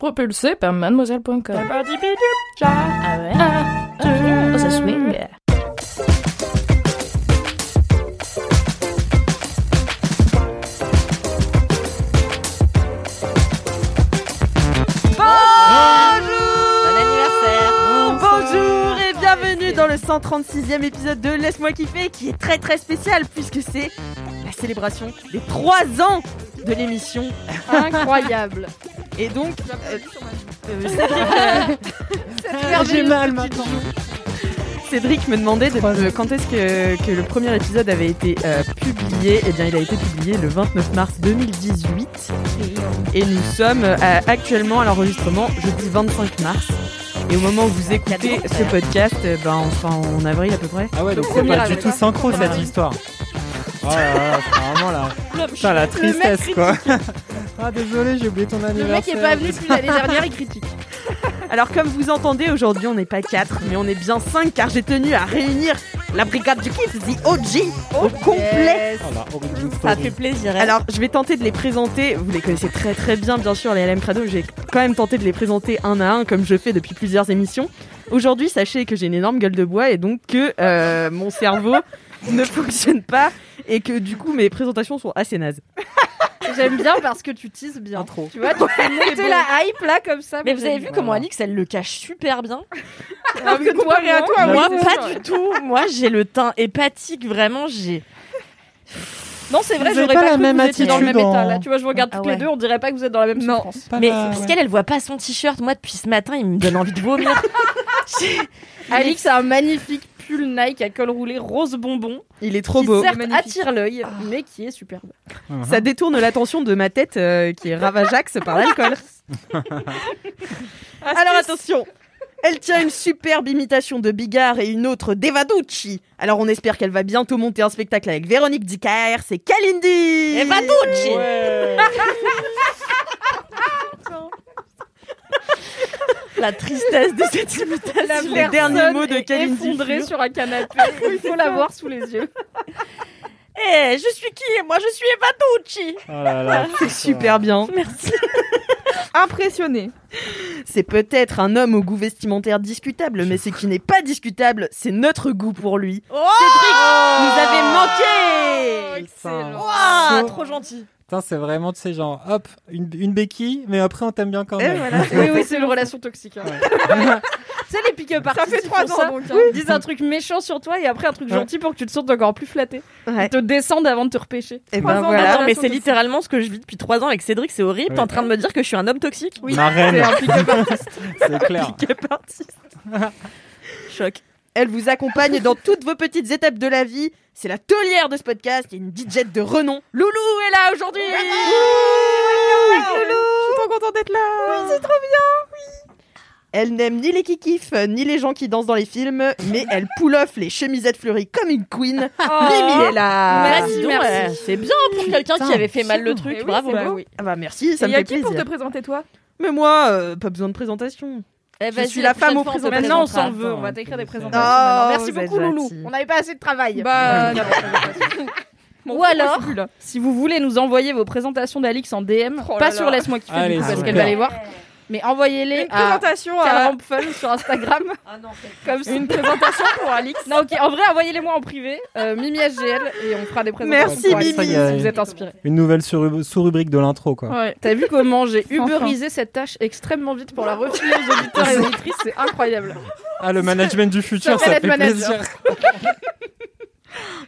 Propulsé par mademoiselle.com. Ah ouais. Oh, ça swing. Bon anniversaire Bonjour et bienvenue dans le 136e épisode de Laisse-moi kiffer qui est très très spécial puisque c'est la célébration des 3 ans de l'émission Incroyable. et donc euh, euh, J'ai mal maintenant. Cédric me demandait de me- quand est-ce que, que le premier épisode avait été euh, publié. Eh bien, il a été publié le 29 mars 2018. Et nous sommes euh, à- actuellement à l'enregistrement jeudi 25 mars. Et au moment où vous écoutez ce podcast, euh, ben, enfin en avril à peu près. Ah ouais, donc c'est premier pas du avril. tout synchro cette histoire. Oh là là, c'est vraiment là. Putain, la tristesse quoi. Ah, désolé, j'ai oublié ton Le anniversaire. mec est pas venu depuis l'année dernière, il critique. Alors comme vous entendez aujourd'hui, on n'est pas quatre, mais on est bien cinq car j'ai tenu à réunir la brigade du kiff, The OG, au complet. Oh la origin Ça story. fait plaisir. hein. Alors, je vais tenter de les présenter. Vous les connaissez très très bien, bien sûr, les LM Crado. J'ai quand même tenté de les présenter un à un, comme je fais depuis plusieurs émissions. Aujourd'hui, sachez que j'ai une énorme gueule de bois et donc que euh, mon cerveau ne fonctionne pas et que du coup, mes présentations sont assez nazes. J'aime bien parce que tu teases bien. Intro. Tu vois, tu fais monter la hype là comme ça. Mais Ah, moi, vous avez j'aime vu bien. comment Alix, elle le cache super bien. Alors que toi, rien Ah, à toi, Moi, oui, c'est pas vrai. du tout. Moi, j'ai le teint hépatique, vraiment. J'ai. Non, c'est vrai, Vous avez j'aurais pas pas, la cru même que vous étiez dans le même attitude état en- là. Tu vois, je vous regarde Ah toutes ouais. les deux, on dirait pas que vous êtes dans la même Non. souffrance. Pas Mais mal, parce ouais. qu'elle, elle voit pas son t-shirt. Moi, depuis ce matin, il me donne envie de vomir. J'ai- Alix a un magnifique pull Nike à col roulé rose bonbon Il est trop qui beau. certes attire l'œil, mais qui est superbe. Uh-huh. Ça détourne l'attention de ma tête euh, qui est ravageaxe par l'alcool. Alors attention elle tient une superbe imitation de Bigard et une autre d'Evaducci. Alors on espère qu'elle va bientôt monter un spectacle avec Véronique Dicker, c'est Kalindi Evaducci Ouais. La tristesse de cette La imitation. Les derniers mots de est Kalindi effondrée Fur. sur un canapé. Il faut la voir sous les yeux. Eh, je suis qui Moi, je suis Evaducci. Oh là là. C'est super bien. Merci. Impressionnée. C'est peut-être un homme au goût vestimentaire discutable, mais ce qui n'est pas discutable, c'est notre goût pour lui. Oh Ah. Cédric, vous avez manqué Excellent. Ouah, Trop gentil. Putain, c'est vraiment, tu sais, genre, hop, une, une béquille, mais après on t'aime bien quand même. Oui, oui, c'est une relation toxique. hein. Tu sais, les pick-up artists, fait ils trois font ans, ça. donc, hein. Ils disent un truc méchant sur toi et après un truc Ouais. gentil pour que tu te sentes encore plus flatté. Ouais. Ils te descendent avant de te repêcher. Eh Et Trois ben ans voilà. Attends, mais relation c'est toxique. littéralement ce que je vis depuis trois ans avec Cédric. C'est horrible. T'es en train de me dire que je suis un homme toxique Ma reine, un pick-up artist. c'est clair. Choc. Elle vous accompagne dans toutes vos petites étapes de la vie. C'est la taulière de ce podcast et une DJ de renom. Loulou est là aujourd'hui Loulou Je suis trop contente d'être là Oui, c'est trop bien Elle n'aime ni les kikifs, ni les gens qui dansent dans les films, mais elle pull off les chemisettes fleuries comme une queen. Mimi est là Bah, dis donc, merci. euh, C'est bien pour quelqu'un qui avait fait mal le truc. Eh oui, Bravo. bah oui. Ah bah merci, ça Et me y a fait qui pour te plaisir. présenter toi Mais moi, euh, pas besoin de présentation. Eh, Je bah, vas-y, suis la femme prochaine au fois, on te présentateur. Maintenant, on présentera. s'en veut. On va Attends, t'écrire des vous êtes présentations. gentil. maintenant. Merci Oh, vous beaucoup, êtes Loulou. gentil. On n'avait pas assez de travail. Bah, non. Ou Ou alors, alors- si vous voulez nous envoyer vos présentations d'Alix en DM, Oh là pas là. sur Laisse-moi kiffer Allez, du coup, s'il parce vous qu'elle plaît. va les voir, mais envoyez-les à présentation Karl Rampfel sur Instagram. Comme une présentation pour Alix. Non, ok, en vrai, envoyez-les-moi en privé, euh, Mimi SGL, et on fera des présentations Merci, pour Mimi. Alix, Ça y est. si vous êtes inspiré. Une nouvelle sous- sous-rubrique de l'intro, quoi. Ouais. T'as vu comment j'ai Enfin. uberisé cette tâche extrêmement vite pour la refiler aux auditeurs et aux auditrices, c'est incroyable. Ah, le management du futur, ça s'appelle fait être manager. plaisir.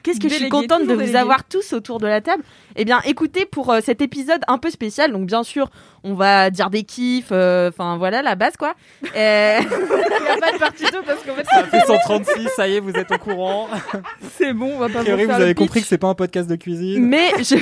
Qu'est-ce que je suis Délégué, contente de toujours vous délégué. avoir tous autour de la table. Eh bien, écoutez, pour euh, cet épisode un peu spécial, donc bien sûr, on va dire des kiffs, euh, enfin voilà, la base quoi. Euh, Il n'y a pas de partie 2 parce qu'en fait, Ça fait 136, ça y est, vous êtes au courant. c'est bon, on va pas A priori, vous vous faire avez compris que c'est pas un podcast de cuisine. mais je...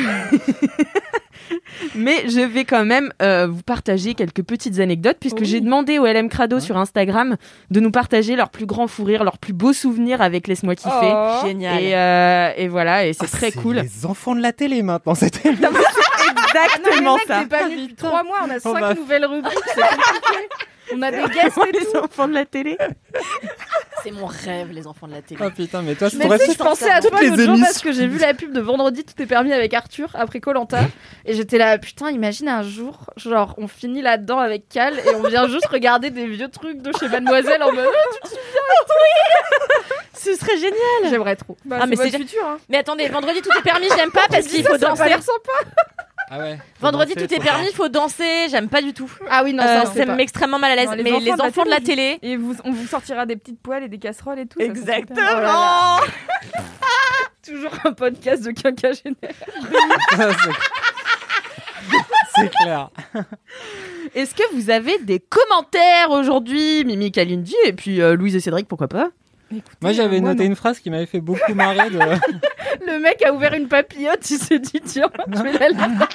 Mais je vais quand même euh, vous partager quelques petites anecdotes puisque j'ai demandé au LM Crado sur Instagram de nous partager leurs plus grands fous rires, leurs plus beaux souvenirs avec Laisse-moi kiffer. Génial. Et, euh, et voilà, et c'est très cool. Ah, Les enfants de la télé maintenant, c'était Exactement ça. C'est pas venu depuis trois mois, on a cinq va- nouvelles rubriques, c'est compliqué. On a des guests et les enfants de la télé. C'est mon rêve, les enfants de la télé. Oh putain, mais toi, je Mais pourrais tu sais, je pensais à toutes toi les l'autre jour parce émissions. que j'ai vu la pub de vendredi Tout est permis avec Arthur après Colanta et j'étais là putain imagine un jour genre on finit là-dedans avec Cal et on vient juste regarder des vieux trucs de chez Mademoiselle en mode Ah, Ce serait génial. tu- j'aimerais trop. Bah, Ah, mais c'est le futur hein. Mais attendez, vendredi tout est permis, j'aime pas parce qu'il faut Ça a danser. l'air sympa. Ah ouais. Vendredi tout est permis, il faut danser, j'aime pas du tout. Ah oui non Euh, ça ça me met extrêmement mal à l'aise. Non, les Mais enfants de les la enfants de la télé. Et vous, on vous sortira des petites poêles et des casseroles et tout. ça, ça serait Exactement. tellement- toujours un podcast de caca Ah, C'est clair. Est-ce que vous avez des commentaires aujourd'hui, Mimi Kalindi et puis euh, Louise et Cédric, pourquoi pas Moi, j'avais moi, noté une phrase qui m'avait fait beaucoup marrer. De... Le mec a ouvert une papillote, il s'est dit tiens, je vais la laver.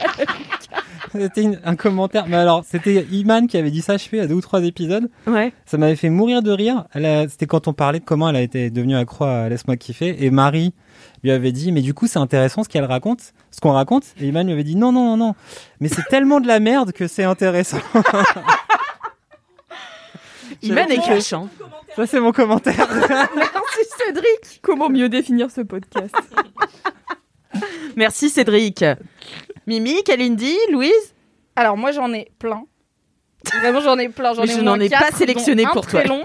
c'était une- un commentaire. Mais alors, c'était Iman qui avait dit ça, je fais, il y a deux ou trois épisodes. Ouais. Ça m'avait fait mourir de rire. Elle a- C'était quand on parlait de comment elle a été devenue accro à Laisse-moi kiffer. Et Marie lui avait dit, mais du coup, c'est intéressant ce qu'elle raconte, ce qu'on raconte. Et Iman lui avait dit, non, non, non, non. Mais c'est tellement de la merde que c'est intéressant. Iman est J'avais- cochon. Ça, c'est mon commentaire. Merci Cédric. Comment mieux définir ce podcast Merci Cédric. Mimi, Kalindi, Louise Alors moi j'en ai plein. Vraiment j'en ai plein. J'en Mais ai je au n'en moins ai pas quatre, sélectionné dont un pour très toi. long,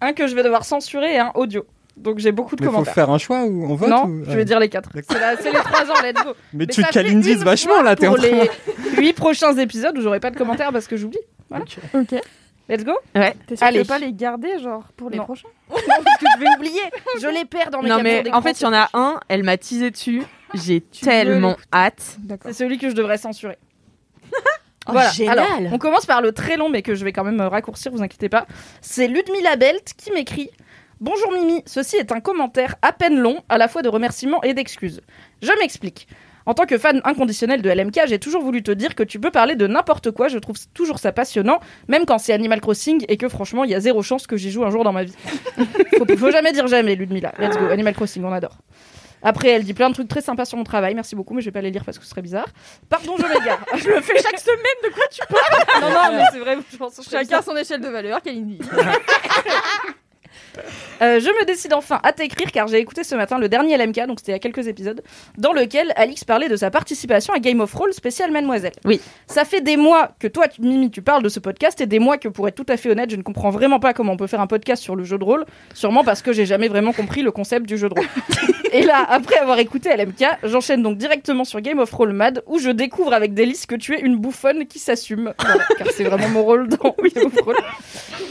un que je vais devoir censurer et un audio. Donc j'ai beaucoup de Mais faut commentaires. faire un choix ou on vote Non, ou- je vais dire les quatre. D'accord. C'est la- c'est les trois ans, let's go. Mais, Mais tu ça te fait calindises une vachement fois là, t'es en pour train. les huit prochains épisodes où j'aurai pas de commentaires parce que j'oublie. Voilà. Ok. Let's go. T'es sûr que Allez. tu veux pas les garder, genre, pour les Non. prochains parce que je vais oublier. Je les perds dans mes Non captures mais en d'écran, fait, il y en a un, elle m'a teasé dessus. J'ai veux tellement hâte. D'accord. C'est celui que je devrais censurer. Oh, voilà. génial. Alors, on commence par le très long, mais que je vais quand même euh, raccourcir, vous inquiétez pas. C'est Ludmilla Belt qui m'écrit Bonjour Mimi, ceci est un commentaire à peine long, à la fois de remerciements et d'excuses. Je m'explique. En tant que fan inconditionnel de LMK, j'ai toujours voulu te dire que tu peux parler de n'importe quoi, je trouve toujours ça passionnant, même quand c'est Animal Crossing et que franchement, il y a zéro chance que j'y joue un jour dans ma vie. faut, faut jamais dire jamais, Ludmilla. Let's go, Animal Crossing, on adore. Après, elle dit plein de trucs très sympas sur mon travail, merci beaucoup, mais je vais pas les lire parce que ce serait bizarre. Pardon, je m'égare. je le fais chaque semaine, de quoi tu parles Non, non, mais c'est vrai, je pense que je fais Chacun son échelle de valeur, Kalindi. Euh, je me décide enfin à t'écrire car j'ai écouté ce matin le dernier LMK, donc c'était il y a quelques épisodes, dans lequel Alix parlait de sa participation à Game of Roll spécial Mademoiselle. Oui. Ça fait des mois que toi, tu- Mimi, tu parles de ce podcast et des mois que, pour être tout à fait honnête, je ne comprends vraiment pas comment on peut faire un podcast sur le jeu de rôle, sûrement parce que j'ai jamais vraiment compris le concept du jeu de rôle. et là, après avoir écouté LMK, j'enchaîne donc directement sur Game of Roll Mad où je découvre avec délice que tu es une bouffonne qui s'assume. Voilà, car c'est vraiment mon rôle dans Game of Roll.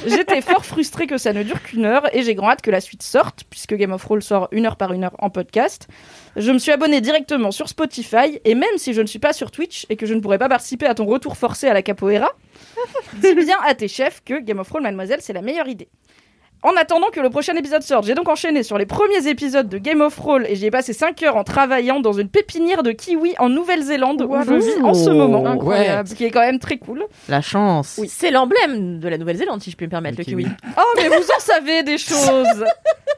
J'étais fort frustrée que ça ne dure qu'une heure et j'ai grand hâte que la suite sorte, puisque Game of Roll sort une heure par une heure en podcast. Je me suis abonnée directement sur Spotify et même si je ne suis pas sur Twitch et que je ne pourrais pas participer à ton retour forcé à la capoeira, dis bien à tes chefs que Game of Roll, mademoiselle, c'est la meilleure idée. En attendant que le prochain épisode sorte, j'ai donc enchaîné sur les premiers épisodes de Game of Roll et j'y ai passé 5 heures en travaillant dans une pépinière de kiwi en Nouvelle-Zélande où je vis en ce moment. Incroyable. Ce qui est quand même très cool. La chance. C'est l'emblème de la Nouvelle-Zélande, si je peux me permettre, le, Le kiwi. kiwi. Oh, mais vous en savez des choses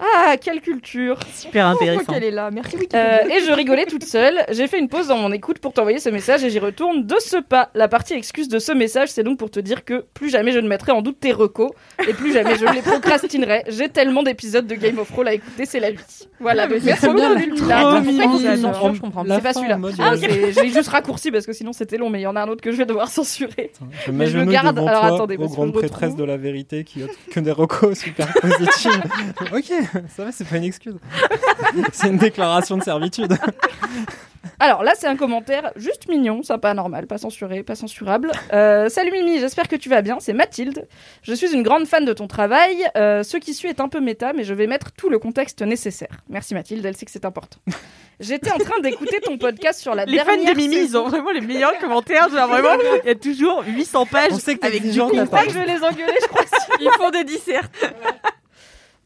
Ah, quelle culture Super Pourquoi intéressant. qu'elle est là Merci Euh, Wikipédia. et je rigolais toute seule. J'ai fait une pause dans mon écoute pour t'envoyer ce message et j'y retourne de ce pas. La partie excuse de ce message, c'est donc pour te dire que plus jamais je ne mettrai en doute tes recos et plus jamais je les procrastinerai. J'ai tellement d'épisodes de Game of Thrones à écouter, c'est la vie. Voilà, donc merci trop beaucoup, bien. Ludmilla. Trop Attends, pourquoi mignon. il faut se censurer je comprends. C'est pas celui-là. Ah, ok. J'ai juste raccourci parce que sinon c'était long, mais il y en a un autre que je vais devoir censurer. Je Mais me je genoux le garde. devant Alors, toi, attendez, aux parce que grandes je retrouve. prêtresses de la vérité qui ont que des recos super positives. ok, ça va, c'est pas une excuse. c'est une déclaration de servitude. Alors là, c'est un commentaire juste mignon, sympa, normal, pas censuré, pas censurable. Euh, Salut Mimi, j'espère que tu vas bien, c'est Mathilde. Je suis une grande fan de ton travail. Euh, ce qui suit est un peu méta, mais je vais mettre tout le contexte nécessaire. Merci Mathilde, elle sait que c'est important. J'étais en train d'écouter ton podcast sur la Les fans dernière de Mimi, ils saison. ont vraiment les meilleurs commentaires. Genre vraiment, il y a toujours 800 pages On sait que t'es avec du exigeante, Faut contenu. pas que je vais les engueuler, je crois. Ils font des dissertes.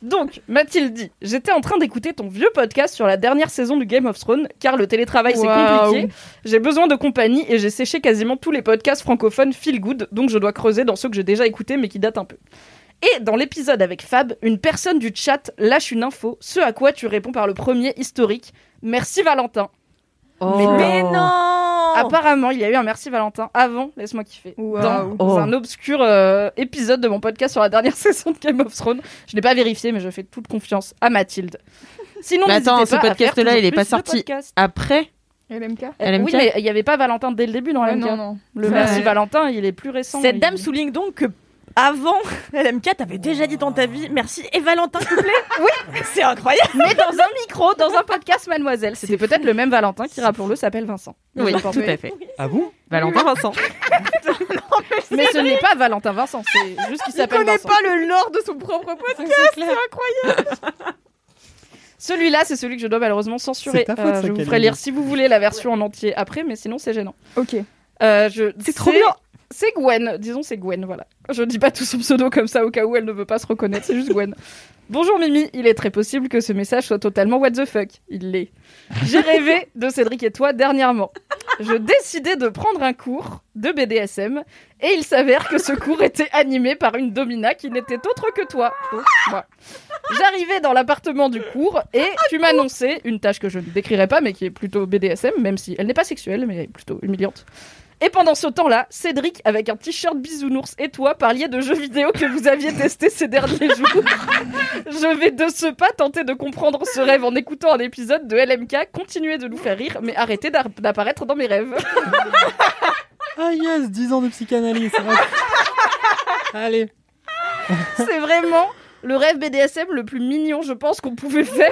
Donc, Mathilde dit J'étais en train d'écouter ton vieux podcast sur la dernière saison du Game of Thrones, car le télétravail c'est Waouh. compliqué. J'ai besoin de compagnie et j'ai séché quasiment tous les podcasts francophones feel good, donc je dois creuser dans ceux que j'ai déjà écoutés mais qui datent un peu. Et dans l'épisode avec Fab, une personne du chat lâche une info, ce à quoi tu réponds par le premier historique Merci Valentin. Mais non Apparemment, il y a eu un merci Valentin avant, laisse-moi kiffer. Dans Waouh. Oh. un obscur euh, épisode de mon podcast sur la dernière saison de Game of Thrones. Je n'ai pas vérifié, mais je fais toute confiance à Mathilde. Sinon, Mais attends, n'hésitez ce pas à podcast-là, faire toujours il est plus pas de sorti. podcasts. Euh, Après, LMK LMK. Oui, mais il n'y avait pas Valentin dès le début dans Ouais, la Non, non. Le Ça, merci ouais. Valentin, il est plus récent. Cette Il- dame souligne donc que avant LMK, t'avais déjà dit dans ta vie merci et Valentin, s'il te plaît Oui C'est incroyable Mais dans un micro, dans un podcast, mademoiselle. C'était peut-être le même Valentin qui, rappelons-le, s'appelle Vincent. Oui, Je pense. tout à fait. Ah bon Valentin Vincent. Mais ce n'est pas Valentin Vincent, c'est juste qu'il Il s'appelle connaît Vincent. pas le lore de son propre podcast. Celui-là, c'est celui que je dois malheureusement censurer. Euh, C'est ta faute, ça, je vous Camille. ferai lire si vous voulez la version en entier après, mais sinon c'est gênant. Ok. Euh, je... C'est trop bien. C'est Gwen, disons c'est Gwen, voilà. Je dis pas tout son pseudo comme ça au cas où elle ne veut pas se reconnaître, c'est juste Gwen. Bonjour Mimi, il est très possible que ce message soit totalement what the fuck. Il l'est. J'ai rêvé de Cédric et toi dernièrement. Je décidais de prendre un cours de BDSM et il s'avère que ce cours était animé par une domina qui n'était autre que toi. Donc, moi. J'arrivais dans l'appartement du cours et tu m'annonçais une tâche que je ne décrirai pas mais qui est plutôt BDSM, même si elle n'est pas sexuelle mais elle est plutôt humiliante. Et pendant ce temps-là, Cédric, avec un t-shirt bisounours et toi, parliez de jeux vidéo que vous aviez testés ces derniers jours. Je vais de ce pas tenter de comprendre ce rêve en écoutant un épisode de LMK. Continuez de nous faire rire, mais arrêtez d'ar- d'apparaître dans mes rêves. Ah yes, 10 ans de psychanalyse. Allez. C'est vraiment le rêve BDSM le plus mignon, je pense, qu'on pouvait faire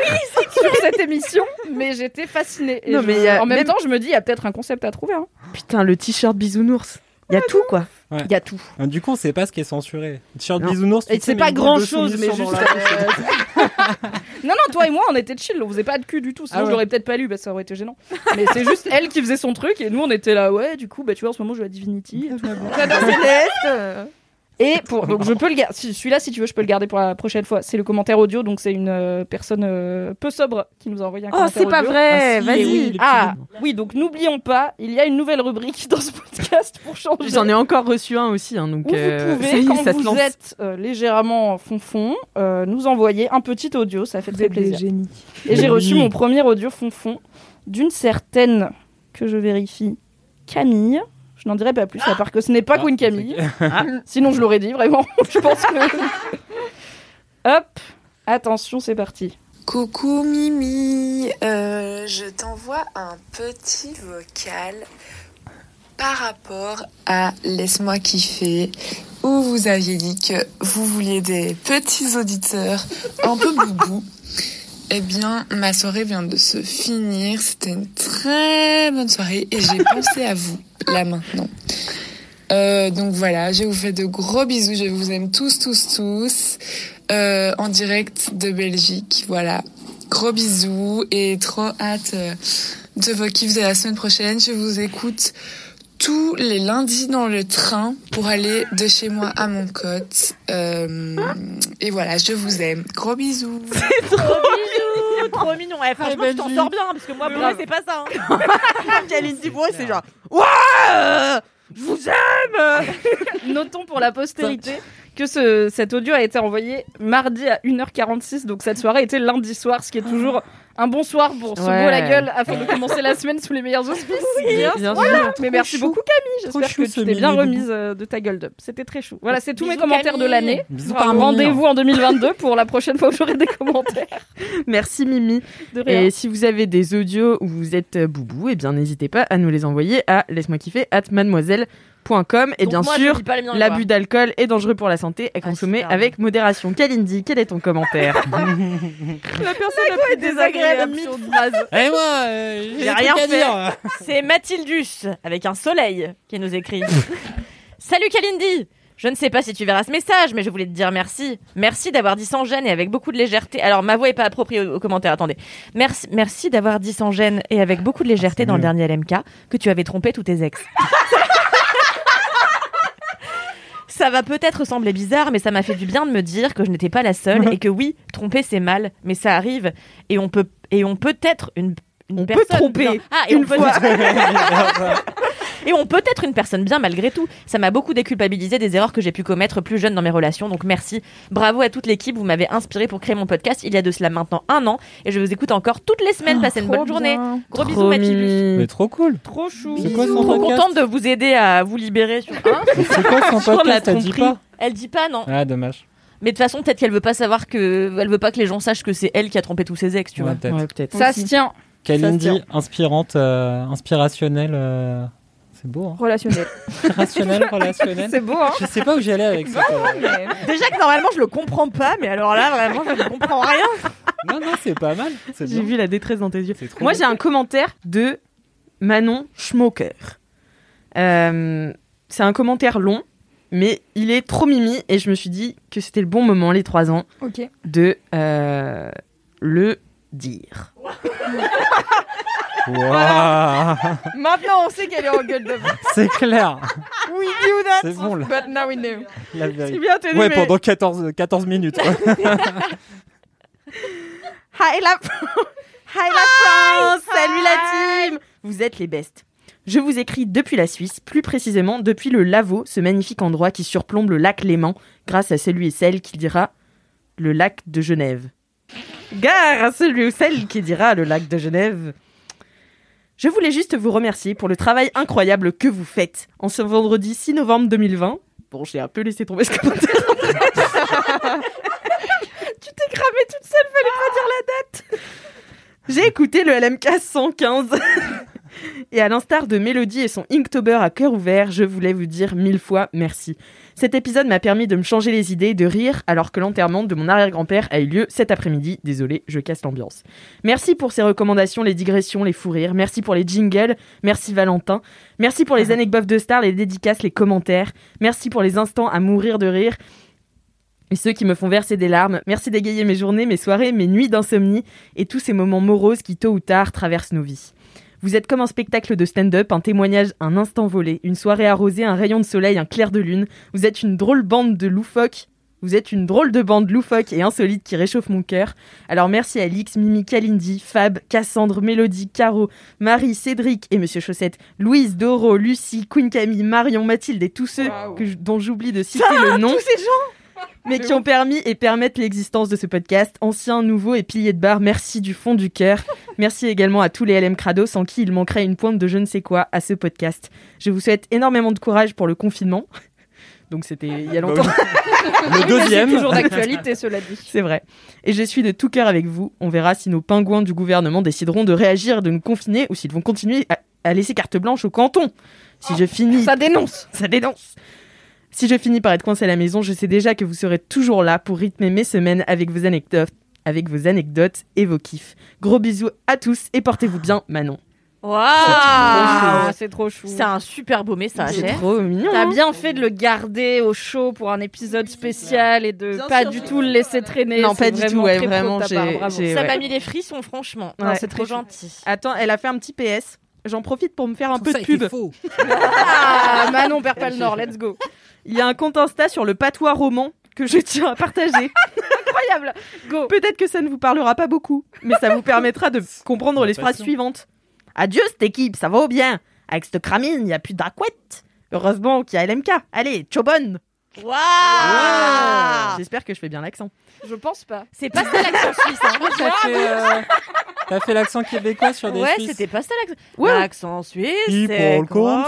sur cette émission. Mais j'étais fascinée. Et Non, je- mais il y a en même, même- temps, je me dis, il y a peut-être un concept à trouver. hein. Putain, le t-shirt bisounours. Il y a tout quoi Il y a tout. Ah, Du coup, on sait pas ce qui est censuré. T-shirt Non. bisounours, tu Et sais, c'est mais pas une boule grand de chose, mais soumission juste. dans la- euh, non, non, toi et moi, on était chill, on faisait pas de cul du tout. Sinon, Ah je ouais. l'aurais peut-être pas lu, parce que ça aurait été gênant. Mais c'est juste elle qui faisait son truc, et nous, on était là, ouais, du coup, bah tu vois, en ce moment, je joue à Divinity. Et pour, donc je peux le garder. Celui-là, si tu veux, je peux le garder pour la prochaine fois. C'est le commentaire audio, donc c'est une euh, personne euh, peu sobre qui nous a envoyé un Oh, commentaire c'est pas audio. vrai Ah, si, Vas-y eh oui, les petits Ah bouts. oui, donc n'oublions pas, il y a une nouvelle rubrique dans ce podcast pour changer. J'en ai encore reçu un aussi, hein, donc Où euh, vous pouvez, ça y est, quand ça se vous lance. êtes euh, légèrement fonfon, euh, nous envoyer un petit audio, ça fait Vous très êtes des plaisir. génies. Et j'ai reçu Oui. mon premier audio fonfon d'une certaine, que je vérifie, Camille. Je n'en dirai pas plus, à part que ce n'est pas Ah, Queen Camille. Sinon, je l'aurais dit, vraiment. je pense que. Hop, attention, c'est parti. Coucou Mimi, Euh, je t'envoie un petit vocal par rapport à Laisse-moi kiffer où vous aviez dit que vous vouliez des petits auditeurs un peu boubou. Eh bien, ma soirée vient de se finir, c'était une très bonne soirée et j'ai pensé à vous là maintenant. Euh, donc voilà, je vous fais de gros bisous, je vous aime tous, tous, tous, euh, en direct de Belgique. Voilà, gros bisous et trop hâte euh, de vos kiffs de la semaine prochaine. Je vous écoute tous les lundis dans le train pour aller de chez moi à mon cote. Euh, et voilà, je vous aime. Gros bisous. Trop mignon Trop mignon Eh, Franchement, je t'en sors bien parce que moi, pour moi, c'est pas ça hein. Caline Dubrow, c'est genre Notons pour la postérité que ce, cet audio a été envoyé mardi à 1h46, donc cette soirée était lundi soir, ce qui est toujours un bon soir pour se Ouais. voir la gueule afin de commencer la semaine sous les meilleurs auspices. Bien sûr. Mais merci beaucoup Camille, Trop j'espère chou, que ce tu t'es bien mini-boubou. remise euh, de ta gueule d'up. C'était très chou. Voilà, c'est tous mes Bisous, commentaires de Camille. l'année. Bisous par Bravo. mignon. Rendez-vous en 2022 pour la prochaine fois où j'aurai des commentaires. Merci Mimi. De rien. Et si vous avez des audios où vous êtes euh, boubou, eh bien n'hésitez pas à nous les envoyer à laisse-moi kiffer at mademoiselle.com et Donc bien moi, je sûr, lis pas les miens, quoi. l'abus d'alcool est dangereux pour la santé à Ah, consommer c'est ça. avec modération. Kalindi, quel est ton commentaire La personne la plus désagréable sur phrase. Eh moi, euh, j'ai J'ai des rien trucs à fait. dire. C'est Mathildus, avec un soleil, qui nous écrit. Salut Kalindi Je ne sais pas si tu verras ce message, mais je voulais te dire merci. Merci d'avoir dit sans gêne et avec beaucoup de légèreté. Alors, ma voix est pas appropriée aux, aux commentaires, attendez. Merci, merci d'avoir dit sans gêne et avec beaucoup de légèreté Ah, c'est dans le mieux. dernier LMK que tu avais trompé tous tes ex. Ça va peut-être sembler bizarre, mais ça m'a fait du bien de me dire que je n'étais pas la seule et que oui, tromper c'est mal, mais ça arrive et on peut et on peut être une, une On peut personne tromper bien. Ah, et une on peut fois. Et on peut être une personne bien malgré tout. Ça m'a beaucoup déculpabilisé des erreurs que j'ai pu commettre plus jeune dans mes relations, donc merci. Bravo à toute l'équipe, vous m'avez inspiré pour créer mon podcast il y a de cela maintenant un an, et je vous écoute encore toutes les Ah, semaines. Passez une bonne journée. Gros bisous, Mathilde. Mais trop cool. Trop chou. C'est quoi son Trop podcast contente de vous aider à vous libérer sur un. C'est quoi son Sur la podcast Elle dit tromperie. pas Elle dit pas non. Ah, dommage. Mais de toute façon, peut-être qu'elle veut pas savoir que, elle veut pas que les gens sachent que c'est elle qui a trompé tous ses ex, tu Ouais, vois. peut-être. Ça se tient. Ça se Kalindi, tient. inspirante, euh, inspirationnelle. euh, C'est beau, hein Relationnel. Rationnelle, relationnelle. C'est beau, hein Je sais pas où j'allais avec ça. Déjà que normalement je le comprends pas, mais alors là vraiment je ne comprends rien. Non, non, c'est pas mal. C'est J'ai bien. vu la détresse dans tes yeux. C'est trop Moi, bien. j'ai un commentaire de Manon Schmoker. Euh, c'est un commentaire long, mais il est trop mimi et je me suis dit que c'était le bon moment, les trois ans, Ok. de euh, le dire. Waouh, Maintenant, on sait qu'elle est en gueule de bois. C'est clair. We knew that, C'est bon, là. but now we know. La vérité. C'est bien tenu, Ouais, mais- pendant 14, 14 minutes. quoi. Hi la, Hi la France Salut la team Vous êtes les bestes. Je vous écris depuis la Suisse, plus précisément depuis le Lavaux, ce magnifique endroit qui surplombe le lac Léman, grâce à celui et celle qui dira le lac de Genève. Gare à celui ou celle qui dira le lac de Genève. Je voulais juste vous remercier pour le travail incroyable que vous faites en ce vendredi 6 novembre 2020. Bon, j'ai un peu laissé tomber ce commentaire. tu t'es cramée toute seule, fallait pas dire la date. J'ai écouté le LMK 115. Et à l'instar de Mélodie et son Inktober à cœur ouvert, je voulais vous dire mille fois merci. Cet épisode m'a permis de me changer les idées, de rire, alors que l'enterrement de mon arrière-grand-père a eu lieu cet après-midi. Désolé, je casse l'ambiance. Merci pour ces recommandations, les digressions, les fous rires. Merci pour les jingles. Merci Valentin. Merci pour les anecdotes de stars, les dédicaces, les commentaires. Merci pour les instants à mourir de rire et ceux qui me font verser des larmes. Merci d'égayer mes journées, mes soirées, mes nuits d'insomnie et tous ces moments moroses qui, tôt ou tard, traversent nos vies. Vous êtes comme un spectacle de stand-up, un témoignage, un instant volé, une soirée arrosée, un rayon de soleil, un clair de lune. Vous êtes une drôle bande de loufoques. Vous êtes une drôle de bande loufoque et insolite qui réchauffe mon cœur. Alors merci à Alix, Mimi, Kalindi, Fab, Cassandre, Mélodie, Caro, Marie, Cédric et Monsieur Chaussette, Louise, Doro, Lucie, Queen Camille, Marion, Mathilde et tous ceux Waouh. que je- dont j'oublie de citer le nom mais qui ont permis et permettent l'existence de ce podcast. Ancien, nouveau et pilier de barre, merci du fond du cœur. Merci également à tous les LM Crado sans qui il manquerait une pointe de je ne sais quoi à ce podcast. Je vous souhaite énormément de courage pour le confinement. Donc c'était il y a longtemps, Bah Le C'est deuxième. toujours d'actualité, cela dit. c'est vrai. Et je suis de tout cœur avec vous. On verra si nos pingouins du gouvernement décideront de réagir et de nous confiner ou s'ils vont continuer à, à laisser carte blanche au canton. Si je finis Ça dénonce. ça dénonce. Si je finis par être coincé à la maison, je sais déjà que vous serez toujours là pour rythmer mes semaines avec vos anecdotes, avec vos anecdotes et vos kiffs. Gros bisous à tous et portez-vous bien, Manon. Waouh c'est trop chou. C'est un super beau message. C'est hein. trop mignon. T'as hein. bien fait de le garder au chaud pour un épisode spécial et de Bien pas sûr, du c'est tout le laisser traîner. Non, C'est pas du tout, ouais, très pro de vraiment, ta part, j'ai- bravo. j'ai- Ça ouais. m'a mis les frissons, franchement. Ouais. Non, c'est trop Très gentil. Attends, elle a fait un petit PS. J'en profite pour me faire un peu de pub. Ah, Manon perd pas le nord, let's go. Il y a un compte Insta sur le patois roman que je tiens à partager. Incroyable. Go. Peut-être que ça ne vous parlera pas beaucoup, mais ça vous permettra de comprendre les phrases suivantes. Adieu cette équipe, ça va bien. Avec cette cramine, il n'y a plus d'aquette. Heureusement qu'il y a LMK. Allez, ciao bonne. Waouh J'espère que je fais bien l'accent. Je pense pas. C'est pas ça l'accent suisse. hein. T'as fait, euh, t'as fait l'accent québécois sur des Ouais, Suisses. c'était pas ça l'accent. Ouais. L'accent suisse. c'est comme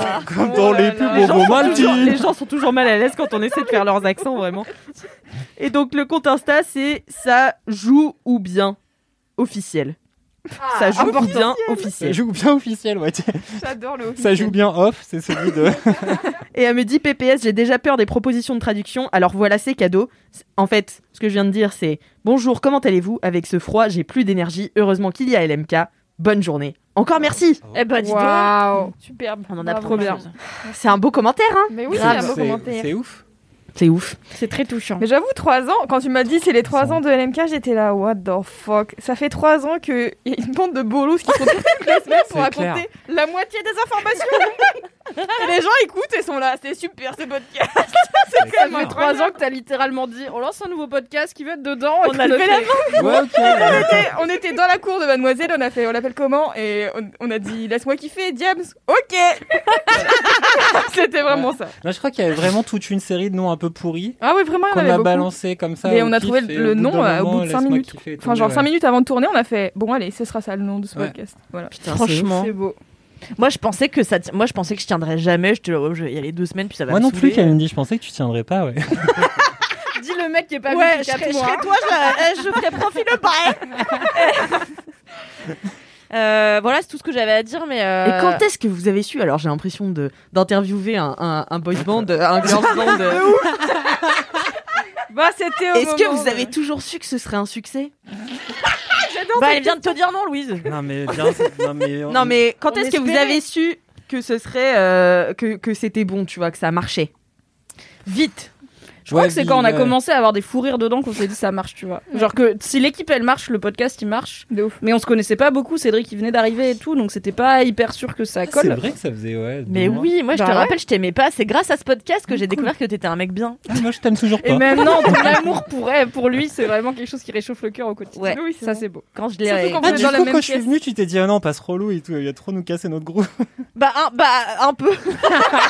ça. comme dans les pubs Les au gens, bon sont toujours, les malti. gens sont toujours mal à l'aise quand on essaie de faire leurs accents, vraiment. Et donc, le compte Insta, c'est ça joue ou bien officiel. Ah, ça joue ou bien Ça officiel. joue bien officiel, ouais. tiens. J'adore le. Ça joue bien off, c'est celui de. Et elle me dit PPS, j'ai déjà peur des propositions de traduction, alors voilà c'est cadeau. En fait, ce que je viens de dire, c'est Bonjour, comment allez-vous Avec ce froid, j'ai plus d'énergie, heureusement qu'il y a LMK. Bonne journée. Encore merci Eh ben, dis donc. Waouh. Superbe. On en Bravo. apprend trop bien. C'est un beau commentaire, hein Mais oui, C'est- C'est ouf. C'est ouf. C'est très touchant. Mais j'avoue, 3 ans, quand tu m'as dit c'est les 3 ans de LMK, j'étais là, what the fuck. Ça fait 3 ans qu'il y a une bande de bolos qui se retrouvent toute la semaine pour C'est clair. raconter la moitié des informations. Et les gens écoutent et Ah, sont là, c'est super ce podcast. C'est quand ça même fait trois ans que t'as littéralement dit on lance un nouveau podcast qui va être dedans. et On a qu'on levé la fait. Ouais, ok. on, était, on était dans la cour de mademoiselle, on a fait on l'appelle comment et on, on a dit laisse-moi kiffer, James. OK. C'était vraiment ça. Là, je crois qu'il y avait vraiment toute une série de noms un peu pourris Ah oui, vraiment, il y en qu'on avait a beaucoup. balancé comme ça. Mais au on a pif, trouvé et le nom d'un euh, au moment, bout de 5 laisse-moi minutes. kiffer euh, et Enfin, tout, genre ouais. 5 minutes avant de tourner, on a fait bon, allez, ce sera ça le nom de ce Ouais. podcast. Voilà. Putain, Franchement. C'est beau. Moi, je pensais que ça. ti- Moi, je pensais que je tiendrais jamais. Je te oh, je vais y aller deux semaines, puis ça va Moi me non plus, saouler. Kalindi, je pensais que tu tiendrais pas, ouais. Dis le mec qui est pas Ouais, venu je depuis serais, quatre je mois. serais toi, je, euh, je ferais profil le bail. Euh, voilà, c'est tout ce que j'avais à dire, mais. euh, Et quand est-ce que vous avez su Alors j'ai l'impression de d'interviewer un, un, un boy band, euh, un girl band. euh. Bah, c'était au Est-ce que moment vous de- avez toujours su que ce serait un succès Bah, elle vient de te dire non, Louise. non, mais bien. c'est- Non, mais. Non mais quand on est-ce que vous espérait. avez su que ce serait euh, que que c'était bon, tu vois, que ça marchait Vite. Je crois Ouais, que c'est quand on a ouais. commencé à avoir des fous rires dedans qu'on s'est dit ça marche, tu vois. Genre que si l'équipe elle marche, le podcast il marche. De ouf. Mais on se connaissait pas beaucoup, Cédric il venait d'arriver et tout, donc c'était pas hyper sûr que ça C'est colle. vrai que ça faisait, ouais. deux Mais mois. oui, moi, je Bah te ouais. rappelle, je t'aimais pas. C'est grâce à ce podcast que j'ai découvert que t'étais un mec bien. Ah, moi, je t'aime toujours Et pas. même non, ton amour pour elle, pour lui, c'est vraiment quelque chose qui réchauffe le cœur au quotidien. Ouais. Oui, Ça bon. c'est beau. Quand je l'ai. Surtout quand Ah, on est du dans coup, la quand même je suis pièce. venu, tu t'es dit, ah non, passe relou et tout, il a trop nous casser notre groupe. Bah un, Ah, euh. bah, un peu. Ah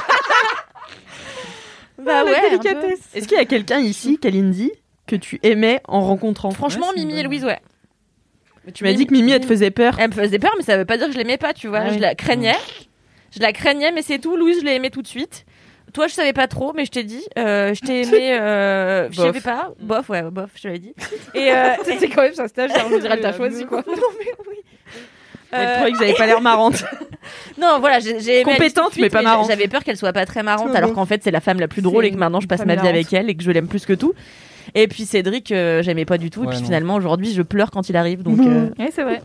bah la ouais. un délicatesse. peu. Est-ce qu'il y a quelqu'un ici, Kalindi, que tu aimais en rencontrant Franchement, Ouais, c'est une Mimi et bonne- Louise, ouais. Tu m'as dit que Mimi elle te faisait peur. Elle me faisait peur, mais ça veut pas dire que je l'aimais pas, tu vois. Ah je oui. la craignais. Je la craignais, mais c'est tout. Louise, je l'ai aimée tout de suite. Toi, je savais pas trop, mais je t'ai dit. Euh, je t'ai aimé. Euh, je Bof. savais pas. Bof, ouais, bof, je l'avais dit. Et, euh, C'est c'est quand même ça stage, on dirait que t'as choisi quoi. Elle euh, trouvait que j'avais pas l'air marrante. non, voilà, j'ai j'ai aimé Compétente, Alice tout de suite, mais pas j'a- marrante. J'avais peur qu'elle soit pas très marrante, Toi, alors bof. qu'en fait, c'est la femme la plus drôle C'est et que maintenant je passe une ma femme vie avec elle et que je l'aime plus que tout. Et puis Cédric, euh, j'aimais pas du tout. et Ouais, puis non. finalement, aujourd'hui, je pleure quand il arrive. Donc, euh, Ouais, c'est vrai.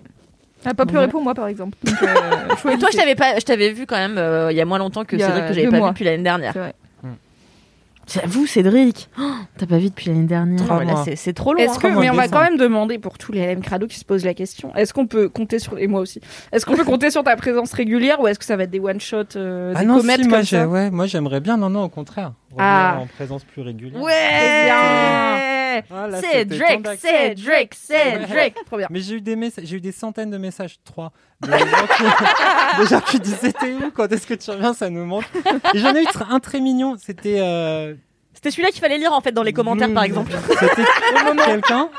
Elle a pas pleuré pour moi par exemple. Donc, euh, Et toi, choisissez. je t'avais pas, je t'avais vu quand même euh, il y a moins longtemps que Il y a Cédric que j'avais deux pas mois. vu depuis l'année dernière. C'est vrai. J'avoue, Cédric, oh, t'as pas vu depuis l'année dernière. Trois Ouais, là, mois. c'est- c'est trop long. Est-ce hein. que, Comment mais on va descendre quand même demander pour tous les LM Crado qui se posent la question, est-ce qu'on peut compter sur, et moi aussi, est-ce qu'on peut compter sur ta présence régulière ou est-ce que ça va être des one-shots, euh, Ah des non, comètes si, moi, comme j'ai- ça ouais, moi j'aimerais bien, non, non, au contraire. Revenir Ah. en présence plus régulière. Ouais. Ah, là, c'était temps Cédric, d'ac- Cédric, Cédric. Trop bien. Mais j'ai eu, des messa- j'ai eu des centaines de messages, trois, de gens qui, de gens qui disent c'était où, quand est-ce que tu reviens, ça nous manque. Et j'en ai eu tr- un très mignon, c'était. euh, C'était celui-là qu'il fallait lire en fait dans les commentaires, Mmh. par exemple. C'était Oh, quelqu'un.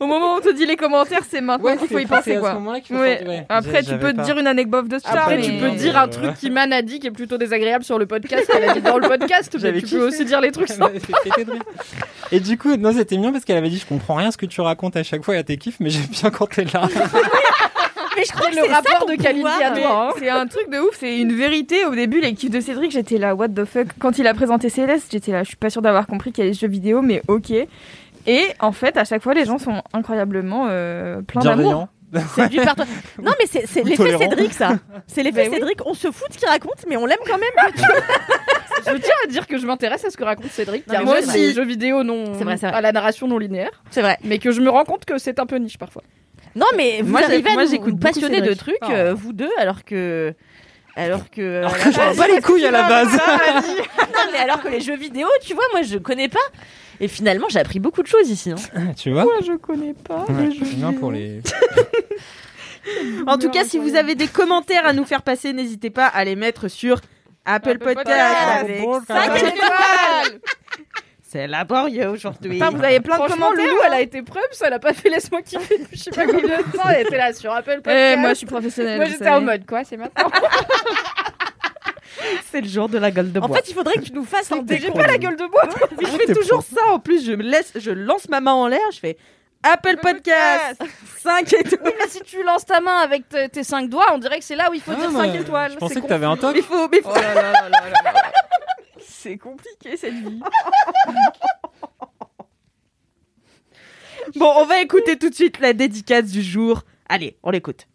Au moment où on te dit les commentaires, c'est maintenant qu'il faut y c'est- penser c'est à quoi. ce moment-là qu'il faut Ouais. sortir, ouais. Après, tu J'avais peux te pas. dire une anecdote de star. Après, mais- tu peux mais- dire un truc qui m'Anne a dit qui est plutôt désagréable sur le podcast qu'elle a dit dans le podcast, mais J'avais tu kiffé. peux aussi dire les trucs Elle sans. m'avait fait péter de rire. Et du coup, non, c'était mignon parce qu'elle avait dit Je comprends rien à ce que tu racontes à chaque fois et à tes kiffs, mais j'aime bien quand t'es là. Mais je crois que Le c'est ça ton rapport de qualité pouvoir. à toi. hein. C'est un truc de ouf, c'est une vérité. Au début, l'équipe de Cédric, j'étais là, what the fuck. Quand il a présenté Céleste, j'étais là, je suis pas sûre d'avoir compris qu'il y a les jeux vidéo, mais ok. Et en fait, à chaque fois, les gens sont incroyablement euh, pleins d'amour. Bienveillant. Séduit par toi. Non, mais c'est c'est l'effet Tolérant. Cédric, ça. C'est Bah l'effet Cédric. On se fout de ce qu'il raconte, mais on l'aime quand même. Je tiens à dire que je m'intéresse à ce que raconte Cédric. Non, car mais moi moi aussi. aussi, les jeux vidéo non, C'est vrai, c'est vrai. à la narration non linéaire, C'est vrai. mais que je me rends compte que c'est un peu niche parfois. Non, mais vous Moi, j'ai- arrivez moi, à nous j'écoute beaucoup passionner de trucs, Cédric. Ah. euh, vous deux, alors que. Alors que. Alors que je m'en bats les couilles à la base. Non, mais alors que les jeux vidéo, tu vois, moi je connais pas. Et finalement, j'ai appris beaucoup de choses ici. hein. Ah, tu vois Oh, Moi, je connais pas Ouais, les jeux c'est bien pour les. En tout cas, si vous avez des commentaires à nous faire passer, n'hésitez pas à les mettre sur Apple Apple Podcast. Podcast. avec Apple cinq Podcast. étoiles. C'est laborieux aujourd'hui. Enfin, vous avez plein de Franchement, commentaires. Loulou, hein. elle a été preuve, ça elle a pas fait laisse-moi kiffer depuis je sais pas combien de temps, elle était là sur Apple Podcast. Eh, moi, je suis professionnelle. Moi, vous j'étais savez. en mode quoi, c'est maintenant. C'est le jour de la gueule de En bois. fait, il faudrait que tu nous fasses un j'ai décompte. pas la gueule de bois. je Ah, fais t'es toujours ça en plus. Je me laisse, je lance ma main en l'air. Je fais Apple Podcast 5 étoiles. si tu lances ta main avec te- tes cinq doigts, on dirait que c'est là où il faut Ah, dire mais 5 étoiles. Je pensais C'est Oh que con. t'avais un top. Il faut, mais faut- C'est compliqué cette vie. Ah. Bon, on va écouter tout de suite la dédicace du jour. Allez, on l'écoute.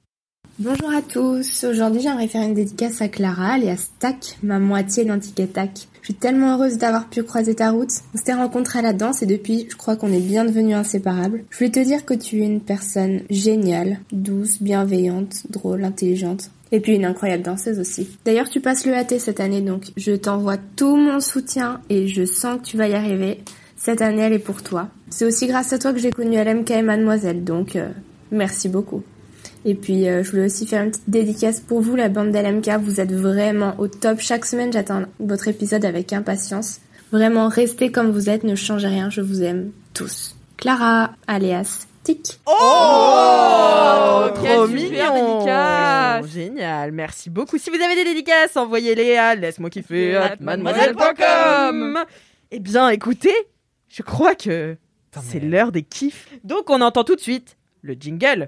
Bonjour à tous, aujourd'hui j'aimerais faire une dédicace à Clara, alias Tac, ma moitié d'anti-tac. Je suis tellement heureuse d'avoir pu croiser ta route. On s'était rencontrés à la danse et depuis, je crois qu'on est bien devenus inséparables. Je voulais te dire que tu es une personne géniale, douce, bienveillante, drôle, intelligente. Et puis une incroyable danseuse aussi. D'ailleurs, tu passes le AT cette année, donc je t'envoie tout mon soutien et je sens que tu vas y arriver. Cette année, elle est pour toi. C'est aussi grâce à toi que j'ai connu LMK et Mademoiselle, donc euh, merci beaucoup. Et puis, euh, je voulais aussi faire une petite dédicace pour vous, la bande d'LMK. Vous êtes vraiment au top. Chaque semaine, j'attends votre épisode avec impatience. Vraiment, restez comme vous êtes, ne changez rien. Je vous aime tous. Clara, alias Tic. Oh, Trop Quelle mignon. super dédicace Génial, merci beaucoup. Si vous avez des dédicaces, envoyez-les à laisse-moi kiffer at mademoiselle.com. Eh bien, écoutez, je crois que c'est l'heure des kiffs. Donc, on entend tout de suite le jingle.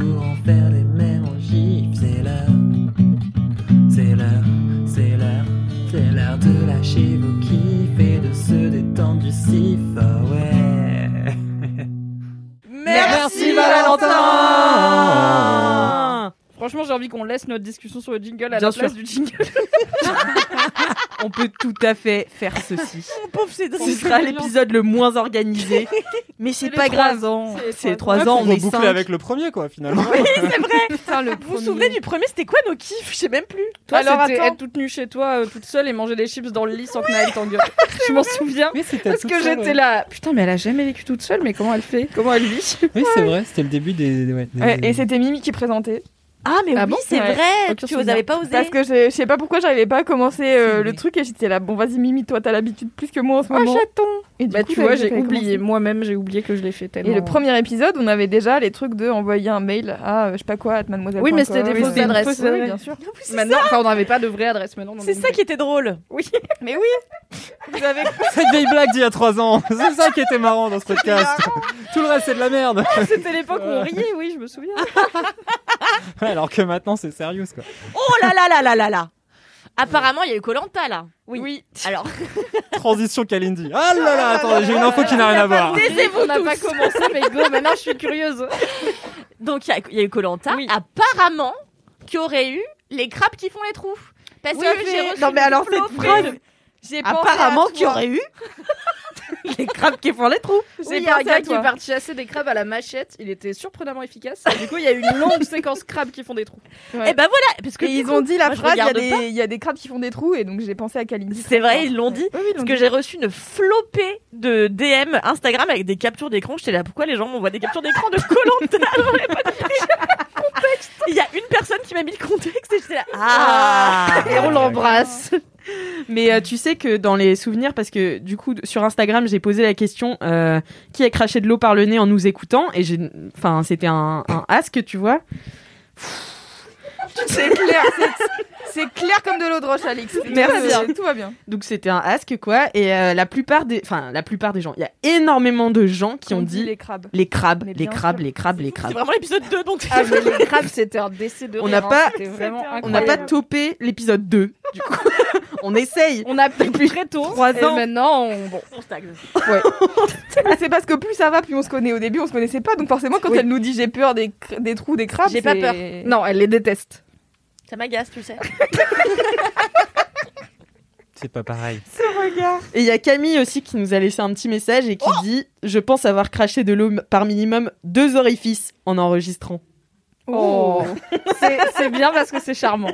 pour en faire des mêmes en gif, c'est l'heure. C'est l'heure, c'est l'heure, c'est l'heure de lâcher vos kiffs et de se détendre du sif, ah ouais. Merci, Valentin Ah. Franchement, j'ai envie qu'on laisse notre discussion sur le jingle à Bien la place sûr. du jingle. On peut tout à fait faire ceci. Pauvre Cédric. Ce sera l'épisode le moins organisé. Mais c'est les pas trois grave. ans. C'est les trois ans, on va est boucler cinq. avec le premier, quoi, finalement. Vous vous souvenez du premier, c'était quoi nos kiffs Je sais même plus. Toi, Alors, c'était attends. être toute nue chez toi, euh, toute seule et manger des chips dans le lit sans que Naël t'engueule. Je m'en souviens. Mais c'était Parce toute que seule, j'étais ouais. là. Putain, mais elle a jamais vécu toute seule, mais comment elle fait Comment elle vit Oui, c'est vrai, c'était le début des. des- ouais, des- Ouais, et c'était Mimi qui présentait. Ah, mais Ah oui, bon c'est Ouais. vrai. Aucun Tu souvenir. n'avais pas osé. Parce que je je sais pas pourquoi j'arrivais pas à commencer euh, le truc et j'étais là, bon vas-y Mimi, toi t'as l'habitude plus que moi en ce Oh, moment. chaton Et du Bah, coup, tu vois, j'avais- j'ai j'avais oublié. commencé. Moi-même, j'ai oublié que je l'ai fait tellement. euh, Et le premier épisode, on avait déjà les trucs de envoyer un mail à euh, je sais pas quoi, à mademoiselle. Oui, mais c'était des Oui, fausses c'était une adresses. fausse Oui, adresse, oui. bien sûr. Maintenant, enfin, on n'avait pas de vraie adresse maintenant. C'est ça qui était drôle. Mais oui, vous avez Cette vieille blague d'il y a 3 ans, c'est ça qui était marrant dans ce podcast. Tout le reste, c'est de la merde. Ah, C'était l'époque où on riait, oui, je me souviens. Ouais, Alors que maintenant, c'est sérieux, quoi. Oh là là là là là là. Apparemment, il y a eu Colanta là. Oui. Alors, Transition Kalindi. Ah là là, attendez, j'ai une info qui n'a rien à voir. on n'a pas commencé, mais go, maintenant je suis curieuse. donc il y a- il y, a eu Colanta. Apparemment, qui aurait eu les crabes qui font les trous. Parce Oui, que mais- j'ai reçu non, mais une alors, flopée cette phrase, de- J'ai pensé Apparemment, à qu'il y toi. aurait eu les crabes qui font les trous. C'est Oui, pas un pensé à gars qui toi. est parti chasser des crabes à la machette, il était surprenamment efficace. Et du coup, il y a eu une longue séquence crabes qui font des trous. Eh ben voilà, parce que Et du ils coup, ont dit la moi, je phrase, il y, a regarde pas. des- il y a des crabes qui font des trous, et donc j'ai pensé à Kalindi. C'est vrai, ils l'ont dit. Oui, oui, ils l'ont Parce que dit. j'ai reçu une flopée de DM Instagram avec des captures d'écran. J'étais là, pourquoi les gens m'envoient des captures d'écran de Colanta Il y a une personne qui m'a mis le contexte et j'étais là, ah Et on l'embrasse. Mais euh, tu sais que dans les souvenirs, parce que du coup sur Instagram j'ai posé la question euh, qui a craché de l'eau par le nez en nous écoutant et j'ai, enfin c'était un, un ask tu vois. C'est clair, c'est- c'est clair comme de l'eau de roche, Alix. Tout va Merci. bien, Tout va bien. Donc c'était un ask quoi et euh, la plupart des, enfin la plupart des gens, il y a énormément de gens qui ont dit les, les crabes. crabes, Mais les bien crabes, sûr. les crabes, les crabes. C'est vraiment l'épisode 2, donc Ah, mais les crabes, c'était un décès de Ah, On rire, n'a hein, pas- C'était vraiment On n'a incroyable. pas topé l'épisode 2 du coup. On essaye. On a appris très tôt. Trois et ans. maintenant, on... bon. on stagne. Mais c'est parce que plus ça va, plus on se connaît. Au début, on se connaissait pas, donc forcément, quand Oui. elle nous dit j'ai peur des, cr- des trous, des crabes, J'ai pas c'est- peur. Non, elle les déteste. Ça m'agace, tu le sais. C'est pas pareil. Et il y a Camille aussi qui nous a laissé un petit message et qui dit Je pense avoir craché de l'eau par minimum deux orifices en enregistrant. Oh. C'est- c'est bien parce que c'est charmant.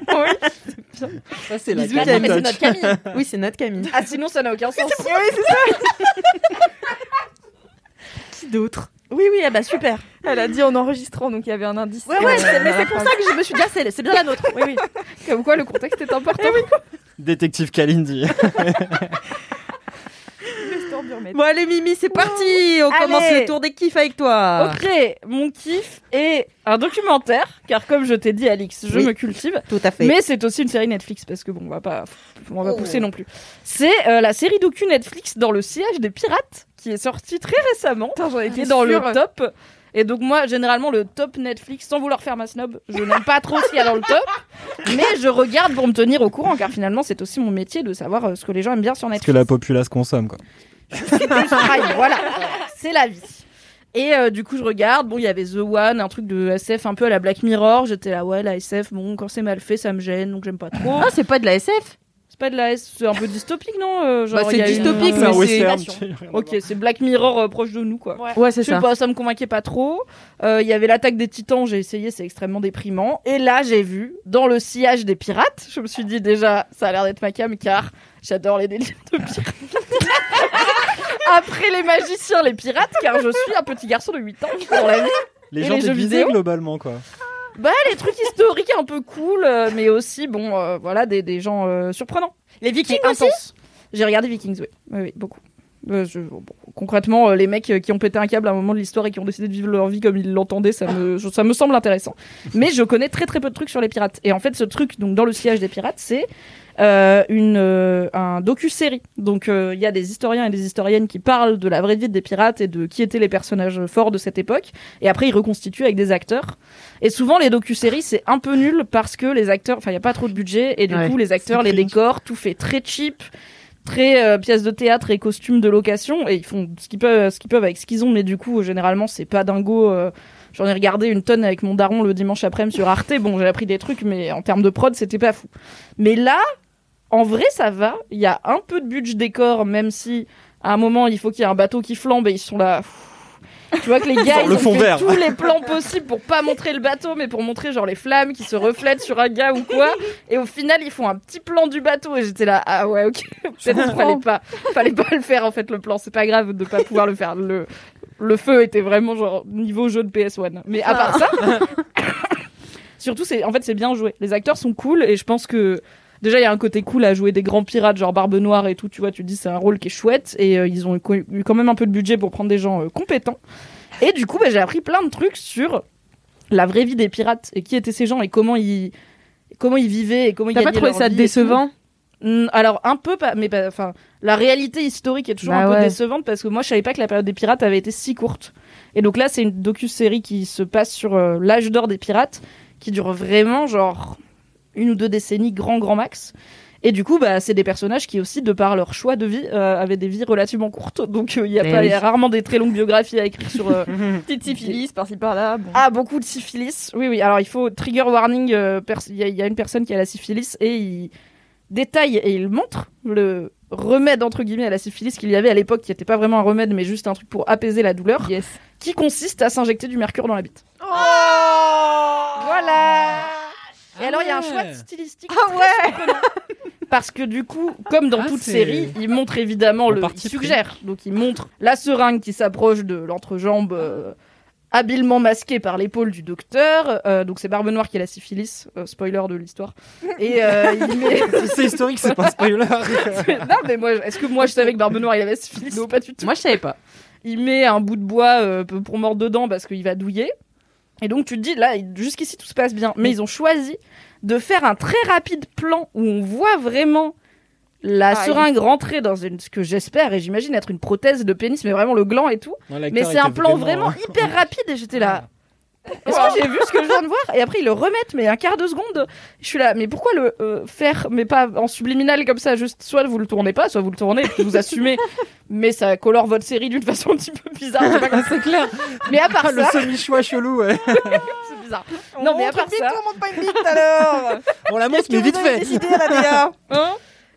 Ça, c'est la la Bisous, Camille. mais c'est notre Camille. Oui, c'est notre Camille. Ah, sinon, ça n'a aucun sens. Qui d'autre Oui, oui, ah bah super. Elle a dit en enregistrant, donc il y avait un indice. Ouais, ouais, c'est- mais c'est pour ça que je me suis dit, ah, c'est c'est bien la nôtre. Oui, oui. Comme quoi, le contexte est important. Détective Kalindi. Bon, allez, Mimi, c'est parti. On commence Allez. le tour des kiffs avec toi. Ok, mon kiff est un documentaire, car comme je t'ai dit, Alix, je Oui, me cultive. Tout à fait. Oh. Mais c'est aussi une série Netflix, parce que bon, on va pas, on va pas pousser non plus. C'est euh, la série docu Netflix dans le sillage des pirates, qui est sortie très récemment. été et dans sûre. le top. Et donc moi, généralement, le top Netflix, sans vouloir faire ma snob, je n'aime pas trop ce qu'il y a dans le top, mais je regarde pour me tenir au courant, car finalement, c'est aussi mon métier de savoir euh, ce que les gens aiment bien sur Parce que Netflix. la populace consomme, quoi. Prime, voilà, c'est la vie. Et euh, du coup, je regarde. Bon, il y avait The One, un truc de SF un peu à la Black Mirror. J'étais là, ouais, la SF, bon, quand c'est mal fait, ça me gêne, donc j'aime pas trop. Ah, c'est pas de la SF C'est pas de la SF, c'est un peu dystopique, non Euh, genre, Bah, c'est il y a une- dystopique, mais c'est- Ok, c'est Black Mirror euh, proche de nous, quoi. Ouais, c'est Je sais ça. pas, ça me convainquait pas trop. Euh, Il y avait l'attaque des titans, j'ai essayé, c'est extrêmement déprimant. Et là, j'ai vu, dans le sillage des pirates, je me suis dit déjà, ça a l'air d'être ma cam, car j'adore les délires de pirates. Après les magiciens, les pirates, car je suis un petit garçon de 8 ans dans la vie. Les Et gens les jeux déguisés, vidéo globalement, quoi. Bah, les trucs historiques un peu cool, euh, mais aussi, bon, euh, voilà, des, des gens euh, surprenants. Les Vikings Et aussi intenses. J'ai regardé Vikings, oui. Oui, oui, beaucoup. Euh, je- bon, concrètement, euh, les mecs euh, qui ont pété un câble à un moment de l'histoire et qui ont décidé de vivre leur vie comme ils l'entendaient, ça me, je- ça me semble intéressant. Mais je connais très très peu de trucs sur les pirates. Et en fait, ce truc, donc dans le sillage des pirates, c'est euh, une euh, un docu-série. Donc euh, il y a des historiens et des historiennes qui parlent de la vraie vie des pirates et de qui étaient les personnages forts de cette époque. Et après, ils reconstituent avec des acteurs. Et souvent, les docu-séries, c'est un peu nul parce que les acteurs, enfin, il n'y a pas trop de budget et du Ouais, coup, les acteurs, les décors, tout fait très cheap très euh, pièces de théâtre et costumes de location et ils font ce qu'ils peuvent ce qu'ils peuvent avec ce qu'ils ont mais du coup euh, généralement c'est pas dingo euh, j'en ai regardé une tonne avec mon daron le dimanche après-midi sur Arte bon j'ai appris des trucs mais en termes de prod c'était pas fou mais là en vrai ça va il y a un peu de budget décor même si à un moment il faut qu'il y ait un bateau qui flambe et ils sont là pff. tu vois que les gars Genre ils le ont fond fait vert. tous les plans possibles pour pas montrer le bateau mais pour montrer genre les flammes qui se reflètent sur un gars ou quoi et au final, ils font un petit plan du bateau et j'étais là, ah ouais, ok, peut-être qu'il fallait pas, fallait pas le faire en fait le plan. C'est pas grave de pas pouvoir le faire. Le, le feu était vraiment genre niveau jeu de PS1. Mais à part ça, surtout c'est, en fait c'est bien joué. Les acteurs sont cool et je pense que déjà il y a un côté cool à jouer des grands pirates genre Barbe Noire et tout. Tu vois, tu te dis c'est un rôle qui est chouette et euh, ils ont eu eu quand même un peu de budget pour prendre des gens euh, compétents. Et du coup, bah, j'ai appris plein de trucs sur la vraie vie des pirates et qui étaient ces gens et comment ils comment ils vivaient et comment ils T'as pas gagnaient trouvé leur ça vie et tout. décevant Mm, Alors un peu pas, mais pas- enfin la réalité historique est toujours Bah un peu ouais. décevante parce que moi je savais pas que la période des pirates avait été si courte. Et donc là c'est une docu-série qui se passe sur euh, l'âge d'or des pirates qui dure vraiment genre une ou deux décennies grand grand max. Et du coup, bah, c'est des personnages qui aussi, de par leur choix de vie, euh, avaient des vies relativement courtes. Donc, euh, il y, a Eh pas- il y a oui. rarement des très longues biographies à écrire sur, euh, Petite syphilis par-ci par-là. Bon. ah, beaucoup de syphilis. Oui, oui. Alors, il faut trigger warning. euh, pers- Il y, a- il y a une personne qui a la syphilis et il détaille et il montre le remède, entre guillemets, à la syphilis qu'il y avait à l'époque, qui n'était pas vraiment un remède, mais juste un truc pour apaiser la douleur, Yes. qui consiste à s'injecter du mercure dans la bite. Oh. Voilà Ah Et alors, il y a un choix ouais. stylistique. Ah ouais Parce que du coup, comme dans Ah, toute c'est- série, il montre évidemment Le le. parti Il suggère. Donc, il montre la seringue qui s'approche de l'entrejambe. euh, habilement masqué par l'épaule du docteur. Euh, donc c'est Barbe Noire qui a la syphilis, euh, spoiler de l'histoire. Et euh, il met... Si c'est historique, c'est pas un spoiler. non mais moi, est-ce que moi je savais que Barbe Noire il avait la syphilis Non, pas du tout. Moi, je savais pas. Il met un bout de bois euh, pour mordre dedans parce qu'il va douiller. Et donc tu te dis, là, jusqu'ici tout se passe bien. Mais ils ont choisi de faire un très rapide plan où on voit vraiment la Ah, seringue rentrer dans une, ce que j'espère et j'imagine être une prothèse de pénis, mais vraiment le gland et tout. Mais c'est un plan vraiment, hyper rapide et j'étais là. Ah. Est-ce que j'ai vu ce que je viens de voir Et après ils le remettent, mais un quart de seconde. Je suis là, mais pourquoi le euh, faire, mais pas en subliminal comme ça Juste soit vous le tournez pas, soit vous le tournez, et puis vous assumez. mais ça colore votre série d'une façon un petit peu bizarre. je sais pas comment- Ah, C'est clair. Mais à part Ah, le ça, semi-choix chelou, ouais. c'est bizarre. Non, mais à part ça, On la monte, mais vite fait.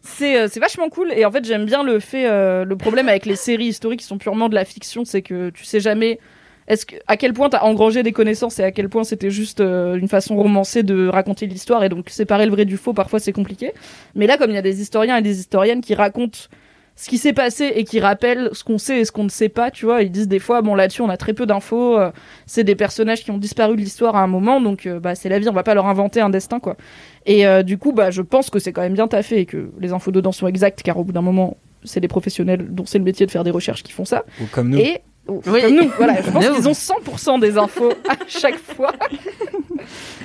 c'est euh, c'est vachement cool. Et en fait, j'aime bien le fait. euh, le problème avec les séries historiques qui sont purement de la fiction, c'est que tu sais jamais. Est-ce que, à quel point t'as engrangé des connaissances et à quel point c'était juste euh, une façon romancée de raconter l'histoire et donc séparer le vrai du faux parfois c'est compliqué. Mais là comme il y a des historiens et des historiennes qui racontent ce qui s'est passé et qui rappellent ce qu'on sait et ce qu'on ne sait pas, tu vois. Ils disent des fois, bon, là-dessus, on a très peu d'infos. euh, c'est des personnages qui ont disparu de l'histoire à un moment, donc euh, bah, c'est la vie, on va pas leur inventer un destin, quoi. Et euh, du coup, bah, je pense que c'est quand même bien taffé et que les infos dedans sont exactes, car au bout d'un moment, c'est les professionnels dont c'est le métier de faire des recherches qui font ça. Ou comme nous. Et ou- Oui. comme nous, voilà. Je pense Nous. qu'ils ont 100% des infos à chaque fois.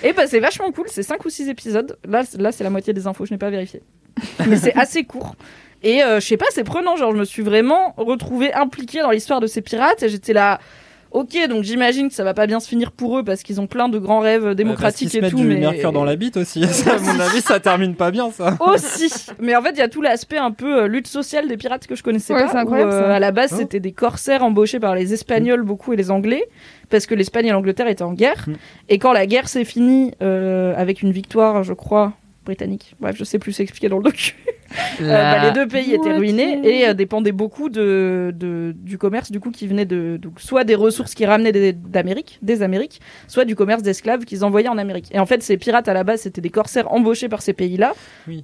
Et bah, c'est vachement cool. C'est 5 ou 6 épisodes. Là, c- là c'est la moitié des infos, je n'ai pas vérifié. Mais c'est assez court. Et euh, je sais pas, c'est prenant. Genre, je me suis vraiment retrouvée impliquée dans l'histoire de ces pirates et j'étais là. Ok, donc j'imagine que ça va pas bien se finir pour eux parce qu'ils ont plein de grands rêves Bah, parce qu'ils démocratiques se et mettent tout. du mais... mercure dans la bite aussi. Ça, à mon avis, ça termine pas bien, ça. Oh. aussi. Mais en fait, il y a tout l'aspect un peu euh, lutte sociale des pirates que je connaissais Ouais, pas. c'est incroyable, où, euh, ça. À la base, Oh. c'était des corsaires embauchés par les Espagnols beaucoup et les Anglais, parce que l'Espagne et l'Angleterre étaient en guerre. Et quand la guerre s'est finie euh, avec une victoire, je crois, britannique. Bref, je sais plus c'est expliqué dans le docu. Euh, La- bah, les deux pays étaient Moitié. ruinés et euh, dépendaient beaucoup de, de- du commerce du coup qui venait de donc, soit des ressources qui ramenaient des- d'Amérique, des Amériques, soit du commerce d'esclaves qu'ils envoyaient en Amérique. Et en fait, ces pirates à la base c'était des corsaires embauchés par ces pays-là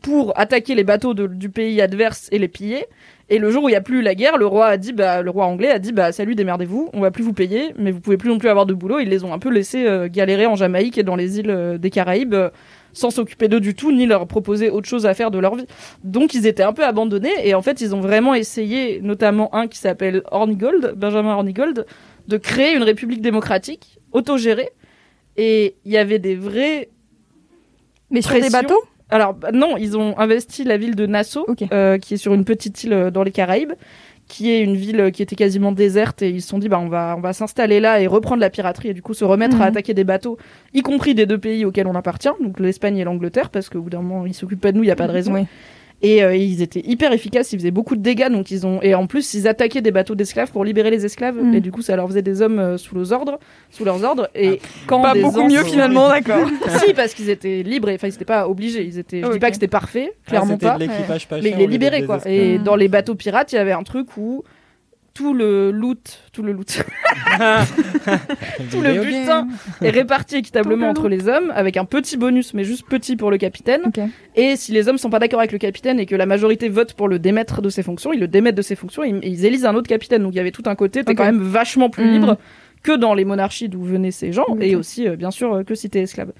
pour attaquer les bateaux de- du pays adverse et les piller. Et le jour où il n'y a plus eu la guerre, le roi a dit, bah, le roi anglais a dit, bah, salut, démerdez-vous, on va plus vous payer, mais vous pouvez plus non plus avoir de boulot. Ils les ont un peu laissés euh, galérer en Jamaïque et dans les îles euh, des Caraïbes, euh, sans s'occuper d'eux du tout, ni leur proposer autre chose à faire de leur vie. Donc ils étaient un peu abandonnés, et en fait, ils ont vraiment essayé, notamment un qui s'appelle Hornigold, Benjamin Hornigold, de créer une république démocratique, autogérée, et il y avait des vrais Mais sur des pressions. bateaux Alors bah, non, ils ont investi la ville de Nassau, euh, qui est sur une petite île euh, dans les Caraïbes, qui est une ville euh, qui était quasiment déserte, et ils se sont dit bah on va on va s'installer là et reprendre la piraterie et du coup se remettre à Mhm. attaquer des bateaux, y compris des deux pays auxquels on appartient, donc l'Espagne et l'Angleterre, parce qu'au bout d'un moment ils s'occupent pas de nous, il y a pas de raison. Oui. Et euh, ils étaient hyper efficaces, ils faisaient beaucoup de dégâts, donc ils ont et en plus ils attaquaient des bateaux d'esclaves pour libérer les esclaves, Mhm. et du coup ça leur faisait des hommes euh, sous leurs ordres, sous leurs ordres, et quand Ah, Pas des beaucoup ans- mieux, finalement, d'accord. si parce qu'ils étaient libres, et- enfin ils étaient pas obligés, ils étaient. Je dis pas que c'était parfait, clairement Ah, c'était pas. de l'équipage pas mais cher il est au lieu libéré d'être quoi. des Et esclaves. dans les bateaux pirates, il y avait un truc où tout le loot, tout le loot, tout le Vidéo butin game. est réparti équitablement entre les hommes, avec un petit bonus, mais juste petit pour le capitaine. Et si les hommes sont pas d'accord avec le capitaine et que la majorité vote pour le démettre de ses fonctions, ils le démettent de ses fonctions et ils- et ils élisent un autre capitaine. Donc il y avait tout un côté, t'es Ok. quand même vachement plus Mm. libre que dans les monarchies d'où venaient ces gens, Ok. et aussi euh, bien sûr euh, que si t'es esclave.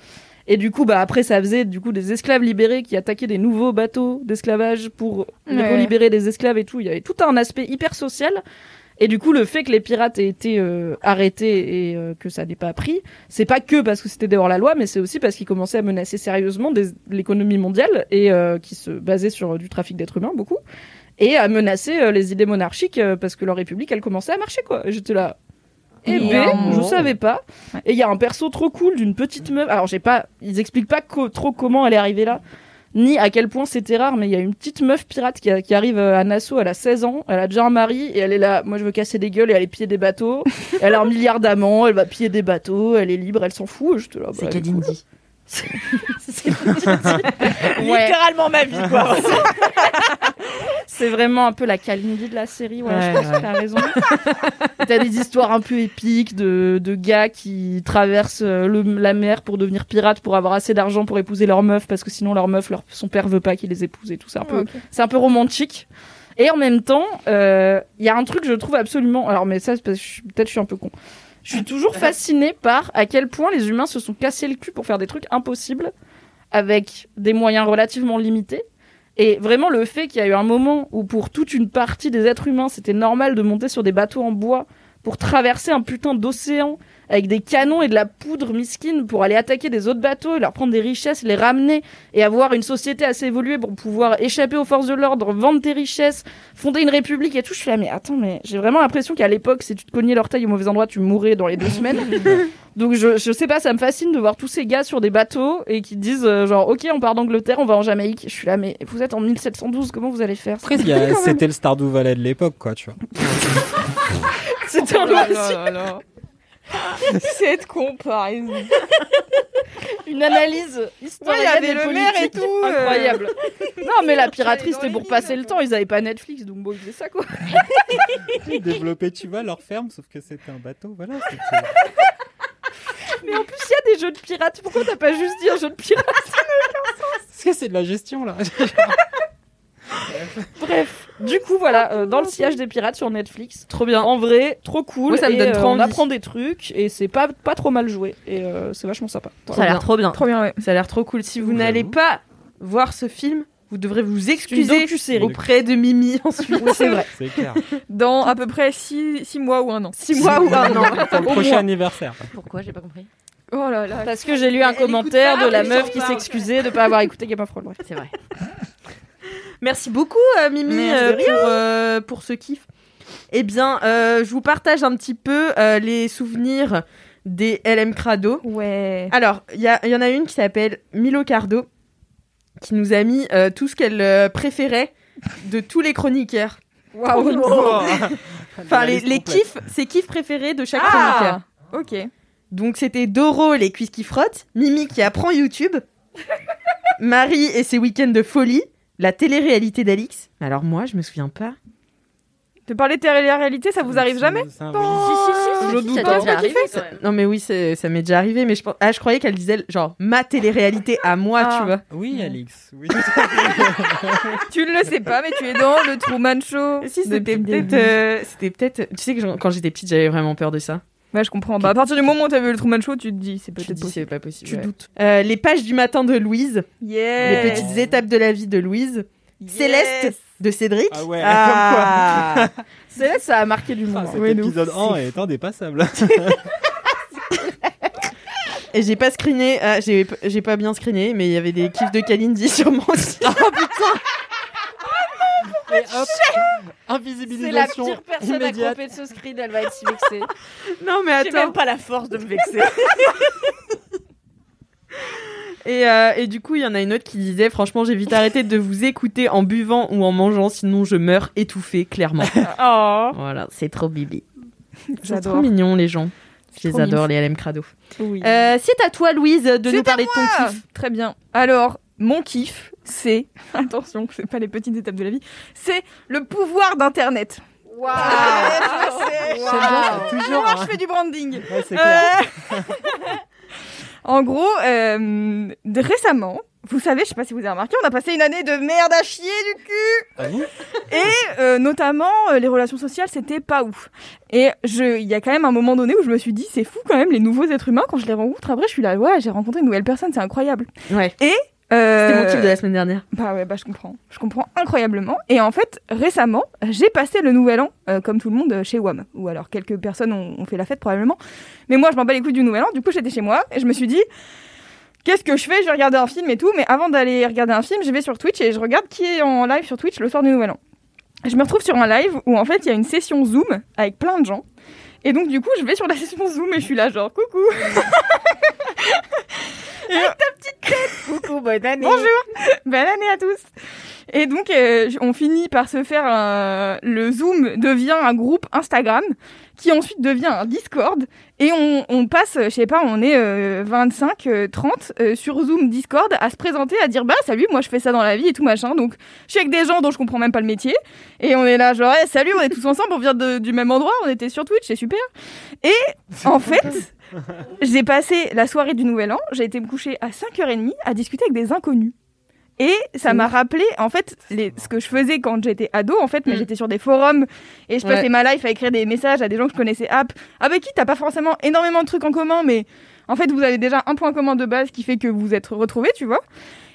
Et du coup, bah après, ça faisait du coup des esclaves libérés qui attaquaient des nouveaux bateaux d'esclavage pour les Ouais. relibérer des esclaves et tout. Il y avait tout un aspect hyper social. Et du coup, le fait que les pirates aient été euh, arrêtés et euh, que ça n'ait pas pris, c'est pas que parce que c'était dehors la loi, mais c'est aussi parce qu'ils commençaient à menacer sérieusement des- l'économie mondiale et euh, qui se basait sur euh, du trafic d'êtres humains beaucoup et à menacer euh, les idées monarchiques euh, parce que leur république elle commençait à marcher quoi. Et J'étais là. Eh Et ben, en- je savais pas. Et il y a un perso trop cool d'une petite meuf. Alors j'ai pas, ils expliquent pas co- trop comment elle est arrivée là, ni à quel point c'était rare. Mais il y a une petite meuf pirate qui, a- qui arrive euh, à Nassau. Elle a 16 ans, elle a déjà un mari et elle est là. Moi je veux casser des gueules et aller piller des bateaux. elle a un milliard d'amants, elle va piller des bateaux, elle est libre, elle s'en fout. J'étais là. C'est Kadindi. Littéralement ma vie, quoi. C'est vraiment un peu la Kalindi de la série, ouais, Ouais, je pense ouais. que t'as raison. Et T'as des histoires un peu épiques de, de gars qui traversent euh, le- la mer pour devenir pirates, pour avoir assez d'argent pour épouser leur meuf, parce que sinon leur meuf, leur, son père veut pas qu'ils les épousent et tout. C'est un, peu Ok. c'est un peu romantique. Et en même temps, euh, il y a un truc que je trouve absolument... Alors mais ça, c'est parce que je suis- peut-être je suis un peu con. Je suis toujours fascinée par à quel point les humains se sont cassés le cul pour faire des trucs impossibles avec des moyens relativement limités. Et vraiment, le fait qu'il y a eu un moment où, pour toute une partie des êtres humains, c'était normal de monter sur des bateaux en bois pour traverser un putain d'océan avec des canons et de la poudre miskine pour aller attaquer des autres bateaux et leur prendre des richesses, les ramener et avoir une société assez évoluée pour pouvoir échapper aux forces de l'ordre, vendre tes richesses, fonder une république et tout. Je suis là, mais attends, mais j'ai vraiment l'impression qu'à l'époque, si tu te cognais l'orteil au mauvais endroit, tu mourais dans les deux semaines. Donc je, je sais pas, ça me fascine de voir tous ces gars sur des bateaux et qui disent euh, genre ok on part d'Angleterre, on va en Jamaïque. Je suis là mais vous êtes en 1712, comment vous allez faire Après, il y a- c'était le Stardew Valley de l'époque, quoi, tu vois. C'était Oh un loisir. Cette comparaison. Une analyse historienne Ouais, il y avait et le maire et politique tout, euh. incroyable. Non mais la piraterie c'était pour passer le temps, ils avaient pas Netflix donc bon ils faisaient ça quoi. Ils développaient, tu vois, leur ferme, sauf que c'était un bateau, voilà. c'était- Mais en plus il y a des jeux de pirates, pourquoi t'as pas juste dit un jeu de pirates Parce que c'est de la gestion, là. Bref, du coup voilà, euh, dans le sillage des pirates sur Netflix. Trop bien. En vrai, trop cool. Moi, ça me et, donne euh, trop On envie. apprend des trucs et c'est pas pas trop mal joué et euh, c'est vachement sympa. Ça a l'air trop bien. Trop bien, ouais. Ça a l'air trop cool. Si vous n'allez pas voir ce film, vous devrez vous excuser docu-série. auprès de Mimi ensuite. Oui, c'est vrai. C'est clair. Dans à peu près 6 mois ou un an. 6 mois ou un an. Pour le prochain anniversaire. Pourquoi J'ai pas compris. Oh là là. Parce que j'ai lu un commentaire de la meuf qui s'excusait de pas avoir écouté Game of Thrones. ouais. C'est vrai. Merci beaucoup, euh, Mimi, Merci de euh, pour, euh, pour ce kiff. Eh bien, euh, je vous partage un petit peu euh, les souvenirs des LM Crado. Ouais. Alors, il y, a- il y en a une qui s'appelle Milo Cardo, qui nous a mis euh, tout ce qu'elle euh, préférait de tous les chroniqueurs. Enfin, les, les kiffs, ses kiffs préférés de chaque chroniqueur. Ah Ok. Donc, c'était Doro, les cuisses qui frottent, Mimi qui apprend YouTube, Marie et ses week-ends de folie, la télé-réalité d'Alix. Mais Alors, moi, je me souviens pas. De parler de la réalité, ça vous arrive jamais Ah, Je doute pas. Non, mais oui, c'est- ça m'est déjà arrivé, mais je, pense- ah, je croyais qu'elle disait genre ma télé-réalité à moi, Ah. tu vois. Oui, Alix. Oui. Tu ne le sais pas, mais tu es dans le Truman Show. Si, c'était depuis le peut-être. début. euh, c'était peut-être. Tu sais que j'en- quand j'étais petite, j'avais vraiment peur de ça. Ouais, je comprends. Bah, à partir du moment où t'as vu le Truman Show, tu te dis, c'est Tu te peut-être dis, c'est possible. pas possible. Tu ouais. doutes. Euh, les pages du matin de Louise, Yeah. les petites étapes de la vie de Louise, Céleste de Cédric. Ah ouais, Ah. C'est là ça a marqué du Ah, monde. cet épisode 1 est indépassable. Et j'ai pas screené, ah, j'ai j'ai pas bien screené, mais il y avait des kiffs de Kalindi sûrement aussi. Ah, Et hop, C'est la invisibilisation pire personne à immédiate. couper de ce screen, elle va être si vexée. non mais J'ai attends. même pas la force de me vexer. Et, euh, et du coup, il y en a une autre qui disait Franchement, j'ai vite arrêté de vous écouter en buvant ou en mangeant, sinon je meurs étouffée, clairement. Oh. voilà, c'est trop bibi. C'est J'adore. trop mignon, les gens. Je les trop adore, les LM Crado. Oui. Euh, c'est à toi, Louise, de nous parler de ton Ah, kiff. Très bien. Alors, mon kiff, c'est. Attention, c'est pas les petites étapes de la vie. C'est le pouvoir d'Internet. Ah, Ah, C'est bien, c'est toujours. Alors, hein. je fais du branding. Ouais, c'est clair. Euh, en gros, euh, de- récemment, vous savez, je sais pas si vous avez remarqué, on a passé une année de merde à chier du cul. Ah bon Et euh, notamment, euh, les relations sociales, c'était pas ouf. Et je- il y a quand même un moment donné où je me suis dit, c'est fou quand même, les nouveaux êtres humains, quand je les rencontre, après, je suis là, ouais, j'ai rencontré une nouvelle personne, c'est incroyable. Ouais. Et. euh, C'était mon kiff de la semaine dernière. bah ouais, bah je comprends. Je comprends incroyablement. Et en fait, récemment, j'ai passé le nouvel an, euh, comme tout le monde, euh, chez WAM. Ou alors quelques personnes ont, ont fait la fête probablement. Mais moi, je m'en bats les couilles du nouvel an. Du coup, j'étais chez moi et je me suis dit, qu'est-ce que je fais Je vais regarder un film et tout. Mais avant d'aller regarder un film, je vais sur Twitch et je regarde qui est en live sur Twitch le soir du nouvel an. Je me retrouve sur un live où en fait, il y a une session Zoom avec plein de gens. Et donc, du coup, je vais sur la session Zoom et je suis là, genre, coucou Coucou, bonne année. Bonne année à tous Et donc, euh, on finit par se faire un... Le Zoom devient un groupe Instagram, qui ensuite devient un Discord, et on, on passe, je sais pas, on est euh, 25, euh, 30 euh, sur Zoom Discord à se présenter, à dire bah salut, moi je fais ça dans la vie et tout machin, donc je suis avec des gens dont je comprends même pas le métier, et on est là genre Eh, salut, on est tous ensemble, on vient de- du même endroit, on était sur Twitch, c'est super Et en fait... J'ai passé la soirée du Nouvel An, j'ai été me coucher à 5h30 à discuter avec des inconnus. Et ça m'a rappelé, en fait, les- ce que je faisais quand j'étais ado, en fait, mais j'étais sur des forums et je passais ma life à écrire des messages à des gens que je connaissais app. Avec qui t'as pas forcément énormément de trucs en commun, mais en fait, vous avez déjà un point commun de base qui fait que vous êtes retrouvés, tu vois.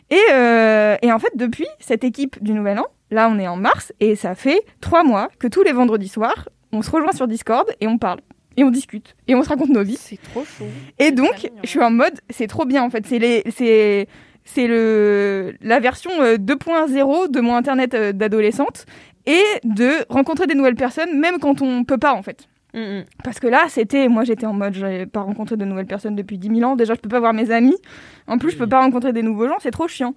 Et, euh, et en fait, depuis cette équipe du Nouvel An, là, on est en mars et ça fait trois mois que tous les vendredis soirs, on se rejoint sur Discord et on parle. Et on discute. Et on se raconte nos vies. C'est trop chaud. Et donc, je suis en mode, c'est trop bien en fait. C'est les, c'est, c'est le, la version euh, 2.0 de mon internet euh, d'adolescente et de rencontrer des nouvelles personnes, même quand on peut pas en fait. Parce que là, c'était, moi j'étais en mode, j'avais pas rencontré de nouvelles personnes depuis 10 000 ans. Déjà, je peux pas voir mes amis. En plus, je peux pas rencontrer des nouveaux gens, c'est trop chiant.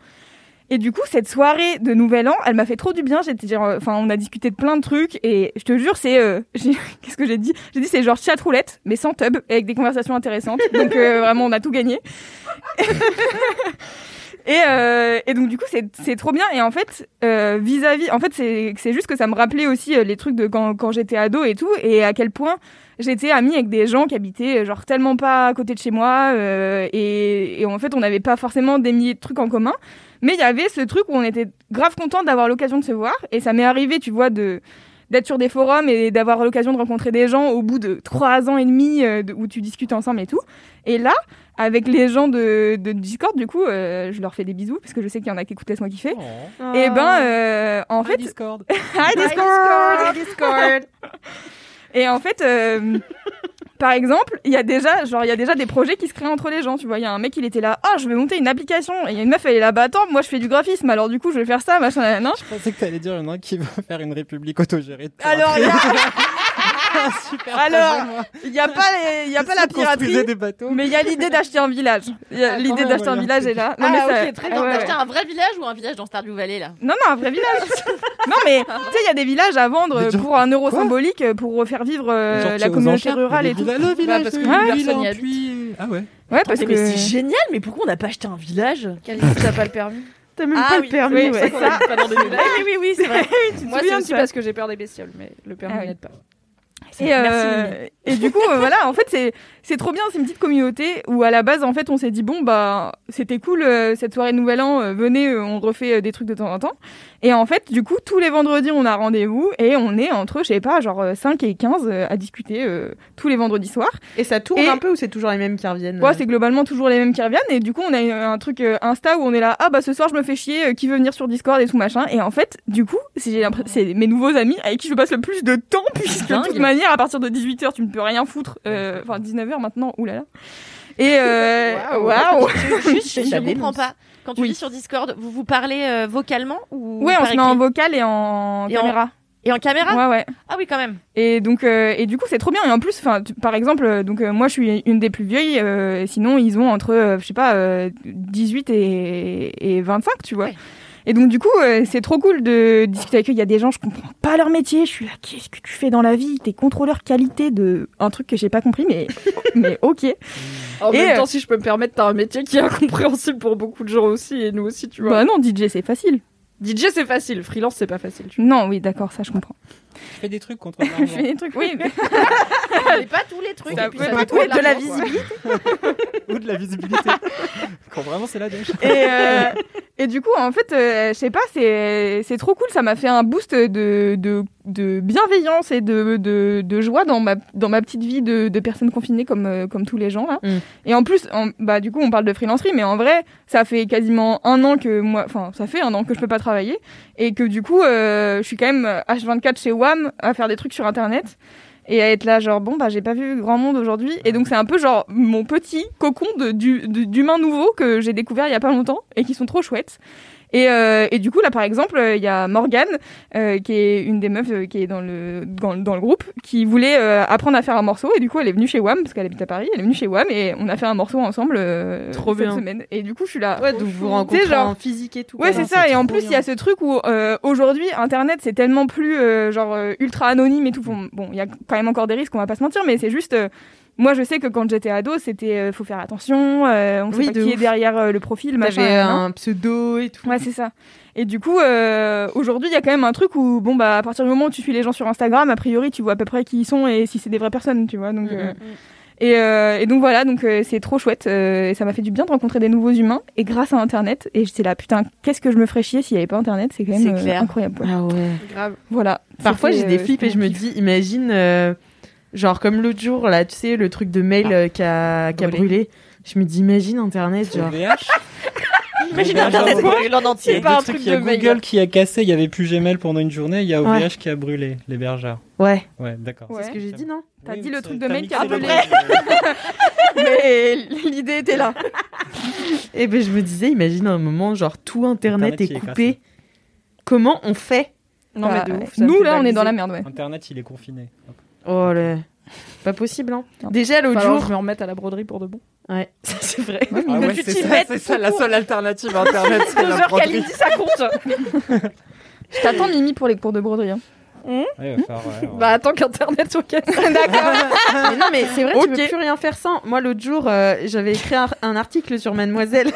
Et du coup, cette soirée de Nouvel An, elle m'a fait trop du bien. J'étais, genre, euh, enfin, on a discuté de plein de trucs et je te jure, c'est, euh, j'ai- qu'est-ce que j'ai dit J'ai dit c'est genre chat roulette, mais sans tub, et avec des conversations intéressantes. Donc euh, vraiment, on a tout gagné. Et, euh, et donc du coup c'est c'est trop bien et en fait euh, vis-à-vis en fait c'est c'est juste que ça me rappelait aussi euh, les trucs de quand quand j'étais ado et tout et à quel point j'étais amie avec des gens qui habitaient euh, genre tellement pas à côté de chez moi euh, et et en fait on n'avait pas forcément des milliers de trucs en commun mais il y avait ce truc où on était grave content d'avoir l'occasion de se voir et ça m'est arrivé tu vois de d'être sur des forums et d'avoir l'occasion de rencontrer des gens au bout de trois ans et demi euh, de- où tu discutes ensemble et tout. Et là, avec les gens de, de Discord, du coup, euh, je leur fais des bisous parce que je sais qu'il y en a qui écoutent Laisse-moi kiffer. Et ben, euh, en fait. Discord. Hi Discord. Et en fait, euh, par exemple, il y a déjà, genre, il y a déjà des projets qui se créent entre les gens. Tu vois, il y a un mec, il était là, ah, je vais monter une application. Et il y a une meuf, elle est là, bah attends, moi, je fais du graphisme, alors du coup, je vais faire ça, machin, nan, nan. Je pensais que t'allais dire, il y en a un qui veut faire une république autogérée. Alors, il y Super projet, Alors, moi. il n'y a pas, les- il y a pas la Construisez piraterie, des bateaux. mais il y a l'idée d'acheter un village. Il y a L'idée même, d'acheter un ouais. village est là. Ah, mais ça- ok, très ah, bien. ouais, T'as acheté ouais. un vrai village ou un village dans Stardew Valley là Non, non, un vrai village. non, mais tu sais, il y a des villages à vendre Mais euh, genre, pour un euro quoi symbolique euh, pour faire vivre euh, Sortir la aux communauté enchères, rurale le et tout. village, Le village, le Bah, parce que personne village, n'y en habite. puits. Ah ouais. Ouais, parce Mais, que c'est génial, mais pourquoi on n'a pas acheté un village Caliste, t'as pas le permis. T'as même Ah pas oui, le permis, oui, ouais. ça, Oui, oui, oui, c'est vrai. Moi, c'est souviens de aussi ça parce que j'ai peur des bestioles, mais le permis Ah oui. n'aide pas. Et, euh, et du coup, euh, voilà, en fait, c'est c'est trop bien, c'est une petite communauté où à la base, en fait, on s'est dit bon bah c'était cool euh, cette soirée de Nouvel An, euh, venez, euh, on refait euh, des trucs de temps en temps. Et en fait, du coup, tous les vendredis, on a rendez-vous et on est entre, je sais pas, genre euh, 5 et 15 euh, à discuter euh, tous les vendredis soirs. Et ça tourne Et- un peu ou c'est toujours les mêmes qui reviennent euh Ouais, c'est globalement toujours les mêmes qui reviennent. Et du coup, on a eu un truc euh, Insta où on est là, ah bah ce soir je me fais chier, euh, qui veut venir sur Discord et tout machin. Et en fait, du coup, c'est j'ai l'impr- c'est mes nouveaux amis avec qui je passe le plus de temps, puisque de toute manière, à partir de 18h, tu ne peux rien foutre. euh, Enfin, 19h maintenant, oulala. Et euh, waouh! Juste, je Ça ne comprends dénonce. pas. Quand tu Oui. dis sur Discord, vous vous parlez euh, vocalement ou Ouais, on par se met en écrit vocal et en Et en caméra. Et en caméra Ouais, ouais. Ah oui, quand même. Et donc euh, et du coup c'est trop bien et en plus enfin tu- par exemple euh, donc euh, moi je suis une des plus vieilles euh, sinon ils ont entre euh, je sais pas euh, 18 et, et 25 tu vois. Ouais. Et donc du coup euh, c'est trop cool de discuter avec eux, il y a des gens je comprends pas leur métier, je suis là qu'est-ce que tu fais dans la vie T'es contrôleur qualité de un truc que j'ai pas compris mais mais OK. En Et, même euh, temps, si je peux me permettre, t'as un métier qui est incompréhensible pour beaucoup de gens aussi, et nous aussi, tu vois. Bah non, DJ c'est facile. DJ, c'est facile, freelance, c'est pas facile. Tu Non, oui, d'accord, ça je comprends. Je fais des trucs contre Je fais l'argent. des trucs oui. mais- Mais pas tous les trucs. Ça et puis peut ça être fait tout et de l'argent, la quoi. visibilité. Ou de la visibilité. Quand vraiment c'est la dèche. et, euh, et du coup, en fait, euh, je sais pas, c'est c'est trop cool. Ça m'a fait un boost de, de, de bienveillance et de, de, de joie dans ma, dans ma petite vie de, de personne confinée comme, euh, comme tous les gens là. Mm. Et en plus, en- bah, du coup, on parle de freelancerie, mais en vrai, ça fait quasiment un an que moi, enfin, ça fait un an que je peux pas travailler et que du coup, euh, je suis quand même H24 chez WAM à faire des trucs sur internet. Et à être là, genre, bon, bah, j'ai pas vu grand monde aujourd'hui. Et donc, c'est un peu genre mon petit cocon de- du- de- d'humains nouveaux que j'ai découvert il y a pas longtemps et qui sont trop chouettes. Et, euh, et du coup, là, par exemple, euh, il y a Morgane, euh, qui est une des meufs euh, qui est dans le, dans, dans le groupe, qui voulait euh, apprendre à faire un morceau. Et du coup, elle est venue chez WAM, parce qu'elle habite à Paris. Elle est venue chez WAM et on a fait un morceau ensemble euh, Trop cette bien. semaine. Et du coup, je suis là. Ouais, donc vous Tu rencontrez sais, genre- en physique et tout. Ouais, quoi. c'est ça. Et en plus, il y a ce truc où euh, aujourd'hui, Internet, c'est tellement plus euh, genre euh, ultra anonyme et tout. Bon, bon, il y a quand même encore des risques, on va pas se mentir, mais c'est juste. euh, moi, je sais que quand j'étais ado, c'était euh, faut faire attention, euh, on sait Oui, pas de qui est ouf. derrière euh, le profil, machin. T'avais nan, nan. un pseudo et tout. Ouais, c'est ça. Et du coup, euh, aujourd'hui, il y a quand même un truc où, bon, bah, à partir du moment où tu suis les gens sur Instagram, a priori, tu vois à peu près qui ils sont et si c'est des vraies personnes, tu vois. Donc, Mm, euh, et, euh, et donc voilà, donc euh, c'est trop chouette. euh, et ça m'a fait du bien de rencontrer des nouveaux humains et grâce à Internet. Et j'étais là, putain, qu'est-ce que je me ferais chier s'il n'y avait pas Internet C'est quand C'est même euh, clair. incroyable. ouais. Ah ouais. Voilà. Parfois, j'ai C'était, des euh, flips et je c'était me mon dis, imagine, euh, genre comme l'autre jour, là, tu sais, le truc de mail euh, qui a, qui a Brûlé. brûlé. Je me dis, imagine Internet, genre. VH. Imagine Mais Internet genre, brûle en Il y a entier. deux trucs, il y a Google qui a cassé, il y avait plus Gmail pendant une journée, il y a OVH Ouais. qui a brûlé, l'hébergeur. Ouais. Ouais, d'accord. Ouais. C'est ce que j'ai dit, non T'as Oui, dit le c'est- truc de t'as mail qui a mixé les brûlé. deux. Mais l'idée était là. Et ben, je me disais, imagine un moment, genre, tout Internet, Internet, il est est coupé. Comment on fait Non, mais de Bah, ouf, ça me nous, fait là, on est baliser. dans la merde, ouais. Internet, il est confiné. Oh là. Pas possible, hein. Non. Déjà, l'autre Falloir que jour. je me remette à la broderie pour de bon. Ouais, ça, c'est vrai. Ah ouais, c'est ça, c'est ça la seule alternative à Internet, c'est la broderie. ça compte Je t'attends, Mimi, pour les cours de broderie. hein. Ouais, il va falloir, ouais, on va- Hum Bah attends qu'Internet soit cassé. Mais non, mais c'est vrai, tu peux Ok. plus rien faire sans. Moi, l'autre jour, euh, j'avais écrit un, un article sur Mademoiselle.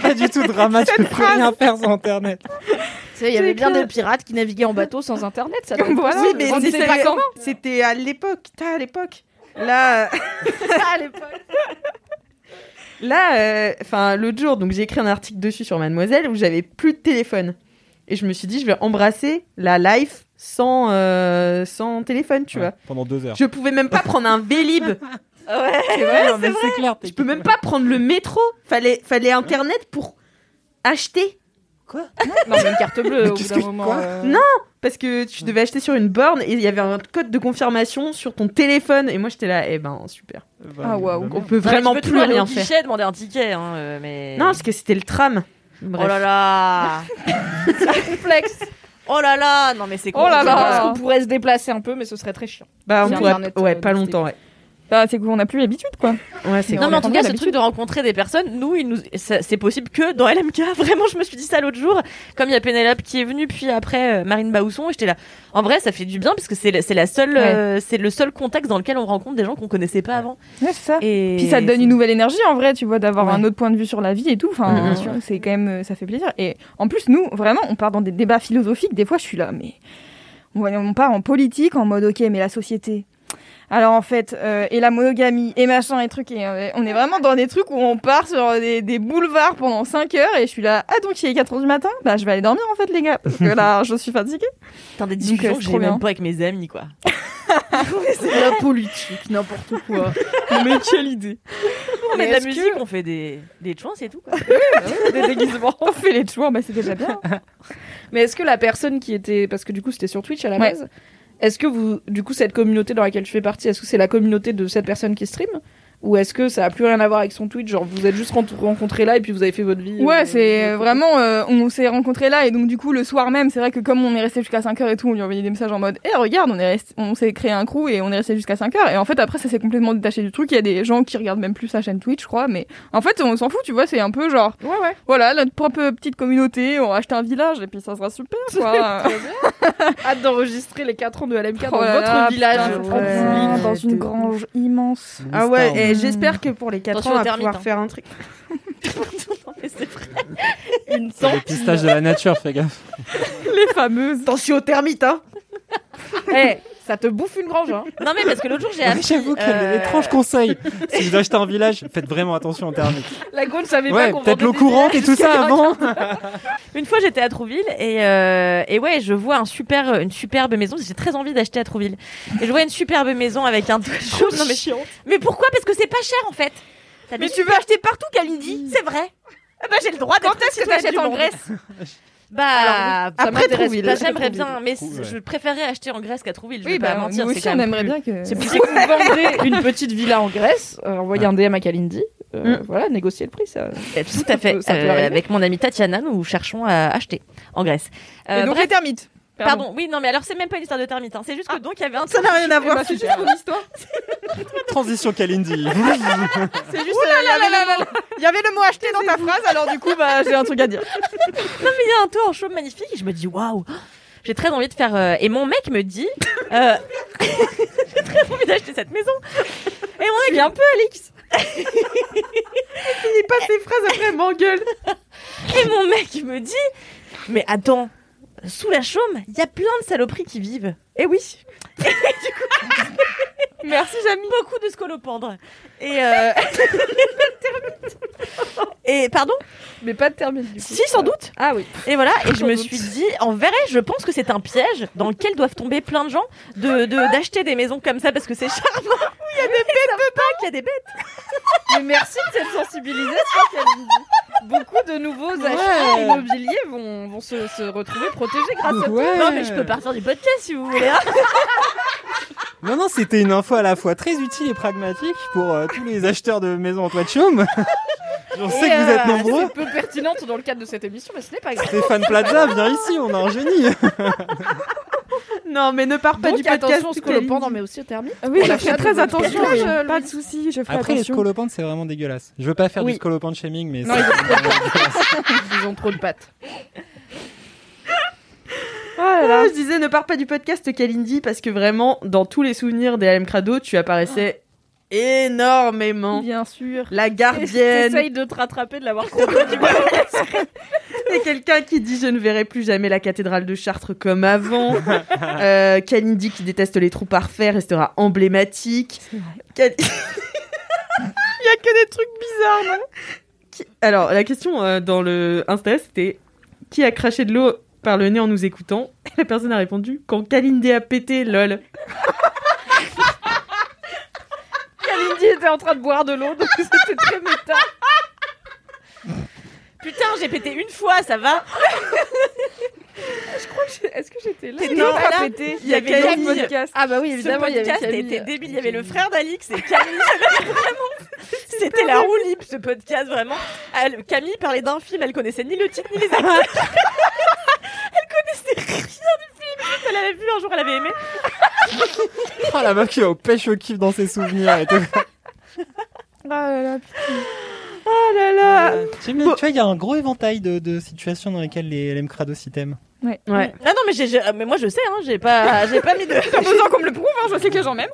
pas du tout dramatique, tu peux rien faire sans Internet. Tu sais, Il y avait C'est bien clair. des pirates qui naviguaient en bateau sans Internet. Ça Comme doit être voilà, possible. mais on ne c'est- sait pas c'est- comment. C'était à l'époque, t'as à l'époque. Là, euh, À l'époque. là, euh, enfin, l'autre jour, donc j'ai écrit un article dessus sur Mademoiselle où j'avais plus de téléphone. Et je me suis dit, je vais embrasser la life sans, euh, sans téléphone, tu Ouais, vois. Pendant deux heures. Je pouvais même pas prendre un vélib. Ouais. C'est vrai, Non, mais c'est clair. t'es- Je peux même pas prendre le métro. Fallait, fallait internet pour acheter. Non, mais une carte bleue au bout d'un moment. euh, Non, parce que tu devais acheter sur une borne et il y avait un code de confirmation sur ton téléphone. Et moi j'étais là, eh ben super. Bah, Ah, waouh. évidemment. On peut Non, vraiment mais tu peux plus toujours aller rien au faire. guichet demander un ticket, hein, euh, mais. Non, parce que c'était le tram. Bref. Oh là là complexe. Oh là là Non, mais c'est Oh là là. compliqué. On pourrait se déplacer un peu, mais ce serait très chiant. Bah C'est on pourrait, Internet, ouais, euh, pas de longtemps. Ouais, Bah, c'est qu'on n'a plus l'habitude, quoi. ouais c'est. Non, mais en tout on cas, a ce l'habitude. truc de rencontrer des personnes, nous, il nous... ça- c'est possible que dans LMK. Vraiment, je me suis dit ça l'autre jour. Comme il y a Pénélope qui est venue, puis après euh, Marine Baousson, et j'étais là. En vrai, ça fait du bien parce que c'est la- c'est la seule, euh, c'est le seul contexte dans lequel on rencontre des gens qu'on connaissait pas avant. Ouais, c'est ça. Et Puis ça te donne une nouvelle énergie en vrai, tu vois, d'avoir Ouais. un autre point de vue sur la vie et tout. Enfin, Mhm. tu vois, c'est quand même, euh, ça fait plaisir. Et en plus, nous, vraiment, on part dans des débats philosophiques. Des fois, je suis là, mais on va- on part en politique en mode, ok, mais la société. Alors en fait, euh, et la monogamie, et machin, et truc, et euh, on est vraiment dans des trucs où on part sur des, des boulevards pendant 5 heures, et je suis là, ah donc il est 4 heures du matin, bah je vais aller dormir en fait les gars, parce que là je suis fatiguée. Putain, des euh, discussions c'est que trop j'ai bien. même pas avec mes amis, quoi. La politique, n'importe quoi. mais quelle idée. On Mais met de la est-ce musique, on fait des, des chants, c'est tout, quoi. Des déguisements. On fait les choix, bah c'est déjà bien. Mais est-ce que la personne qui était, parce que du coup c'était sur Twitch à la Ouais. base, est-ce que vous, du coup cette communauté dans laquelle je fais partie, est-ce que c'est la communauté de cette personne qui stream ou est-ce que ça a plus rien à voir avec son Twitch Genre vous êtes juste rent- rencontrés là et puis vous avez fait votre vie. euh, Ouais, c'est vous- euh, vraiment, euh, on s'est rencontrés là et donc du coup le soir même, c'est vrai que comme on est resté jusqu'à 5 heures et tout, on lui a envoyé des messages en mode, eh regarde, on est resté- on s'est créé un crew et on est resté jusqu'à 5 heures et en fait après ça s'est complètement détaché du truc. Il y a des gens qui regardent même plus sa chaîne Twitch, je crois, mais en fait on s'en fout, tu vois, c'est un peu genre, Ouais ouais. voilà notre propre petite communauté, on va acheter un village et puis ça sera super quoi. Hâte d'enregistrer les 4 ans de LMK dans Oh là votre là, village. putain, en trop bien, public. dans une grange immense. Ah Star, ouais, et Mm. j'espère que pour les 4 Attention ans, on aux va termites, pouvoir hein. faire un truc. Non, mais c'est vrai. Une C'est tente. les pistaches de la nature, fais gaffe. Les fameuses. Attention aux termites, hein. Eh, ça te bouffe une grange hein. Non, mais parce que l'autre jour, j'ai Ouais, appris. Ah J'avoue quel euh, étrange conseil. Si vous achetez un village, faites vraiment attention aux termites. La gauche savait pas Ouais, qu'on peut-être vendait l'eau des courante et villages tout ça jusqu'à avant. Une fois, j'étais à Trouville et, euh, et ouais, je vois un super, une superbe maison. J'ai très envie d'acheter à Trouville. Et je vois une superbe maison avec un Oh, toit Non, mais, mais pourquoi Parce que c'est pas cher en fait. T'as Mais des- tu veux acheter partout, Kalindi C'est vrai. Ah bah, j'ai le droit d'être Quand est-ce que t'achètes en Grèce Bah, Ça Après m'intéresse Trouville. pas, bah, j'aimerais bien, mais Trouville, c- ouais. je préférerais acheter en Grèce qu'à Trouville. Je Oui, vais bah pas mentir, nous c'est aussi quand on même aimerait plus- bien que. C'est plus c'est que vous vendez une petite villa en Grèce, euh, envoyez un DM à Kalindi, euh, voilà, négocier le prix, ça. Ah. Mm. Eh, Tout à fait. Ça peut- ça peut Euh, arriver. avec mon amie Tatiana, nous cherchons à acheter en Grèce. Euh, Et donc bref, les termites. Ah. pardon. Oui, non, mais alors c'est même pas une histoire de termites. hein. C'est juste que donc il y avait un. Eh Ça n'a rien à ben, voir. C'est juste pour l'histoire. Transition Kalindi. C'est juste. euh, il y avait le mot- Il y avait le mot acheter dans ta phrase, alors du coup, bah, j'ai un truc à dire. il y a un toit en chaume magnifique et je me dis waouh j'ai très envie de faire euh, et mon mec me dit euh, j'ai très envie d'acheter cette maison et mon mec un peu Alix Finis pas ces phrases après, elle m'engueule. et mon mec me dit mais attends sous la chaume il y a plein de saloperies qui vivent et oui et du coup merci Jamy beaucoup de scolopendres et euh, et pardon Mais pas de termine du coup. si sans doute Ah oui. Et voilà, et je Sans me doute. suis dit, en vrai, je pense que c'est un piège dans lequel doivent tomber plein de gens de de- d'acheter des maisons comme ça parce que Ah c'est charmant. Oui, il y a des bêtes pas qu'il y a des bêtes. Mais merci de cette sensibilisation, Kalindi. Beaucoup de nouveaux achats Ouais. immobiliers vont, vont se, se retrouver protégés grâce à toi. Non, mais je peux partir du podcast si vous voulez. hein. Non, non, c'était une info à la fois très utile et pragmatique pour euh, tous les acheteurs de maisons en toit de chaume. J'en sais que vous êtes nombreux. euh, C'est peu pertinente dans le cadre de cette émission, mais ce n'est pas grave. Stéphane Plaza, viens ici, on a un génie. Non, mais ne pars pas Donc du podcast. attention aux Kelly. scolopendres, mais aussi aux termites. Oui, je je ferai très ferai très attention. attention, oui. Pas de soucis, je ferai Après, les attention. scolopendres, c'est vraiment dégueulasse. Je veux pas faire Oui. du scolopendre shaming, mais Non, c'est- ils ont, ils ont trop de pattes. Ah, là là. Ah, je disais, ne pars pas du podcast Kalindi parce que vraiment, dans tous les souvenirs des LM Crado, tu apparaissais énormément. Bien sûr. La gardienne. Essaye de te rattraper de l'avoir compris. tu vois. Et quelqu'un qui dit je ne verrai plus jamais la cathédrale de Chartres comme avant. Euh, Kalindi qui déteste les trous parfaits restera emblématique. Kal- Il y a que des trucs bizarres, non Qui- Alors la question euh, dans le Insta c'était qui a craché de l'eau par le nez en nous écoutant Et la personne a répondu quand Kalindi a pété lol. Kalindi était en train de boire de l'eau, donc c'était très méta. Putain, j'ai pété une fois, ça va Est-ce que j'étais là T'étais Non, pas là. pas pété. Il y a avait Camille. Kalindi. Ah bah oui, évidemment, ce il y avait podcast Camille. était débile. Il y avait le frère d'Alix et Camille. vraiment, c'était la roue libre ce podcast, vraiment. Elle- Camille parlait d'un film, elle connaissait ni le titre ni les acteurs. elle connaissait rien du film. juste Elle avait vu un jour, elle avait aimé. Oh la meuf qui va au pêche au kiff dans ses souvenirs et tout. Ah Oh là là. J'aime bien, Tu vois, il y a un gros éventail de, de situations dans lesquelles les LM Crado s'y t'aiment. Ouais. Ah non, mais, j'ai- j'ai- ah, mais moi je sais, hein, j'ai ah, pas, j'ai pas mis de. Pas besoin qu'on me le prouve, hein, je sais que les gens m'aiment.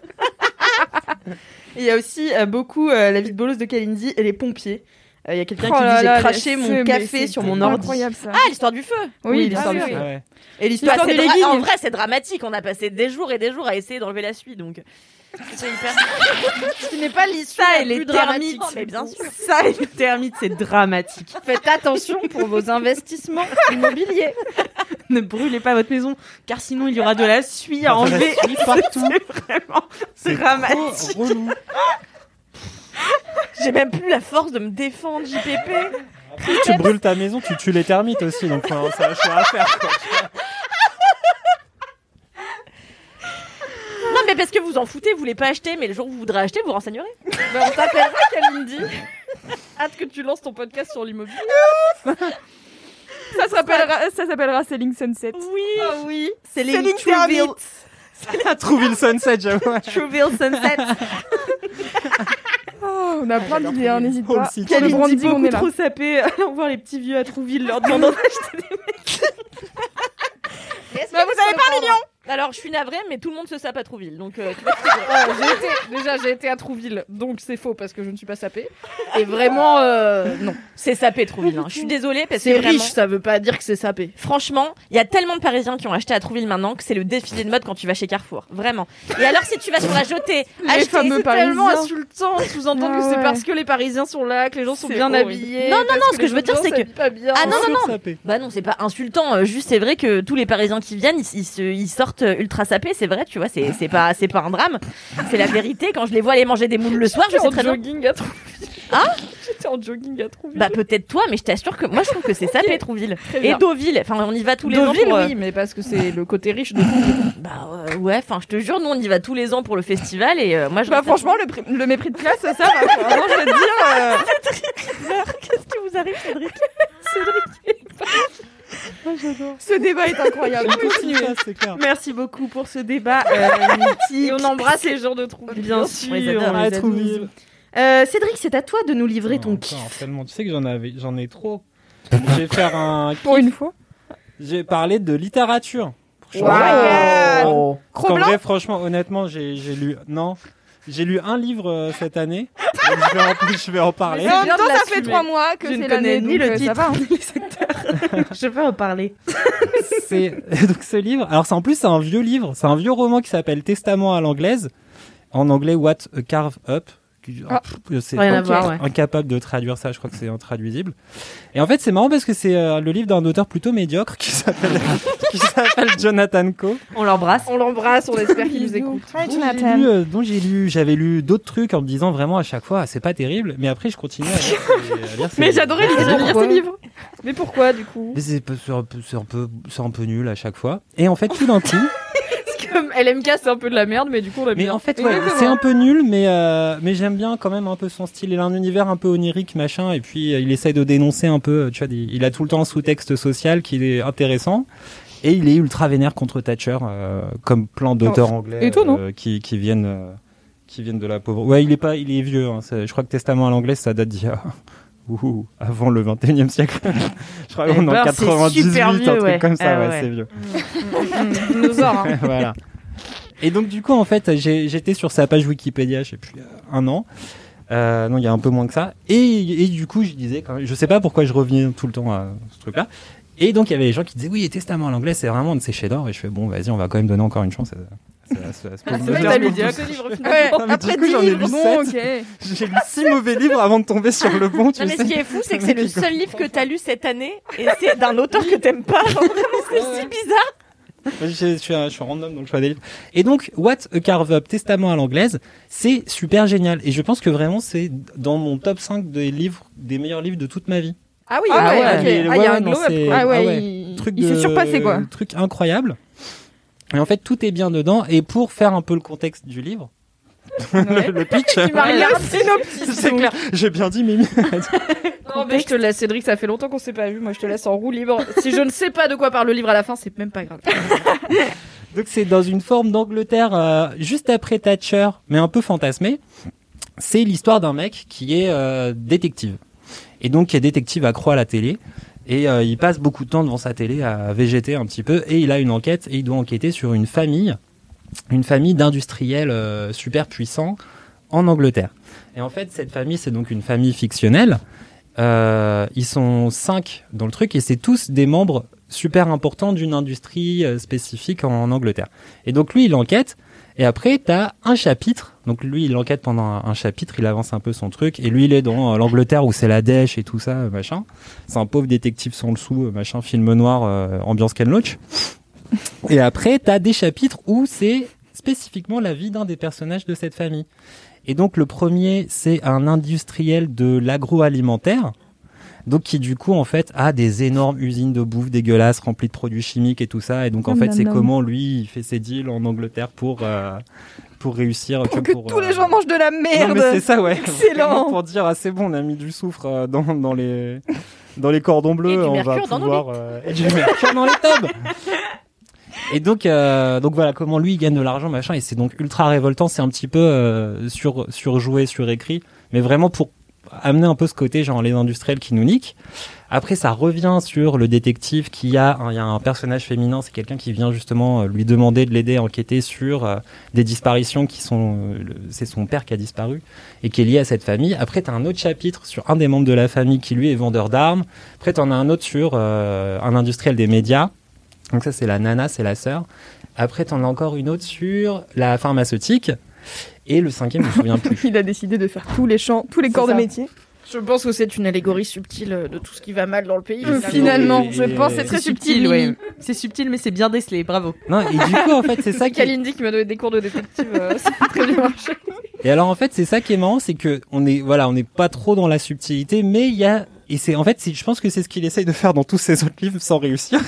Il y a aussi euh, beaucoup euh, la vie de bolos de Kalindi et les pompiers. Euh, Il y a quelqu'un Oh qui là dit là, la- j'ai craché mon c'est- café mais sur c'est mon ordi. Incroyable ça. Ah, l'histoire du feu bien Oui, l'histoire sûr. du Ah feu. ouais. Et Bah, l'histoire c'est des dra- leggings. En vrai, c'est dramatique. On a passé des jours et des jours à essayer d'enlever la suie, donc. C'est hyper. Ce n'est pas l'issue Ça la et les plus dramatique. termites. Oh, mais bien sûr. Ça et les termites, c'est dramatique. Faites attention pour vos investissements immobiliers. ne brûlez pas votre maison, car sinon il y aura de la suie à Enfin, enlever. je suis partout. C'est vraiment C'est dramatique. trop relou. J'ai même plus la force de me défendre, JPP. tu brûles ta maison, tu tues les termites aussi, donc enfin, c'est un choix à faire. quoi. Non, mais parce que vous en foutez, vous voulez pas acheter, mais le jour où vous voudrez acheter, vous renseignerez. Ben, on t'appellera Kalindi. Hâte que tu lances ton podcast sur l'immobilier. Ça s'appellera, ça s'appellera Selling Sunset. Ah Oui. oui, c'est les Céline Trouville, Ah, Trouville Sunset, j'avoue. ouais. Trouville Sunset. Oh, on a plein d'idées, hein, n'hésite Home pas. City. Pour le Kalindi branding, on beaucoup est là. trop sapée. Allons voir les petits vieux à Trouville leur demandant d'acheter des Bah, vous avez pas un million Alors, je suis navrée, mais tout le monde se sape à Trouville, donc. euh, tu vois, Euh, j'ai été- déjà, j'ai été à Trouville, donc c'est faux parce que je ne suis pas sapée. Et vraiment, euh, non. c'est sapé Trouville. hein. Je suis désolée parce que C'est vraiment, riche, ça veut pas dire que c'est sapé. Franchement, il y a tellement de Parisiens qui ont acheté à Trouville maintenant que c'est le défilé de mode quand tu vas chez Carrefour, vraiment. Et alors si tu vas sur la jetée, Les acheter fameux tellement Parisiens. insultant, sous-entendre Ah que c'est ouais. parce que les Parisiens sont là, que les gens sont C'est bien horrible. habillés. Non, non, parce non, ce que les je veux dire, autres c'est gens que- s'habillent pas bien. Ah non, non, non. Sapé. Bah non, c'est pas insultant. euh, Juste, c'est vrai que tous les Parisiens qui viennent, ils, ils se, ils sortent euh, ultra sapés. C'est vrai, tu vois, c'est c'est pas, c'est pas un drame. C'est la vérité. Quand je les vois aller manger des moules le soir, je J'étais sais en très bien. jogging à Trouville. Hein J'étais en jogging à Trouville. Bah peut-être toi, mais je t'assure que moi je trouve que c'est sapé Trouville Très et bien. Deauville. Enfin, on y va tous les Deauville, ans pour. euh, oui, mais parce que c'est le côté riche de Bah euh, ouais, enfin, je te jure, nous on y va tous les ans pour le festival et euh, moi je. Bah reste à franchement, le, pré- le mépris de classe, ça, ça va. quoi. Vraiment, je vais te dire. euh, Qu'est-ce qui vous arrive, Cédric Ce débat est incroyable. J'aime tout ce qui se passe, c'est clair. Merci beaucoup pour ce débat. euh, mythique. Et on embrasse les gens de Trouville. Bien sûr, on les adore. on les Ah, adore. Trouville. Euh, Cédric, c'est à toi de nous livrer ton Non, kiff. encore, tellement. Tu sais que j'en avais, j'en ai trop. Je vais faire un. Pour une fois. J'ai parlé de littérature. Pour changer. Wow. Parce qu'en vrai, franchement, honnêtement, j'ai j'ai lu. Non, j'ai lu un livre euh, cette année. Donc, je, vais en, je vais en parler. Mais en même temps, ça fait trois mois que Je c'est ne l'année, connais ni donc le euh, ça titre va. hein. ni les acteurs. Je vais en parler. C'est donc ce livre. Alors, c'est en plus, c'est un vieux livre. C'est un vieux roman qui s'appelle Testament à l'anglaise. En anglais, What a Carve Up. Qui- oh, Ah. Je sais Rien à pas, voir, ouais. incapable de traduire ça. Je crois que c'est intraduisible. Et en fait, c'est marrant parce que c'est euh, le livre d'un auteur plutôt médiocre qui s'appelle qui s'appelle Jonathan Coe. On l'embrasse. On l'embrasse, on espère qu'il nous écoute. dont j'ai lu, euh, dont j'ai lu, j'avais lu d'autres trucs en me disant vraiment à chaque fois, ah, c'est pas terrible, mais après je continuais à lire. ces- à euh, lire Ah, ces- Mais j'adorais l'idée de lire Pourquoi ces livres. Mais pourquoi du coup Mais c'est peu- c'est un peu, c'est un peu, c'est un peu nul à chaque fois. Et en fait, tout d'un coup, Comme LMK, c'est un peu de la merde, mais du coup, on a mais bien. en fait, ouais, c'est un peu nul, mais euh, mais j'aime bien quand même un peu son style. Il a un univers un peu onirique, machin, et puis euh, il essaye de dénoncer un peu. euh, Tu vois, des- il a tout le temps un sous-texte social qui est intéressant. Et il est ultra vénère contre Thatcher, euh, comme plein d'auteurs anglais et toi, non euh, qui, qui viennent euh, qui viennent de la pauvreté. Ouais, il est pas, il est vieux. hein, c'est- je crois que Testament à l'anglais, ça date d'il y a ouh, avant le 21e siècle. Je crois qu'on est en Peur, Eh ben, c'est 98, super un vieux, truc ouais. comme ça, Ah ouais, ouais. c'est vieux. Mm, Dinosaure, hein. voilà. Et donc, du coup, en fait, j'ai- j'étais sur sa page Wikipédia, je sais plus, euh, un an. Euh, non, il y a un peu moins que ça. Et, et du coup, je disais, quand même- je sais pas pourquoi je reviens tout le temps à ce truc-là. Et donc, il y avait les gens qui disaient, oui, Testament en anglais, c'est vraiment un de ses chefs-d'œuvre. Et je fais, bon, vas-y, on va quand même donner encore une chance à, à- à ce- à ce pauvre vrai que bonheur. t'as lu tous ces livres, finalement. Ouais, Non, mais après du coup, dix j'en ai lu livres, bon, sept. ok. J'ai lu six mauvais livres avant de tomber sur le bon, tu Non, mais sais. ce qui est fou, c'est que c'est le seul livre que t'as lu cette année et c'est d'un auteur que t'aimes pas. Genre, Vraiment, c'est si bizarre. Je, je suis un- je suis un random dans le choix des livres. Et donc, What a Carve Up, Testament à l'anglaise, c'est super génial. Et je pense que vraiment, c'est dans mon top 5 des livres, des meilleurs livres de toute ma vie. Ah oui, ah ouais, ok. mais Ah, il y a un non, glow-up, c'est- quoi. Ah ouais, il- il s'est surpassé, quoi. Truc incroyable. Et en fait, tout est bien dedans. Et pour faire un peu le contexte du livre, le pitch. C'est clair, j'ai bien dit, Mimi. euh, Non, mais je te laisse, Cédric, ça fait longtemps qu'on s'est pas vu. Moi, je te laisse en roue libre. Si je ne sais pas de quoi parle le livre à la fin, c'est même pas grave. Donc c'est dans une forme d'Angleterre euh, juste après Thatcher, mais un peu fantasmée. C'est l'histoire d'un mec qui est euh, détective. Et donc qui est détective accro à la télé. Et euh, il passe beaucoup de temps devant sa télé à végéter un petit peu. Et il a une enquête et il doit enquêter sur une famille, une famille d'industriels euh, super puissants en Angleterre. Et en fait, cette famille, c'est donc une famille fictionnelle. Euh, ils sont cinq dans le truc et c'est tous des membres super importants d'une industrie euh, spécifique en, en Angleterre. Et donc lui, il enquête. Et après, tu as un chapitre. Donc lui, il enquête pendant un, un chapitre, il avance un peu son truc. Et lui, il est dans euh, l'Angleterre où c'est la dèche et tout ça, euh, machin. C'est un pauvre détective sans le sou, euh, machin, film noir, euh, ambiance Ken Loach. Et après, tu as des chapitres où c'est spécifiquement la vie d'un des personnages de cette famille. Et donc le premier, c'est un industriel de l'agroalimentaire. Donc qui du coup en fait a des énormes usines de bouffe dégueulasses remplies de produits chimiques et tout ça et donc en Nom, fait nom, c'est nom. comment lui il fait ses deals en Angleterre pour euh, pour réussir Pour que que tous les gens mangent de la merde. non, mais c'est ça, ouais. Vraiment Excellent. Pour dire, ah, c'est bon, on a mis du soufre euh, dans, dans les, dans les cordons bleus, du on va mercure dans nos pouvoir. litres. euh, et du mercure dans les tubes Et donc, euh, donc voilà, comment lui il gagne de l'argent, machin, et c'est donc ultra révoltant, c'est un petit peu euh, sur, surjoué, surécrit, mais vraiment pour amener un peu ce côté, genre les industriels qui nous niquent. Après, ça revient sur le détective qui a, un- il y a un personnage féminin, c'est quelqu'un qui vient justement euh, lui demander de l'aider à enquêter sur euh, des disparitions qui sont, euh, le- c'est son père qui a disparu et qui est lié à cette famille. Après, tu as un autre chapitre sur un des membres de la famille qui lui est vendeur d'armes. Après, tu en as un autre sur euh, un industriel des médias. Donc ça, c'est la nana, c'est la sœur. Après, tu en as encore une autre sur la pharmaceutique. Et le cinquième, je me souviens plus. Il a décidé de faire tous les champs, tous les corps de ça. métier. Je pense que c'est une allégorie subtile euh, de tout ce qui va mal dans le pays. Euh, finalement, je pense que c'est que c'est très très subtil. ouais. C'est subtil, mais c'est bien décelé. Bravo. Non, et du coup, en fait, c'est ça qui- Kalindi qui m'a donné des cours de détective, euh, ça a très bien marché. Et alors en fait, c'est ça qui est marrant, c'est que on est voilà, on n'est pas trop dans la subtilité, mais il y a et c'est en fait, c'est- je pense que c'est ce qu'il essaye de faire dans tous ses autres livres sans réussir.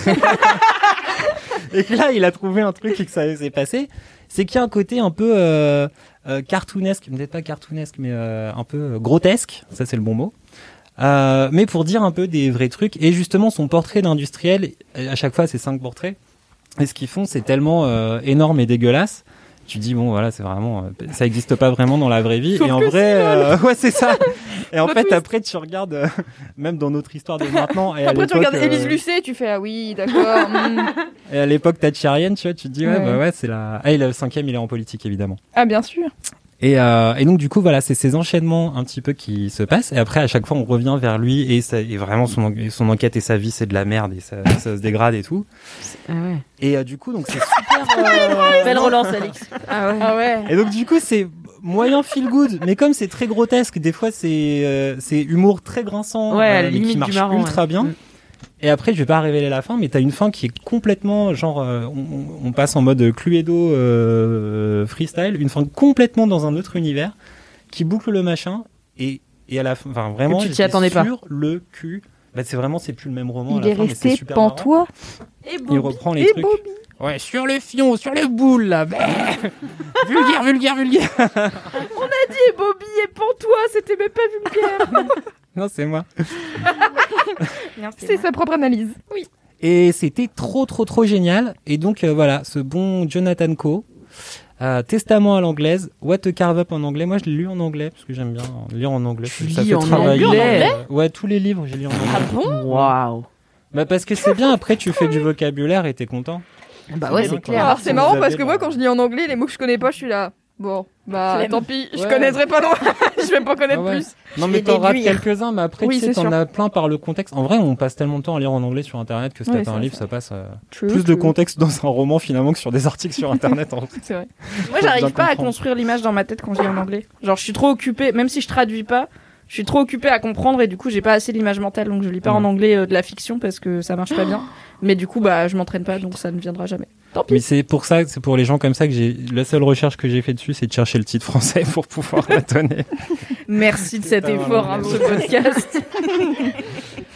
et que là, il a trouvé un truc et que ça s'est passé, c'est qu'il y a un côté un peu euh, euh, cartoonesque, peut-être pas cartoonesque, mais euh, un peu euh, grotesque. Ça, c'est le bon mot. Euh, mais pour dire un peu des vrais trucs et justement son portrait d'industriel euh, à chaque fois c'est cinq portraits et ce qu'ils font c'est tellement euh, énorme et dégueulasse tu dis bon voilà c'est vraiment euh, ça existe pas vraiment dans la vraie vie Sauf et en que vrai si, hein. euh, lol. ouais c'est ça et en Le fait twist. après tu regardes euh, même dans notre histoire de maintenant et à Après, tu l'époque, regardes euh, Élise Lucet, tu fais ah oui, d'accord. hmm. et à l'époque thatcherienne tu vois tu te dis ouais, Ouais. bah ouais c'est la ah et le cinquième il est en politique évidemment Ah bien sûr. et, euh, et donc du coup voilà, c'est ces enchaînements un petit peu qui se passent. Et après à chaque fois on revient vers lui et, ça, et vraiment son, en- son enquête et sa vie c'est de la merde et ça, ça se dégrade et tout. Et euh, du coup donc c'est Belle relance, Alix. Ah ouais. et donc du coup c'est moyen feel good, mais comme c'est très grotesque, des fois c'est euh, c'est humour très grinçant, Ouais, à mais la limite qui du marche marrant, ultra ouais. Mm. bien. Et après, je vais pas révéler la fin, mais t'as une fin qui est complètement genre, euh, on, on- on passe en mode Cluedo euh, freestyle, une fin complètement dans un autre univers qui boucle le machin et et à la fin, enfin vraiment, Que tu t'y j'étais attendais pas. sur le cul. Bah c'est vraiment, c'est plus le même roman. à Il la est fin, mais resté c'est super marrant. pantois. Il reprend les trucs. Ouais, sur le fion, sur le boule, là. vulgaire, vulgaire, vulgaire. On a dit Bobby et Pantois, c'était même pas vulgaire. non, c'est moi. C'est sa propre analyse. Oui. Et c'était trop, trop, trop génial. Et donc, euh, voilà, ce bon Jonathan Coe. Euh, testament à l'anglaise, What a Carve Up en anglais. Moi, je l'ai lu en anglais parce que j'aime bien lire en anglais. Tu ça lis fait en travailler. anglais Euh, Ouais, tous les livres, j'ai lu en anglais. Ah bon Waouh. Bah parce que c'est bien. Après, tu fais du vocabulaire et t'es content. Bah bien, ouais, c'est quoi. clair. Alors c'est marrant Vous parce avez que moi quand je lis en anglais les mots que je connais pas je suis là. Bon bah Flemme. tant pis, je Ouais. connaîtrai pas Ah, loin, je vais pas connaître Ah ouais. plus. Non Je mais vais t'en rates déduire. quelques-uns, mais après Oui, tu sais, c'est t'en sûr. as plein par le contexte. En vrai, on passe tellement de temps à lire en anglais sur Internet que si Ouais, t'as c'est pas un vrai, livre, c'est ça passe euh, True, plus de true. contexte dans un roman finalement que sur des articles sur Internet. En fait. C'est vrai. Faut Moi, bien j'arrive pas à comprendre. construire l'image dans ma tête quand je lis en anglais. Genre, je suis trop occupée, même si je traduis pas, je suis trop occupée à comprendre et du coup, j'ai pas assez l'image mentale. Donc, je lis Mm. pas en anglais euh, de la fiction parce que ça marche pas bien. Mais du coup, bah, je m'entraîne pas, donc ça ne viendra jamais. Tant Mais c'est pour ça, c'est pour les gens comme ça que j'ai la seule recherche que j'ai fait dessus, c'est de chercher le titre français pour pouvoir la donner. Merci de cet pas vraiment effort, hein, bien. ce podcast.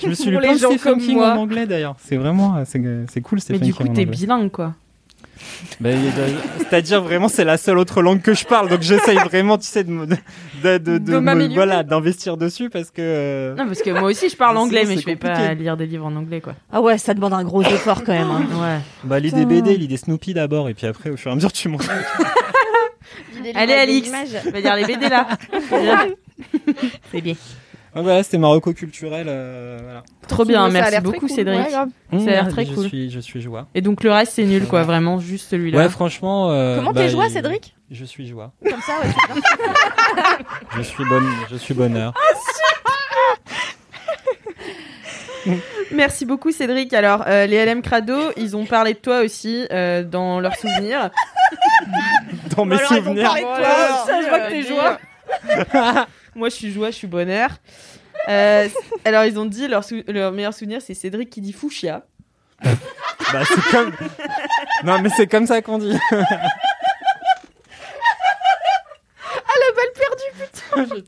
Je me suis lu Pour les plein de gens Stephen comme King moi. en anglais d'ailleurs. C'est vraiment, euh, c'est c'est cool Ah. Mais Stephen du King. coup, en t'es anglais. bilingue, quoi. Ben, il y a- C'est-à-dire vraiment, c'est la seule autre langue que je parle, donc j'essaye vraiment, tu sais, de, me- de, de, de- De me- m'améliorer. voilà, d'investir dessus parce que. euh, Non, parce que moi aussi, je parle Sinon, anglais, mais c'est je vais compliqué. pas lire des livres en anglais, quoi. Ah ouais, ça demande un gros effort quand même. hein. Ouais. Bah, lis des Putain. BD, lis des Snoopy d'abord, et puis après, au fur et à mesure, tu montes. Allez, Alix, va dire les BD là. C'est bien. Ah, voilà, c'était ma reco culturelle. euh, voilà. Trop bien, merci beaucoup, Cédric. Mmh, ça a l'air très je cool. Suis, je suis joie. Et donc le reste, c'est nul, quoi. Vraiment, juste celui-là. Ouais, franchement. euh, Comment bah, t'es joie, il- Cédric Je suis joie. Comme ça, ouais. tu vois. Je suis bonne, je suis bonheur. Merci beaucoup Cédric. Alors euh, les LM Crado, ils ont parlé de toi aussi euh, dans leurs souvenirs. Dans mes Alors, ils ont souvenirs. parlé de Ah, toi Voilà. aussi, Ça, je vois que euh, t'es des- joie. Moi je suis joie, je suis bonheur. Euh, alors ils ont dit leur, sou- leur meilleur souvenir c'est Cédric qui dit Fouchia. Bah, c'est comme. Non, mais c'est comme ça qu'on dit.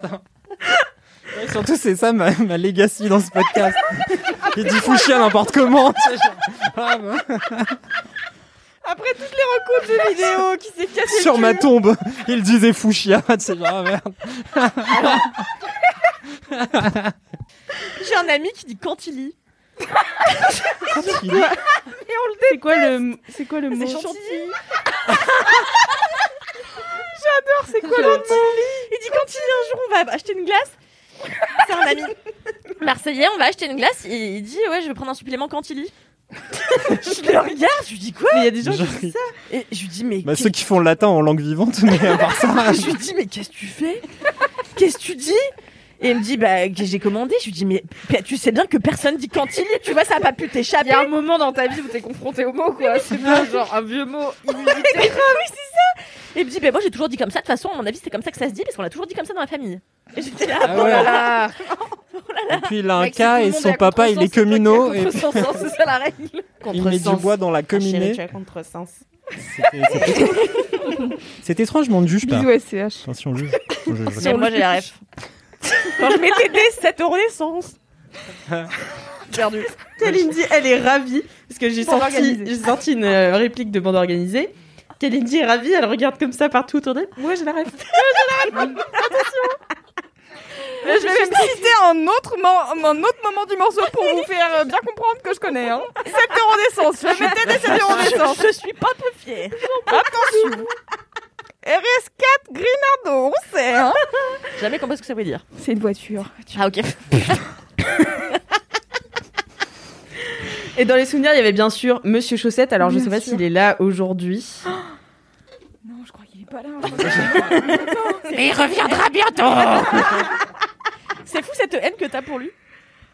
Ah, Ouais, surtout, c'est ça ma, ma legacy dans ce podcast. Il dit fou chien n'importe comment. tu sais, genre, ah, bah, Après toutes les rencontres de vidéo qui s'est cassé. sur ma tombe, il disait fou chien. tu sais, genre, ah, merde. J'ai un ami qui dit Cantilly. C'est quoi le c'est quoi le mot Ah, C'est Chantilly. C'est quoi le mot Il dit Cantilly, un jour, on va acheter une glace. C'est un ami. Marseillais, on va acheter une glace. Et il dit, ouais, je vais prendre un supplément Cantilly. je le regarde, je lui dis quoi Mais il y a des gens Je- qui disent ça. Et je lui dis, mais. Bah, qu'est- ceux qui font le latin en langue vivante, mais à part ça. Je lui dis, mais qu'est-ce que tu fais Qu'est-ce que tu dis Et il me dit, bah, que j'ai commandé. Je lui dis, mais pe- tu sais bien que personne dit Cantilly, tu vois, ça a pas pu Il t'échapper. y a un moment dans ta vie où t'es confronté au mot, quoi. C'est pas genre un vieux mot inusité. Et il me dit, bah, moi, j'ai toujours dit comme ça. De toute façon, à mon avis, c'est comme ça que ça se dit, parce qu'on l'a toujours dit comme ça dans la famille. Et j'étais là, Ah ouais. Voilà. Et puis il a un Mec, cas tout le et monde son à papa il est contresens, c'est toi qui as communaux et contresens, hein, C'est ça la règle. il met du bois Ah, dans la Chérie, cheminée. tu as contresens. C'était- c'était- C'est étrange, mais on ne juge pas. Bisous SCH. Attention, on juge. On juge. Mais moi, j'ai la ref. Quand je m'étais dé cette renaissance. Perdu. Kalindi, elle est ravie parce que j'ai Bande sorti, organisée. j'ai sorti une euh, réplique de bande organisée. Kalindi est ravie, elle regarde comme ça partout autour d'elle. Moi, je la rêve. euh, Euh, Je vais même citer un autre, mo- un autre moment du morceau pour vous faire euh, bien comprendre que je connais. Hein. Cette renaissance, je vais t'aider cette renaissance. Je suis pas peu fière. RS4 Grinardo, on sait. Hein. Jamais compris ce que ça veut dire. C'est une voiture. Ah ok. Et dans les souvenirs, il y avait bien sûr Monsieur Chaussette. Alors, je Bien sais pas sûr. s'il est là aujourd'hui. Non, je crois qu'il est pas là. hein. Mais il reviendra bientôt. C'est fou cette haine que t'as pour lui.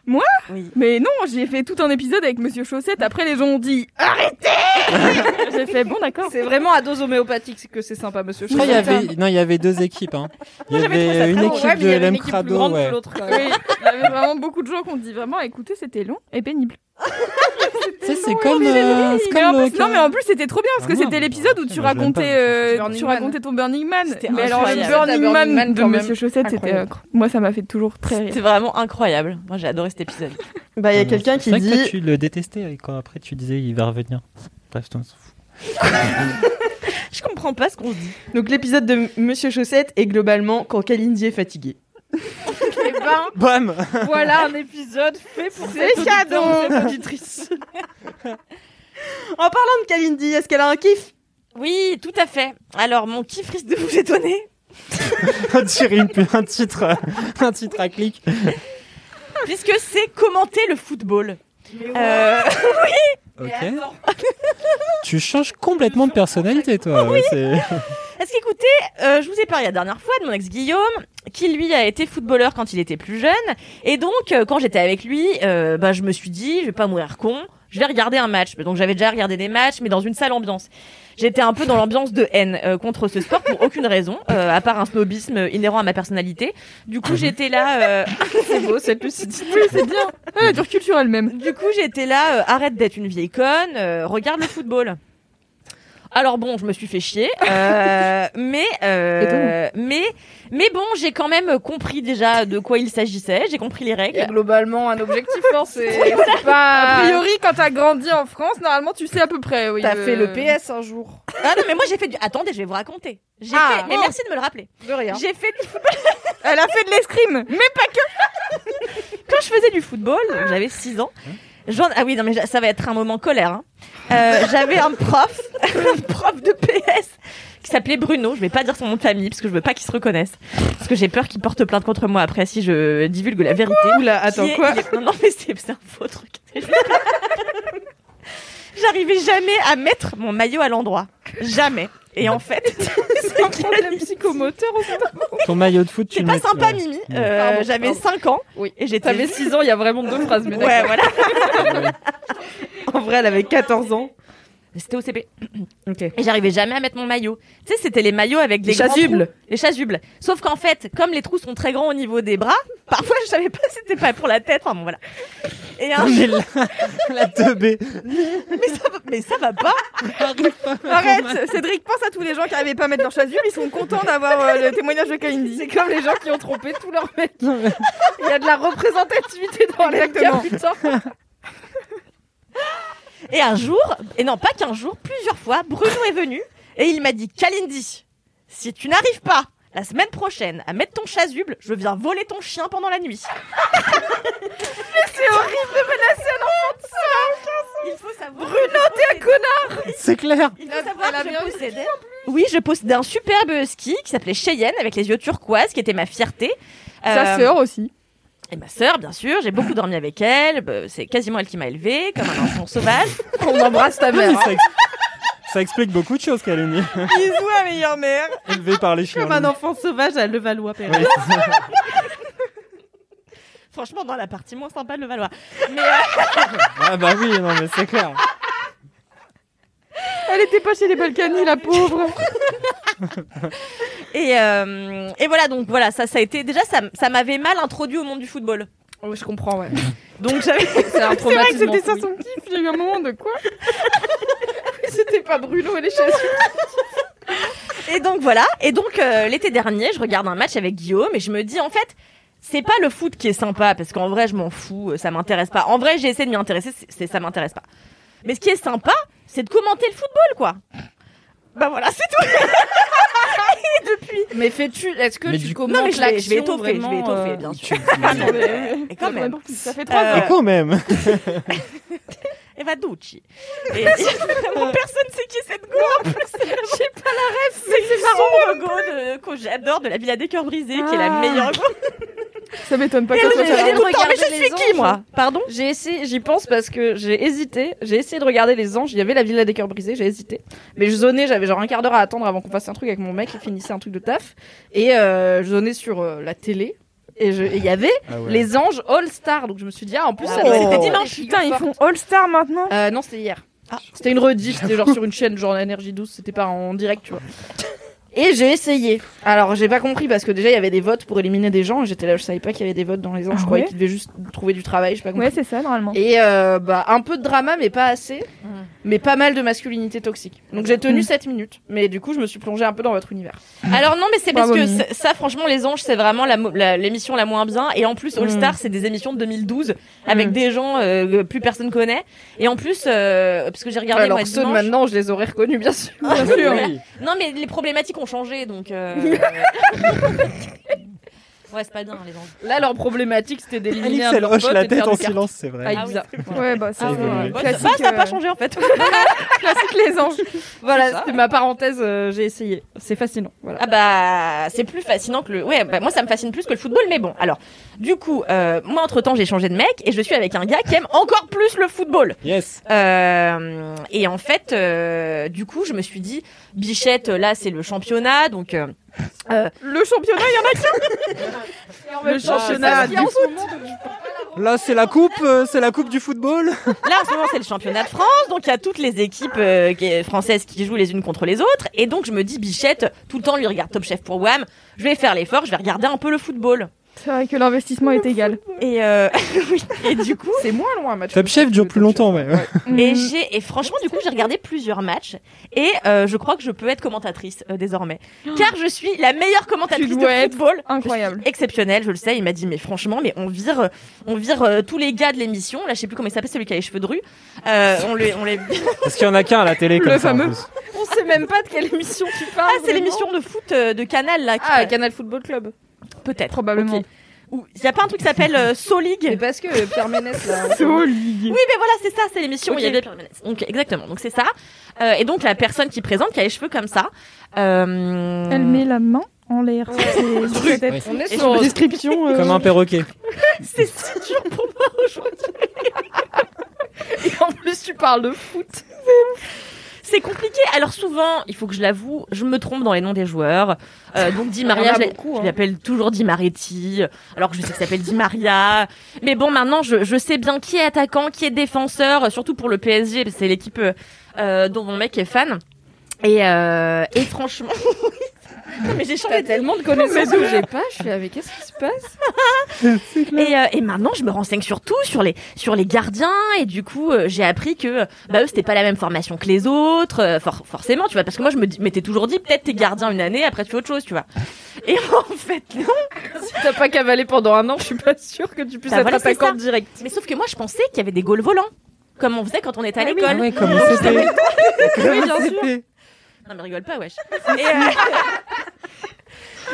Moi Oui. Mais non, j'ai fait tout un épisode avec Monsieur Chaussette. Après, les gens ont dit ah, arrêtez. j'ai fait bon, d'accord. C'est vraiment à dose homéopathique c'est que c'est sympa, monsieur. Je crois qu'il y avait- non, il y avait deux équipes. hein. Il y avait une équipe de LM Crado. ouais. Oui, il y avait vraiment beaucoup de gens qui ont dit vraiment, écoutez, c'était long et pénible. Ça, c'est comme. euh, c'est Mais en comme le- plus- non, mais en plus, c'était trop bien parce Ah que non, c'était mais- l'épisode où Moi, tu je l'aime pas, racontais, mais euh, c'est Burning tu Man. racontais ton Burning Man. C'était Mais alors, le incroyable. Burning Burning Man, Man, de quand même. Monsieur Chaussette, c'était. Incroyable. euh, moi, ça m'a fait toujours très rire. C'était vraiment incroyable. Moi j'ai adoré cet épisode. Bah, il y a quelqu'un C'est qui vrai que toi, dit. tu le détestais quand après tu disais il va revenir. Bref, on s'en fout. Je comprends pas ce qu'on se dit. Donc, l'épisode de Monsieur Chaussette est globalement quand Kalindi est fatiguée. Eh ben, Bam voilà un épisode fait pour C'est cet auditeur, cadeau. cette auditrice. En parlant de Kalindi, est-ce qu'elle a un kiff Oui, tout à fait. Alors, mon kiff risque de vous étonner. On dirait une- un titre, euh, un titre à clic. puisque c'est commenter le football. Euh, oui. Ok. Tu changes complètement de personnalité, toi. ouais, c'est- Est-ce qu'écoutez, euh, je vous ai parlé la dernière fois de mon ex Guillaume, qui lui a été footballeur quand il était plus jeune, et donc euh, quand j'étais avec lui, euh, bah, je me suis dit, je vais pas mourir con, je vais regarder un match. Donc j'avais déjà regardé des matchs, mais dans une sale ambiance. J'étais un peu dans l'ambiance de haine euh, contre ce sport pour aucune raison, euh, à part un snobisme inhérent à ma personnalité. Du coup, j'étais là. Mhm. c'est beau cette lucidité. Oui, c'est bien. du culture elle-même. Du coup, j'étais là. euh, arrête d'être une vieille conne. euh, regarde le football. Alors bon, je me suis fait chier, euh, mais euh, mais mais bon, j'ai quand même compris déjà de quoi il s'agissait. J'ai compris les règles. globalement, un objectif hein, C'est forcé. c'est pas... A priori, quand t'as grandi en France, normalement, tu sais à peu près, oui. T'as euh, fait le PS un jour. Ah non, mais moi j'ai fait du. Attendez, je vais vous raconter. J'ai Ah. fait. Et merci de me le rappeler. De rien. J'ai fait du football. Elle a fait de l'escrime, mais pas que. Quand je faisais du football, donc j'avais 6 ans. Hein j'en- Ah oui, non, mais ça va être un moment colère. hein. Euh, j'avais un prof, un prof de PS qui s'appelait Bruno. Je vais pas dire son nom de famille parce que je veux pas qu'il se reconnaisse. Parce que j'ai peur qu'il porte plainte contre moi après si je divulgue la vérité. Oula, attends, quoi Non, non, mais c'est c'est un faux truc. J'arrivais jamais à mettre mon maillot à l'endroit. Jamais. Et en fait, c'est un problème psychomoteur Ton maillot de foot, tu C'est le pas mets- sympa, ouais. Mimi. Mm. Euh, Pardon, J'avais pardon. 5 ans. Et j'étais. T'avais 6 ans, il y a vraiment deux phrases, mais Ouais, d'accord. voilà. en vrai, elle avait 14 ans. C'était au CP. Et j'arrivais jamais à mettre mon maillot. Tu sais, c'était les maillots avec des Les chasubles. Les chasubles. Sauf qu'en fait, comme les trous sont très grands au niveau des bras, parfois je savais pas si c'était pas pour la tête. Enfin bon, voilà. Et un Mais la, la 2B. mais, ça va, mais ça va pas. Arrête, Cédric, pense à tous les gens qui n'arrivaient pas à mettre leur chasuble, ils sont contents d'avoir euh, le témoignage de Kalindi. C'est comme les gens qui ont trompé tous leurs mecs. Il y a de la représentativité dans les Exactement. gars, putain. Et un jour, et non pas qu'un jour, plusieurs fois, Bruno est venu et il m'a dit Kalindi, si tu n'arrives pas la semaine prochaine à mettre ton chasuble, je viens voler ton chien pendant la nuit. C'est horrible de menacer un enfant de ça Il faut savoir. Bruno, t'es un connard C'est clair. Il faut savoir que je possédais- Oui, je possédais un superbe ski qui s'appelait Cheyenne avec les yeux turquoise qui était ma fierté. Sa Euh, sœur aussi. Et ma sœur, bien sûr, j'ai beaucoup dormi avec elle. bah, C'est quasiment elle qui m'a élevée, comme un enfant sauvage. On embrasse ta mère. Ça, ex- ça explique beaucoup de choses, Kalini. Bisous à meilleure mère. Élevé par les chiens. Comme un enfant sauvage à Levallois-Perret. Oui, c'est ça. Franchement, dans la partie moins sympa de Levallois. euh, Ah bah oui, non mais c'est clair. Elle était pas chez les Balkany, la pauvre. Et, euh, et voilà, donc voilà, ça, ça a été. Déjà, ça, ça m'avait mal introduit au monde du football. Oh, je comprends, ouais. Donc j'avais. C'est un C'est vrai que traumatisme. c'était ça enfoui. son kiff, il y a eu un moment de quoi C'était pas Bruno et les chasubles. Et donc voilà, et donc euh, l'été dernier, je regarde un match avec Guillaume et je me dis en fait, c'est pas le foot qui est sympa parce qu'en vrai, je m'en fous, euh, ça m'intéresse pas. En vrai, j'ai essayé de m'y intéresser, c'est- c'est ça m'intéresse pas. Mais ce qui est sympa, c'est de commenter le football quoi. Bah voilà, c'est tout. et depuis Mais fais-tu, est-ce que Mais tu du- commentes Non, mais je vais- je vais l'action étoffer, je vais vraiment, étoffer, euh, bien sûr. Ah Tu- Et quand même. Ça fait trois trois Euh, Et ans. quand même. Et va Ducci. Et, et vraiment personne sait qui est cette go. en plus. J'ai pas la rêve. C'est c'est son go de, que j'adore de la Villa des Cœurs Brisés, qui est la Ah. meilleure go. Ça m'étonne pas Et que oui, ça mais- soit tout le temps, mais je regarder suis les qui, anges. moi Pardon J'ai essayé, j'y pense parce que j'ai hésité. J'ai essayé de regarder les anges. Il y avait la villa des cœurs brisés. J'ai hésité, mais je zonnais. J'avais genre un quart d'heure à attendre avant qu'on fasse un truc avec mon mec qui finissait un truc de taf. Et euh, je zonnais sur euh, la télé. Et je- et il y avait Ah ouais. les anges All Star. Donc je me suis dit, ah, en plus, ça Oh. doit être C'était des dimanche, figures Putain, ils fortes. font All-Star maintenant Euh, non, c'était hier. Ah. C'était une rediff, c'était genre sur une chaîne, genre l'énergie douce, c'était pas en direct, tu vois. Et j'ai essayé. Alors, j'ai pas compris parce que déjà, il y avait des votes pour éliminer des gens. et J'étais là, je savais pas qu'il y avait des votes dans les ans. Ah je croyais ouais qu'ils devaient juste trouver du travail, je sais pas compris. Ouais, c'est ça, normalement. Et euh, bah, un peu de drama, mais pas assez. Mais pas mal de masculinité toxique. Donc, j'ai tenu Mm. 7 minutes. Mais du coup, je me suis plongée un peu dans votre univers. Alors non, mais c'est parce Bravo, que Mimi. ça, ça, franchement, les anges, c'est vraiment la mo- la- l'émission la, moins bien. Et en plus, Mm. All Star, c'est des émissions de 2012 avec des gens euh, que plus personne connaît. Et en plus, euh, parce que j'ai regardé Alors, moi, ceux de dimanche- maintenant, je les aurais reconnus, bien sûr. Bien sûr. Oui. Non, mais les problématiques ont changé, donc. euh, Ouais, c'est pas dingue, les gens. Là, leur problématique, c'était Alix, d'éliminer un elle de leurs hoche potes la et de faire tête en des cartes. silence, c'est vrai. Ah, Ibiza. Ouais, bah, ça, c'est ouais. classique, Bah, ça n'a pas euh. changé en fait. Classique les anges. Voilà, c'était ma parenthèse, euh, j'ai essayé. C'est fascinant. Voilà. Ah bah c'est plus fascinant que le. Ouais, bah, moi ça me fascine plus que le football, mais bon. Alors, du coup, euh, moi entre temps j'ai changé de mec et je suis avec un gars qui aime encore plus le football. Yes. Euh, et en fait, euh, du coup, je me suis dit, Bichette, là c'est le championnat, donc. euh, euh, Le championnat, il y en a qu'un même Le temps, championnat c'est du ça, c'est foot. Là, c'est la coupe, euh, c'est la coupe du football. Là, en ce moment, c'est le championnat de France, donc il y a toutes les équipes euh, qui- françaises qui jouent les unes contre les autres. Et donc, je me dis, Bichette, tout le temps, lui regarde Top Chef pour Wham. Je vais faire l'effort, je vais regarder un peu le football. C'est vrai que l'investissement est égal. Et, euh, oui, et du coup. C'est moins loin, match. Top Chef dure plus longtemps, mais. Mhm. Et, j'ai- et franchement, du coup, j'ai regardé plusieurs matchs. Et euh, je crois que je peux être commentatrice euh, désormais. Car je suis la meilleure commentatrice Oh. Tu de dois être football. incroyable. Je suis Exceptionnelle, je le sais. Il m'a dit, mais franchement, mais on vire, euh, on vire euh, tous les gars de l'émission. Là, je sais plus comment il s'appelle, celui qui a les cheveux drus. Euh, on les. On les... Parce qu'il y en a qu'un à la télé, comme Le ça, en fameux. plus. On sait même pas de quelle émission tu parles. Ah, c'est vraiment. l'émission de foot euh, de Canal, là. qui- Ah, Canal Football Club. Peut-être. Probablement. Ok. Ou il y a pas un truc qui s'appelle euh, So League Mais parce que euh, Pierre Ménès, là. on- Oui, mais voilà, c'est ça, c'est l'émission. où Il y Ok. avait Pierre Ménès. Donc exactement. Donc c'est ça. Euh, et donc la personne qui présente, qui a les cheveux comme ça. euh, Elle met la main en l'air. C'est- c'est peut-être- On est Et sur je me- description. euh, Comme un perroquet. C'est si dur pour moi aujourd'hui. En plus, tu parles de foot. C'est compliqué. Alors souvent, il faut que je l'avoue, je me trompe dans les noms des joueurs. Euh, donc Di Il y Maria, en a je l'a- beaucoup, je hein. l'appelle toujours Di Maretti, alors que je sais que ça s'appelle Di Maria. Mais bon, maintenant, je, je sais bien qui est attaquant, qui est défenseur, euh, surtout pour le PSG, parce que c'est l'équipe euh, euh, dont mon mec est fan. Et, euh, et franchement, non mais j'ai changé T'as de tellement de connaissances que j'ai pas. Je suis avec. Qu'est-ce qui se passe Et, euh, et maintenant, je me renseigne sur tout, sur les, sur les gardiens, et du coup, euh, j'ai appris que bah, eux, c'était pas la même formation que les autres, euh, for- forcément, tu vois, parce que moi, je me dis- m'étais toujours dit, peut-être t'es gardien une année, après tu fais autre chose, tu vois. Et en fait, non. Si t'as pas cavalé pendant un an, je suis pas sûre que tu puisses Bah être voilà, c'est attaquant ça. direct. Mais sauf que moi, je pensais qu'il y avait des goals volants, comme on faisait quand on était à l'école. Ah ouais, comme c'était. Oui, bien sûr. Non, mais rigole pas, wesh. Et, euh,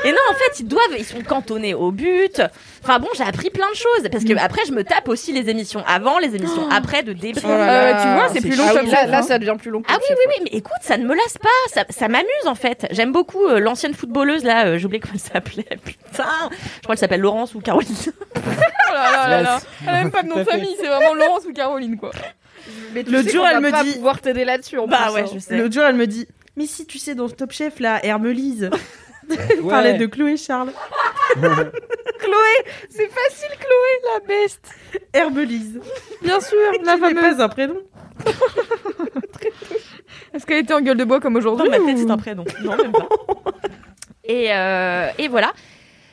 et non, en fait, ils doivent, ils sont cantonnés au but. Enfin bon, j'ai appris plein de choses parce que Mm. après, je me tape aussi les émissions avant, les émissions après de débrief. Oh là là. Euh, tu vois, c'est plus long Ah oui, comme là, ça, là, hein. ça devient plus long. que Ah le oui, chef. oui, oui, mais écoute, ça ne me lasse pas, ça, ça m'amuse en fait. J'aime beaucoup euh, l'ancienne footballeuse là, euh, j'ai oublié comment elle s'appelait, putain. Je crois qu'elle s'appelle Laurence ou Caroline. Oh là là là là. Yes. Elle a même pas de nom Tout à de famille, c'est vraiment Laurence ou Caroline quoi. Mais tu Le sais jour, qu'on elle va me pas dit- pouvoir t'aider là-dessus. en Bah plus, ouais, hein. je sais. L'autre jour, elle me dit Mais si tu sais, dans Top Chef, là, Hermelise, elle Ouais. parlait de Chloé Charles. Chloé, c'est facile, Chloé, la best. Hermelise. Bien sûr, la C'est fameuse. pas un prénom. Est-ce qu'elle était en gueule de bois comme Dans aujourd'hui ma tête, ou- c'est un prénom. Non, même pas. Et, euh, et voilà.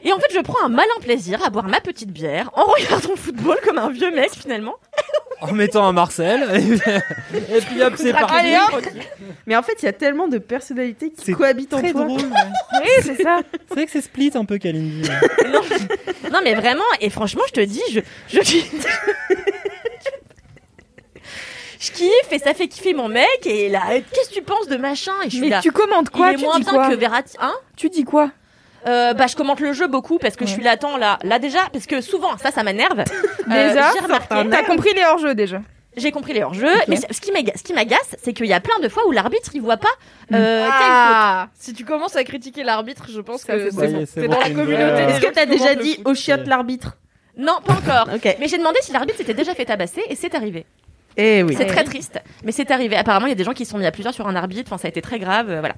Et en fait, je prends un malin plaisir à boire ma petite bière en regardant le football comme un vieux mec finalement. En mettant un Marcel. Et puis hop, c'est parti. Allez, hop. Mais en fait, il y a tellement de personnalités qui C'est cohabitent en Très toi. drôle. Oui, c'est ça. C'est vrai que c'est split un peu, Kalindi. Non, non, mais vraiment, et franchement, je te dis, je, je kiffe. Je kiffe et ça fait kiffer mon mec et là qu'est-ce que tu penses de machin et je suis Mais là tu commentes quoi il est Tu moins dis bien quoi que Verratti hein Tu dis quoi Euh, bah je commente le jeu beaucoup parce que je suis là attends là là déjà parce que souvent ça ça m'énerve Euh, Déjà, j'ai remarqué T'as compris les hors-jeux déjà. j'ai compris les hors-jeux mais ce qui m'aga- ce qui m'agace c'est qu'il y a plein de fois où l'arbitre il voit pas euh, Ah, si tu commences à critiquer l'arbitre, je pense Euh, que bon. c'est bon. Ouais, c'est T'es bon, dans la c'est une communauté. vraie- euh, des Est-ce que gens t'as qui déjà commentent le dit foot. au chiotte l'arbitre quelle faute non pas encore Ok. mais j'ai demandé si l'arbitre s'était déjà fait tabasser et c'est arrivé Eh oui. c'est très triste mais c'est arrivé apparemment il y a des gens qui se sont mis à plusieurs sur un arbitre enfin ça a été très grave euh, voilà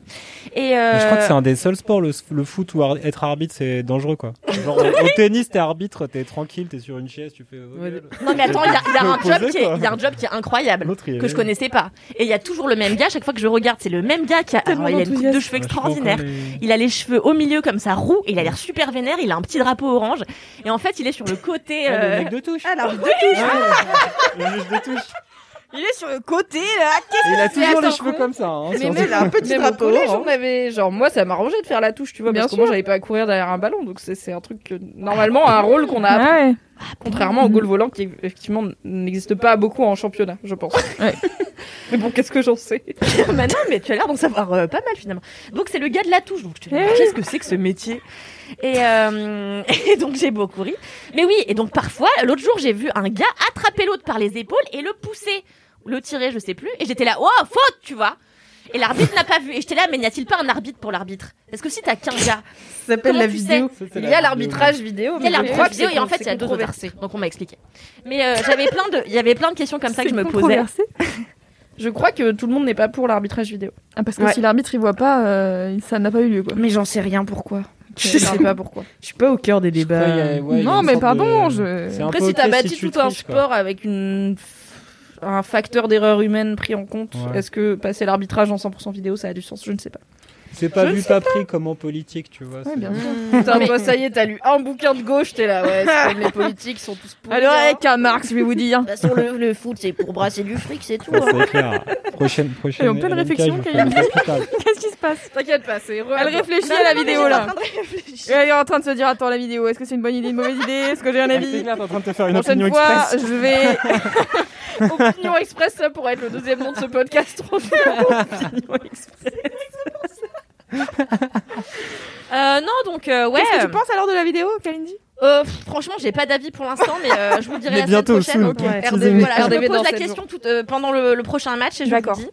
et euh, Mais Je crois que c'est un des seuls sports, le, le foot, où ar- être arbitre, c'est dangereux, quoi. Genre, au, au tennis, t'es arbitre, t'es tranquille, t'es sur une chaise, tu fais. oh, gueule. non mais attends il y a, il y a un Faut poser, job qui est quoi. il y a un job qui est incroyable L'autre, il est que je connaissais pas et il y a toujours le même gars chaque fois que je regarde c'est le même gars qui a alors, il a une coupe de cheveux Ouais, Ah, je sais pas encore, extraordinaire mais- Il a les cheveux au milieu comme ça roux, et il a l'air super vénère, il a un petit drapeau orange et en fait, il est sur le côté Ah, le euh, mec de touche. Ah, l'arbitre de Ouais, le le juge de touche. il est sur le côté là. Et il a toujours les attends, cheveux comme ça. hein, Mais sur- même, Il a un petit même au drapeau, collège, hein. on avait genre moi ça m'arrangeait de faire la touche, tu vois, Bien parce que moi sûr. j'avais pas à courir derrière un ballon, donc c'est c'est un truc que, normalement un rôle qu'on a. appris. ouais. Contrairement au goal volant qui effectivement n'existe pas beaucoup en championnat, je pense. Mais bon, qu'est-ce que j'en sais Bah non, mais tu as l'air d'en savoir euh, pas mal finalement. Donc c'est le gars de la touche. Donc Eh je te dis, qu'est-ce que c'est que ce métier et, euh, et donc j'ai beaucoup ri. Mais oui, et donc parfois, l'autre jour, j'ai vu un gars attraper l'autre par les épaules et le pousser, ou le tirer, je sais plus. Et j'étais là, oh, faute, tu vois. Et l'arbitre n'a pas vu. Et j'étais là, mais n'y a-t-il pas un arbitre pour l'arbitre Parce que si t'as qu'un gars, Ça s'appelle comment la tu vidéo. sais Ça, c'est Il y a l'arbitrage vidéo, il y mais a je crois l'arbitre que vidéo c'est et en con- fait c'est il y a deux controversé. versets. Donc on m'a expliqué. Mais euh, j'avais plein de, il y avait plein de questions comme ça que je me posais. Je crois que tout le monde n'est pas pour l'arbitrage vidéo. Ah, parce que Ouais. si l'arbitre il voit pas, euh, ça n'a pas eu lieu quoi. Mais j'en sais rien pourquoi. Je Je sais pas pourquoi. Je suis pas au cœur des débats. crois qu'il y a- ouais, il y a non, une mais sorte pardon, de- je. C'est un Après, peu si t'as ok bâti tu tout un triches, quoi. sport avec une un facteur d'erreur humaine pris en compte, Ouais. est-ce que passer l'arbitrage en 100% vidéo ça a du sens Je ne sais pas. C'est pas Je vu, pas pris comme en politique, tu vois. Ouais, c'est- bien sûr. Putain, toi, ça y est, t'as lu un bouquin de gauche, t'es là, ouais, c'est comme les politiques, ils sont tous pourris. Alors, hein. avec un Marx, je vais vous dire. De toute façon, le, le foot, c'est pour brasser du fric, c'est tout. hein. Ouais, c'est clair. Prochaine, prochaine. Et en pleine LMK, réflexion, je vous fais Camille. un peu plus tard. Qu'est-ce qui se passe T'inquiète pas, c'est heureux. Elle réfléchit à la vidéo là. Elle est en train de se dire attends la vidéo, est-ce que c'est une bonne idée, une mauvaise idée, est-ce que j'ai un C'est avis clair, t'es en train de te faire une opinion Prochaine fois, express. je vais. Opinion Express, ça pourrait être le deuxième nom de ce podcast. trop bien. Euh, non, donc euh, ouais. Qu'est-ce que euh, tu penses alors de la vidéo, Kalindi euh, pff, franchement, j'ai pas d'avis pour l'instant, mais euh, je vous dirai Mais la bientôt, semaine soon. prochaine. Ouais. RDV, Teasing. voilà, je RDV me dans pose la sept question tout, euh, pendant le, le prochain match et je vous D'accord. le dis.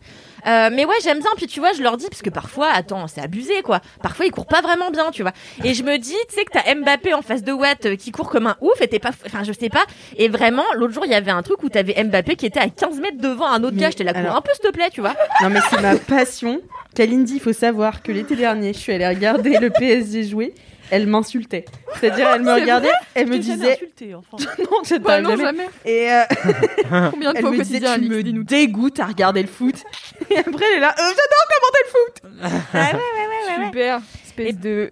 Euh, mais ouais, j'aime bien. Puis tu vois, je leur dis parce que parfois, attends, c'est abusé quoi. Parfois, ils courent pas vraiment bien, tu vois. Et je me dis, tu sais que t'as Mbappé en face de Watt euh, qui court comme un ouf. Et t'es pas, enfin, je sais pas. Et vraiment, l'autre jour, il y avait un truc où t'avais Mbappé qui était à 15 mètres devant un autre Mais gars. J'étais là, cours alors- un peu, s'il te plaît, tu vois. Non, mais c'est ma passion. Kalindi, il faut savoir que l'été dernier, je suis allée regarder le PSG jouer. Elle m'insultait. C'est-à-dire, elle me regardait, elle me disait. non, je Bah t'arrive non, jamais. jamais. Et euh, Combien de elle fois au me disait quotidien, Tu Alix me Dis-nous. dégoûtes à regarder le foot. Et après, elle est là. Euh, Super, espèce de.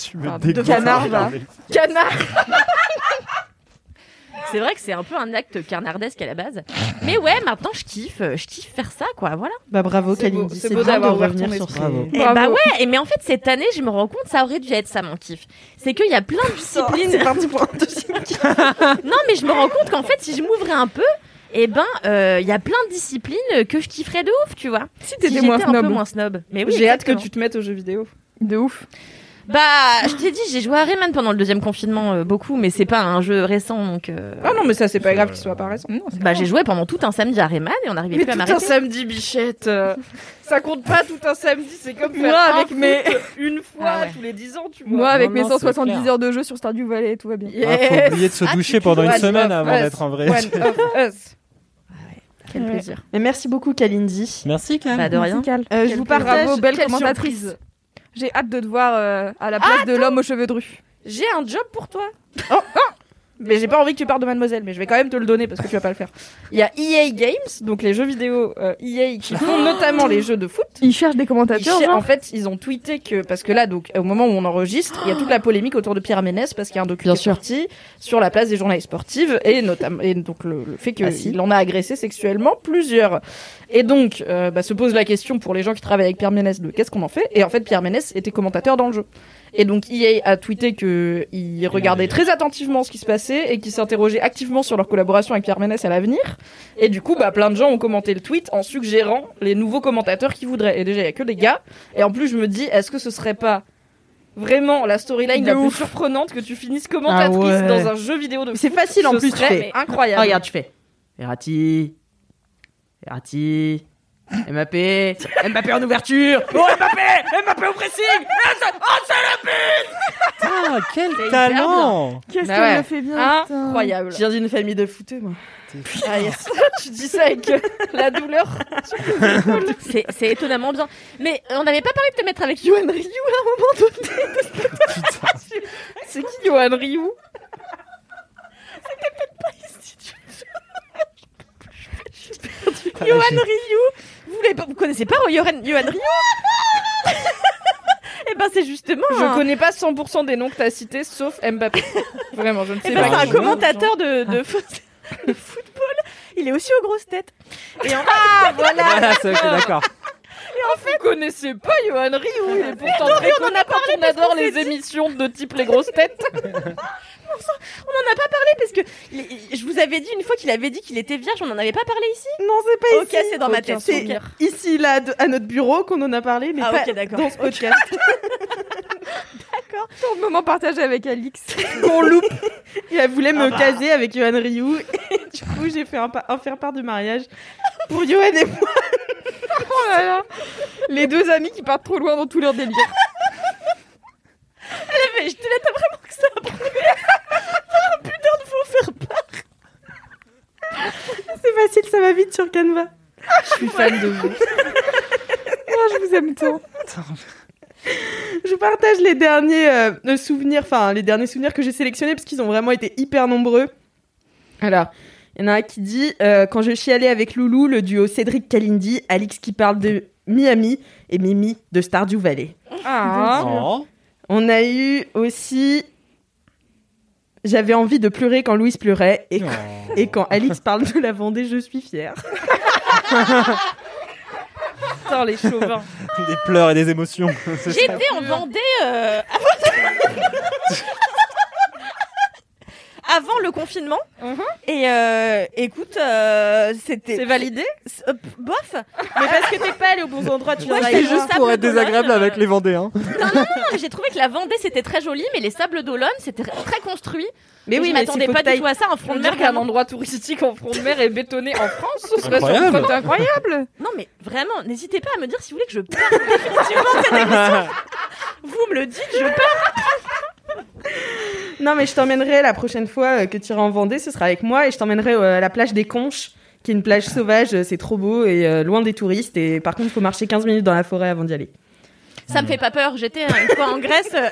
Tu me Pardon. dégoûtes. De canard, va. Canard C'est vrai que c'est un peu un acte carnardesque à la base. Mais ouais, maintenant, je kiffe, euh, je kiffe faire ça, quoi. Voilà. Bah bravo, C'est beau- Kalindi. c'est C'est beau bien de d'avoir ouvert revenir ton sur esprit. ça. Bravo. Eh Bravo. bah ouais, et mais en fait cette année je me rends compte ça aurait dû être ça mon kiff. C'est qu'il y a plein de disciplines. parti pour un deuxième. non mais je me rends compte qu'en fait si je m'ouvrais un peu, eh ben euh, il y a plein de disciplines que je kifferais de ouf, tu vois. Si Si t'étais j'étais moins un peu snob. moins snob. Mais oui. J'ai hâte que exactement. tu te mettes aux jeux vidéo. De ouf. Bah je t'ai dit j'ai joué à Rayman pendant le deuxième confinement euh, beaucoup, mais c'est pas un jeu récent donc. euh, Ah non, mais ça, c'est pas grave qu'ils soient pas récents. Non, c'est Bah j'ai joué pendant tout un samedi à Rayman et on arrivait Mais plus à tout m'arrêter. un samedi, bichette. euh, ça compte pas tout un samedi, c'est comme faire Moi, un avec foot mes- une fois Ah ouais. tous les 10 ans, tu vois. Moi, avec non, mes non, c'est 170 clair. heures de jeu sur Stardew Valley, tout va bien. Ah, faut oublier de se Ah, doucher tu pendant une dois- semaine dois- avant ouais, d'être un vrai. One of us. Quel Ouais. plaisir. Mais merci beaucoup, Kalindi. Merci, Cam. Bah de rien. Musical. Euh, je Quel vous plaisir. partage. Bravo, belle quelle commentatrice. J'ai hâte de te voir euh, à la place de l'homme aux cheveux drus. Ah, J'ai un job pour toi. Oh, oh mais j'ai pas envie que tu parles de Mademoiselle, mais je vais quand même te le donner parce que tu vas pas le faire. Il y a EA Games, donc les jeux vidéo euh, E EA qui font notamment les jeux de foot. Ils cherchent des Ils commentateurs, cher- genre. en fait, ils ont tweeté que parce que là, donc au moment où on enregistre, il y a toute la polémique autour de Pierre Ménès parce qu'il y a un document sorti sur la place des journalistes sportives et notamment et donc le, le fait qu'il en a agressé sexuellement plusieurs. Et donc euh, bah, se pose la question pour les gens qui travaillent avec Pierre Ménès de qu'est-ce qu'on en fait Et en fait, Pierre Ménès était commentateur dans le jeu. Et donc EA a tweeté que il regardait très attentivement ce qui se passait et qu'ils s'interrogeaient activement sur leur collaboration avec Pierre Ménès à l'avenir. Et du coup, bah plein de gens ont commenté le tweet en suggérant les nouveaux commentateurs qu'ils voudraient. Et déjà, il y a que des gars. Et en plus, je me dis, est-ce que ce serait pas vraiment la storyline De la plus ouf. surprenante que tu finisses commentatrice Ah ouais. dans un jeu vidéo de C'est facile, en Ce plus, tu serait fais. incroyable. Ah, regarde, tu fais. Ferrati. Ferrati. Mbappé. Mbappé en ouverture. Oh, Mbappé Mbappé au pressing Ah, quel talent Qu'est-ce Bah qu'elle ouais. le fait bien putain. Incroyable. Je viens d'une famille de footeux, moi. Ah, yes. tu dis ça avec euh, la douleur. C'est c'est étonnamment bien. Mais euh, on n'avait pas parlé de te mettre avec Yoann Ryu à un moment donné. C'est qui Johan Ryu Putain, Yoann j'ai- Ryu Vous, voulez pas- vous connaissez pas Yoann, Yoann Ryu Eh ben c'est justement Je un, connais pas 100% des noms que t'as cités, sauf Mbappé. Vraiment, je ne sais eh ben, pas. c'est un qui Ah. sont commentateur de, de foot- de Ah, football. Il est aussi aux grosses têtes. Et en, Ah, Voilà, c'est ok, d'accord. et en fait, vous connaissez pas Johan Rioux, il est pourtant non, très mais on en a connu quand parlé on parce qu'on adore s'est les dit. émissions de type les grosses têtes. On n'en a pas parlé parce que il- il- je vous avais dit une fois qu'il avait dit qu'il était vierge, on n'en avait pas parlé ici Non, c'est pas Ok, ici. c'est dans ma Aucun tête. souvenir. Ici, là, de- à notre bureau, qu'on en a parlé, mais Ah, pas ok, d'accord. dans ce podcast. Ton moment partagé avec Alix. qu'on loupe. Et elle voulait me bah. caser avec Johan Rioux. Et du coup, j'ai fait un, pa- un faire-part de mariage pour Johan et moi. Oh là là. Les deux amis qui partent trop loin dans tous leurs délires. Mais je te l'attends vraiment que ça a un putain de faux faire part. C'est facile, ça va vite sur Canva. Je suis fan de vous. Oh, je vous aime tant. Je partage les derniers euh, souvenirs, enfin, les derniers souvenirs que j'ai sélectionnés parce qu'ils ont vraiment été hyper nombreux. Alors, il y en a un qui dit euh, Quand je chialais avec Loulou, le duo Cédric Kalindi, Alix qui parle de Miami et Mimi de Stardew Valley. Ah. Oh. On a eu aussi. J'avais envie de pleurer quand Louise pleurait et, Oh. et quand Alix parle de la Vendée, je suis fière. Putain, les chauvins. Des pleurs et des émotions. C'est ça. J'étais en Vendée euh, avant... avant le confinement. Mhm. Et euh, écoute, euh, c'était. C'est validé C'est- euh, p- Bof Mais parce que t'es pas allé au bon endroit, tu Moi, vois. je fais juste pour être désagréable avec les Vendéens. Non, mais Ah, j'ai trouvé que la Vendée c'était très joli, mais les sables d'Olonne c'était très construit. Mais Et oui, je mais m'attendais s'il pas faut que du tout à ça en Je front veux de dire mer. qu'un vraiment. endroit touristique en front de mer est bétonné en France, ce serait Incroyable. sans doute incroyable. Non, mais vraiment, n'hésitez pas à me dire si vous voulez que je parte définitivement de cette émission. Vous me le dites, je pars. Non, mais je t'emmènerai la prochaine fois euh, que tu iras en Vendée, ce sera avec moi et je t'emmènerai euh, à la plage des Conches, qui est une plage sauvage, euh, c'est trop beau et euh, loin des touristes. Et par contre, il faut marcher 15 minutes dans la forêt avant d'y aller. Ça me fait pas peur. J'étais euh, une fois en Grèce, euh,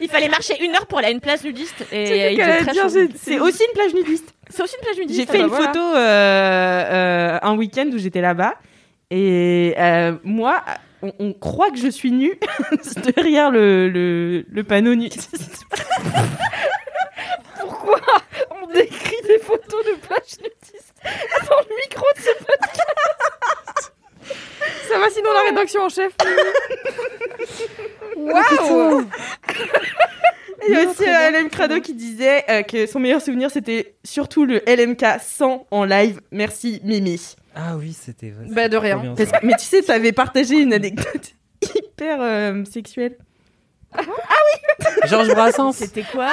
il fallait marcher une heure pour aller à une place nudiste. Et C'est il faisait qu'elle allait très dire, chaud. j'ai- C'est aussi une plage nudiste. C'est aussi une plage nudiste. J'ai fait Ah une bah voilà. photo euh, euh, un week-end où j'étais là-bas et euh, moi, on, on croit que je suis nue derrière le, le, le panneau nu. Pourquoi on décrit des photos de plages nudistes dans le micro de ces Ça va sinon la rédaction en chef Waouh Il y a aussi euh, LM Crado qui disait euh, que son meilleur souvenir c'était surtout le LMK 100 en live. Merci Mimi. Ah oui, c'était vrai. Bah, de rien. Trop bien, Parce ça. que- mais tu sais, t'avais partagé une anecdote hyper euh, sexuelle. Georges Brassens. C'était quoi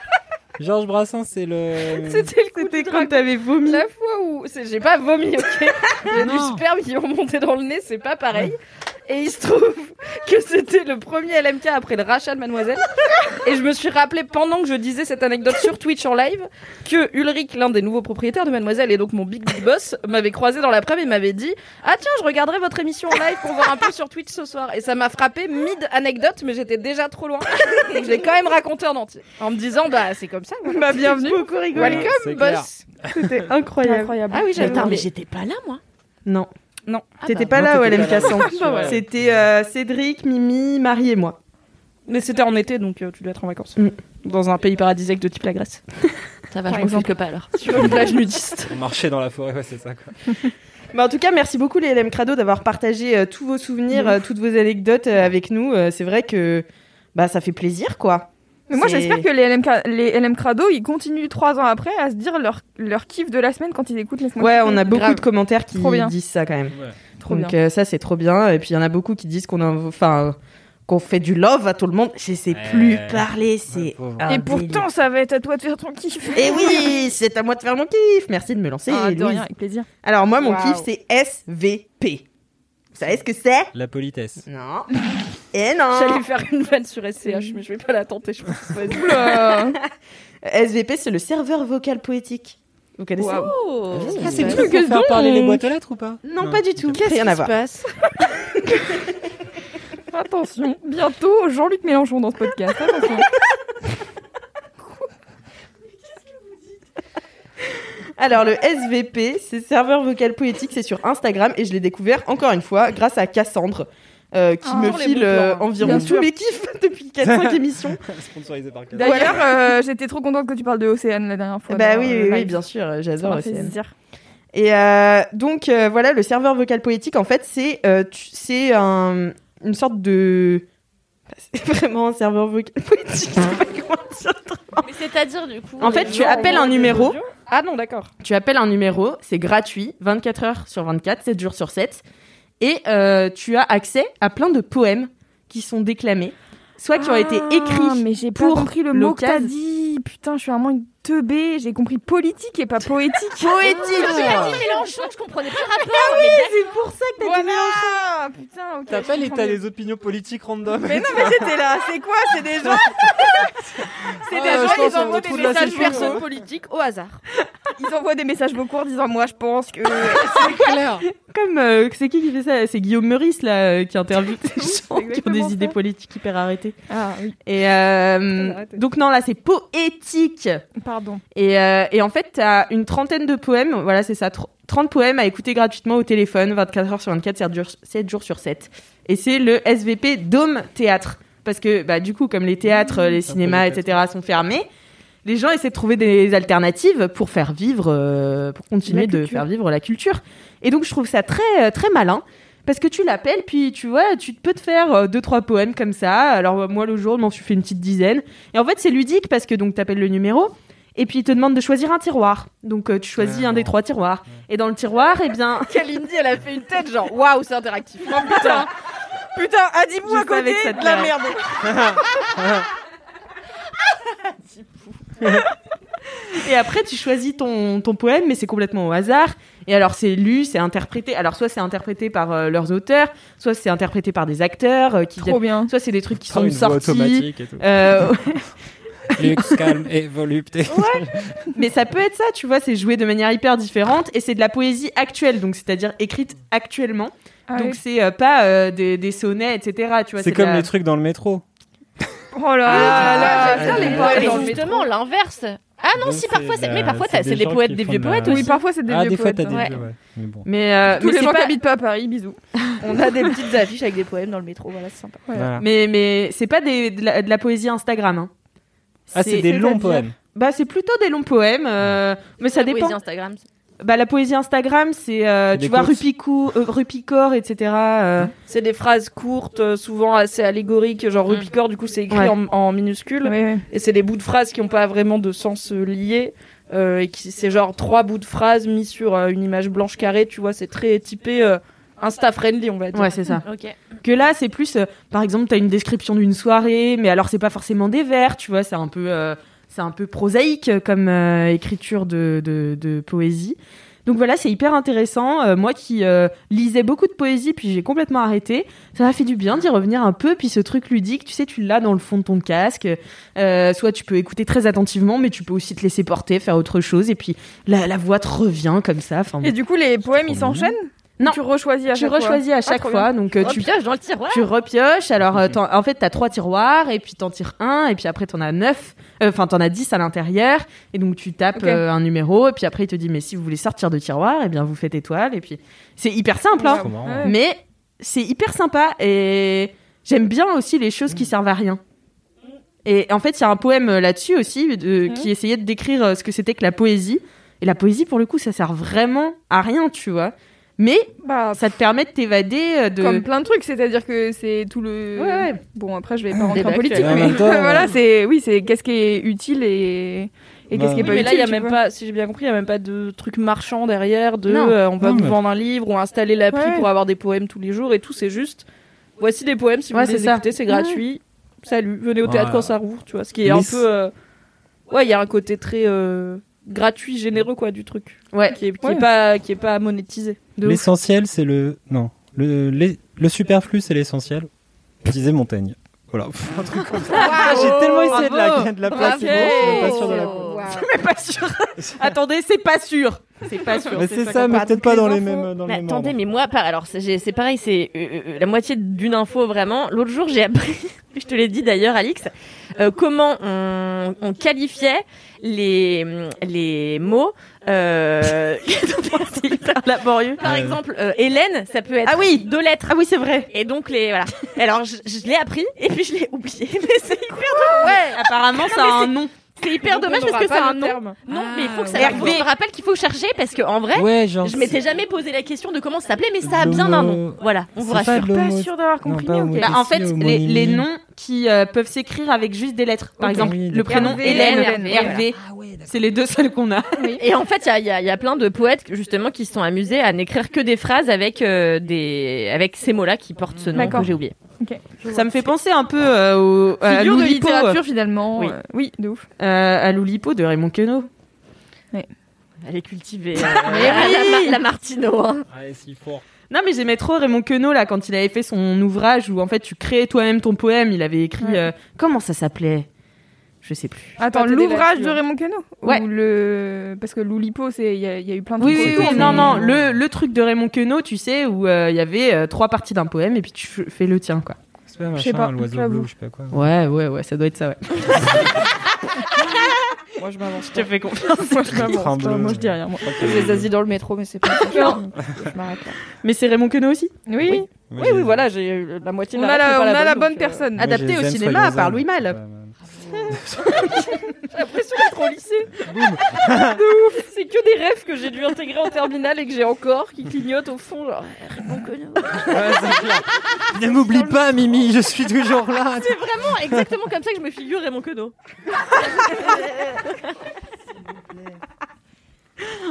Georges Brassens, c'est le. C'était le coup C'était de quand dragon. t'avais vomi. La fois où c'est- j'ai pas vomi, ok, j'ai du Non. sperme qui est remonté dans le nez, c'est pas pareil. Et il se trouve que c'était le premier LMK après le rachat de Mademoiselle. Et je me suis rappelé pendant que je disais cette anecdote sur Twitch en live que Ulrich, l'un des nouveaux propriétaires de Mademoiselle et donc mon big big boss, m'avait croisé dans l'après-midi et m'avait dit Ah tiens, je regarderai votre émission en live pour voir un peu sur Twitch ce soir. Et ça m'a frappé mid anecdote, mais j'étais déjà trop loin. Donc je l'ai quand même raconté en entier. En me disant Bah c'est comme ça. voilà. Bah, bienvenue. Beaucoup Voilà, rigolé. c'est Welcome, clair. boss. C'était incroyable. Incroyable. Ah oui, Mais j'avais Attends, mais oublié. j'étais pas là moi. Non. Non. Ah T'étais bah, pas là non, au t'étais pas là. LMK 100. Ah, Bah, voilà. C'était euh, Cédric, Mimi, Marie et moi. Mais c'était en été, donc euh, tu dois être en vacances. Mm. Dans un pays paradisiaque de type la Grèce. Ça va, Par je m'en fous que pas alors. Sur une plage nudiste. On marchait dans la forêt, ouais, c'est ça. Quoi. Mais en tout cas, merci beaucoup les LM Crado d'avoir partagé euh, tous vos souvenirs, euh, toutes vos anecdotes euh, avec nous. Euh, c'est vrai que bah ça fait plaisir quoi. Mais moi, C'est- j'espère que les LM, les LM Crado, ils continuent trois ans après à se dire leur, leur kiff de la semaine quand ils écoutent les Ouais, on a beaucoup Grave. de commentaires qui Trop bien. disent ça quand même. Ouais. Trop Donc bien. euh, ça c'est trop bien et puis il y en a beaucoup qui disent qu'on a enfin euh, qu'on fait du love à tout le monde. Je sais Ouais. plus parler, c'est Ouais, pauvre. un Et délire. pourtant, ça va être à toi de faire ton kiff. Et Eh oui, c'est à moi de faire mon kiff. Merci de me lancer. Ah, de Louise. rien, avec plaisir. Alors moi mon Wow. kiff c'est SVP. Vous savez ce que c'est La politesse. Non. Et non. J'allais faire une vanne sur SCH, mais je vais pas la tenter, je pense. Vas-y. SVP c'est le serveur vocal poétique. Vous connaissez Oh. Ah, c'est Ouais. truc Qu'est-ce pour faire donc parler les boîtes aux lettres ou pas Non, pas du tout. ok. Rien à voir. passe Attention, bientôt Jean-Luc Mélenchon dans ce podcast. Attention. Alors, le SVP, c'est serveur vocal poétique, c'est sur Instagram et je l'ai découvert encore une fois grâce à Cassandre. euh, qui Ah, me les file bons euh, plans. environ Bien tous sûr. mes kiffs depuis 4-5 émissions. Sponsorisé par Canon. D'ailleurs, euh, j'étais trop contente que tu parles de Océane la dernière fois. bah dans oui, le oui, oui, live. bien sûr, Ça j'adore m'a fait OCM. plaisir. Et euh, donc euh, voilà, le serveur vocal poétique, en fait, c'est euh, tu- c'est un- une sorte de c'est vraiment un serveur vocal poétique. je sais pas comment dire autrement. Mais c'est-à-dire, du coup. En fait, les tu gens appelles envoient un des numéro. audios. Ah non, d'accord. Tu appelles un numéro, c'est gratuit, 24 heures sur 24, 7 jours sur 7. Et euh, tu as accès à plein de poèmes qui sont déclamés, soit qui ont été Ah, écrits mais j'ai pas pour compris le mot que t'as l'occasion. dit. Putain, je suis vraiment une teubée. J'ai compris politique et pas poétique. J'ai pas dit Mélenchon, je comprenais pas Ah, le rapport. mais c'est pour ça que Voilà. Putain, ok. T'as pas l'état des opinions politiques random. Mais non, mais j'étais là. C'est quoi C'est des gens. C'est Ah, des je gens, pense ils qu'on envoient des retrouve la hein. messages situation. vocaux. politique au hasard. Ils envoient des messages vocaux en disant Moi, je pense que. Comme euh, c'est qui qui fait ça C'est Guillaume Meurice là euh, qui interviewe des gens qui ont des exactement idées ça. politiques hyper arrêtées. Ah oui, Et euh, arrêtez. donc non là c'est poétique. pardon. Et, euh, et en fait t'as une trentaine de poèmes, voilà c'est ça, tr- 30 poèmes à écouter gratuitement au téléphone 24 heures sur 24, 7 jours, 7 jours sur 7. Et c'est le SVP Dôme Théâtre parce que bah du coup comme les théâtres, Mmh. euh, les Ça cinémas peut être. etc sont fermés. Les gens essaient de trouver des alternatives pour faire vivre, euh, pour continuer La de culture. faire vivre la culture. Et donc je trouve ça très euh, très malin parce que tu l'appelles puis tu vois tu peux te faire euh, deux trois poèmes comme ça. Alors euh, moi le jour je m'en suis fait une petite dizaine et en fait c'est ludique parce que donc t'appelles le numéro et puis il te demande de choisir un tiroir. Donc euh, tu choisis Ouais, un des bon. trois tiroirs et dans le tiroir eh bien Kalindi, elle a fait une tête genre waouh, c'est interactif. Oh, putain. putain Adibou à côté de la merde. Et après, tu choisis ton, ton poème, mais c'est complètement au hasard. Et alors, c'est lu, c'est interprété. Alors, soit c'est interprété par euh, leurs auteurs, soit c'est interprété par des acteurs euh, qui Trop bien. Soit c'est des trucs qui Prends sont une voix sortis. automatique et tout. Euh, Luxe, calme et volupté. mais ça peut être ça, tu vois, c'est joué de manière hyper différente et c'est de la poésie actuelle, donc c'est-à-dire écrite actuellement. Ah donc oui. c'est euh, pas euh, des, des sonnets, etc. Tu vois, C'est de comme la- les trucs dans le métro. Oh là là. Ah, j'aime bien ouais, les ouais. poèmes Mais dans le justement, l'inverse. Ah non, Donc, si c'est parfois, c'est- la- mais parfois, c'est t'as- des c'est des gens poètes, qui des font vieux de la- poètes Oui, aussi. parfois c'est des Ah, vieux des fois, poètes. t'as des hein. vieux, ouais. Mais bon. Mais, euh, Tous mais les c'est gens qui pas- habitent pas à Paris, bisous. On a des petites affiches avec des poèmes dans le métro, voilà, c'est sympa. Voilà. mais, mais c'est pas des, de, la, de la poésie Instagram. hein. Ah, c'est des longs poèmes. Bah, c'est plutôt des longs poèmes, euh, mais ça La dépend. poésie Instagram. Bah, la poésie Instagram, c'est, euh, C'est tu des vois, quotes. Rupico, euh, Rupicor, etc. euh, C'est des phrases courtes, euh, souvent assez allégoriques, genre Rupicor, du coup c'est écrit Mm. Ouais. en, en minuscules. Et c'est des bouts de phrases qui n'ont pas vraiment de sens euh, lié. euh, et qui c'est genre trois bouts de phrases mis sur euh, une image blanche carrée, tu vois, c'est très typé euh, Insta-friendly, on va dire. Ouais, c'est ça. Ok. Que là, c'est plus, euh, par exemple, t'as une description d'une soirée, mais alors c'est pas forcément des vers, tu vois, c'est un peu, euh, c'est un peu prosaïque euh, comme euh, écriture de, de, de poésie. Donc voilà, c'est hyper intéressant. Euh, moi qui euh, lisais beaucoup de poésie, puis j'ai complètement arrêté, ça m'a fait du bien d'y revenir un peu. Puis ce truc ludique, tu sais, tu l'as dans le fond de ton casque. Euh, soit tu peux écouter très attentivement, mais tu peux aussi te laisser porter, faire autre chose, et puis la, la voix te revient comme ça. Enfin, Et du coup, les poèmes, ils s'enchaînent Non. Tu rechoisis à tu chaque fois Ah, rechoisis à chaque trop fois, donc euh, Oh, tu pioches dans le tiroir. tu repioches, alors euh, t'en- en fait t'as trois tiroirs et puis t'en tires un et puis après t'en as neuf, euh, enfin t'en as dix à l'intérieur et donc tu tapes Ok. euh, un numéro et puis après il te dit mais si vous voulez sortir de tiroir et bien vous faites étoile et puis c'est hyper simple hein. Trop marrant. Ouais. mais c'est hyper sympa et j'aime bien aussi les choses Mm. qui servent à rien. Et en fait il y a un poème euh, là-dessus aussi de- Mm. qui essayait de décrire euh, ce que c'était que la poésie et la poésie pour le coup ça sert vraiment à rien tu vois mais Bah, ça te permet de t'évader euh, de Comme plein de trucs, c'est-à-dire que c'est tout le. Ouais, ouais. Bon, après, je vais pas rentrer en Débat politique, actuel. En mais même temps, euh, voilà, c'est. Oui, c'est qu'est-ce qui est utile et. Bah, Et qu'est-ce qui Oui, est pas mais utile là, il y a tu même vois. pas, si j'ai bien compris, il y a même pas de truc marchand derrière, de Non. euh, on va Non, vous mais- vendre un livre ou installer l'appli Ouais. pour avoir des poèmes tous les jours et tout, c'est juste voici les poèmes si vous Ouais, voulez c'est les ça. écouter, c'est gratuit. Salut, venez au Ouais. théâtre quand ça rouvre, tu vois, ce qui Mais est un c'est- peu euh, Ouais, il y a un côté très euh, gratuit, généreux quoi du truc. Ouais. Qui est, qui Ouais. est pas qui est pas monétisé. de ouf. L'essentiel, c'est le. Non. Le, les- le superflu, c'est l'essentiel. Disait Montaigne. Voilà. Pff, un truc comme ça. Ah, J'ai tellement essayé de la, de la placer, je suis même pas sûr de la Mais pas sûr. Attendez, c'est pas sûr. C'est pas sûr. Mais c'est ça, mais peut-être pas dans les mêmes. Dans le Mais même attendez, ordre. mais moi, par... alors c'est j'ai- c'est pareil, c'est euh, euh, la moitié d'une info vraiment. L'autre jour, j'ai appris, je te l'ai dit d'ailleurs, Alix, euh, comment on, on qualifiait les les mots. Euh... c'est hyper laborieux. Par Ouais. exemple, euh, Hélène, ça peut être ah oui deux lettres. Ah oui, c'est vrai. Et donc les voilà. Alors je, je l'ai appris et puis je l'ai oublié, mais c'est hyper Apparemment, ça a un nom. C'est hyper Donc, on dommage parce n'aura que c'est pas un le nom. terme. Ah. Non, mais il faut que ça ouais. faut que je me rappelle qu'il faut chercher parce que en vrai, Ouais, genre, je m'étais c'est- jamais posé la question de comment ça s'appelait, mais ça a bien un nom. Voilà, on vous rassure. d'avoir compris. Non, pas homo- Bah, en fait, si, les, les homonymie. noms qui euh, peuvent s'écrire avec juste des lettres. Par Ok. exemple, Oui, le d'accord. prénom Hervé, Hélène, Ah Hervé, Hervé. C'est les deux seuls qu'on a. Et en fait, il y a- il y a, il y a plein de poètes justement qui se sont amusés à n'écrire que des phrases avec euh, des avec ces mots-là qui portent ce nom D'accord. que j'ai oublié. Ça me fait penser un peu euh, au, à Figure de Loulipo, littérature finalement. Oui. euh, Oui, de ouf. euh, à Loulipo de Raymond Queneau. Elle est cultivée. euh, Eh à la, ma- la Martino. hein. Ouais, si fort. Non, mais j'aimais trop Raymond Queneau là quand il avait fait son ouvrage où en fait tu créais toi-même ton poème. Il avait écrit Ouais. euh, comment ça s'appelait Je sais plus. Attends, Pâté des l'ouvrage Lacures. de Raymond Queneau Ouais. Ou le... Parce que l'Oulipo, c'est- il y, a- il y a eu plein de Oui, trucs oui, autour, oui, mais- non, non, le, le truc de Raymond Queneau, tu sais, où euh, il y avait euh, trois parties d'un poème et puis tu f- fais le tien, quoi. C'est pas sais machin, pas, l'oiseau j'avoue. bleu, je sais pas quoi. Ouais, ouais, ouais, ça doit être ça, ouais. Moi, je m'avance. Je te fais confiance. Moi, je m'avance. Tremble. Putain, Moi, je dis rien. Moi. Je les assis dans le métro, mais c'est pas. Non. Je m'arrête là. Mais c'est Raymond Queneau aussi Oui, Oui. Moi, Oui, j'ai- oui, voilà, j'ai eu la moitié on de a ref, la, mais on pas a la donc, bonne euh, personne. moi, j'ai adapté au Zen cinéma Soyons-en. par Louis Malle. Ouais, ouais. J'ai l'impression d'être au lycée. De ouf. C'est que des rêves que j'ai dû intégrer en terminale et que j'ai encore qui clignotent au fond. Genre, eh, Raymond Queneau. Ouais, c'est clair. Ne m'oublie pas, Mimi, je suis toujours là. Ah, C'est vraiment exactement comme ça que je me figure Raymond Queneau.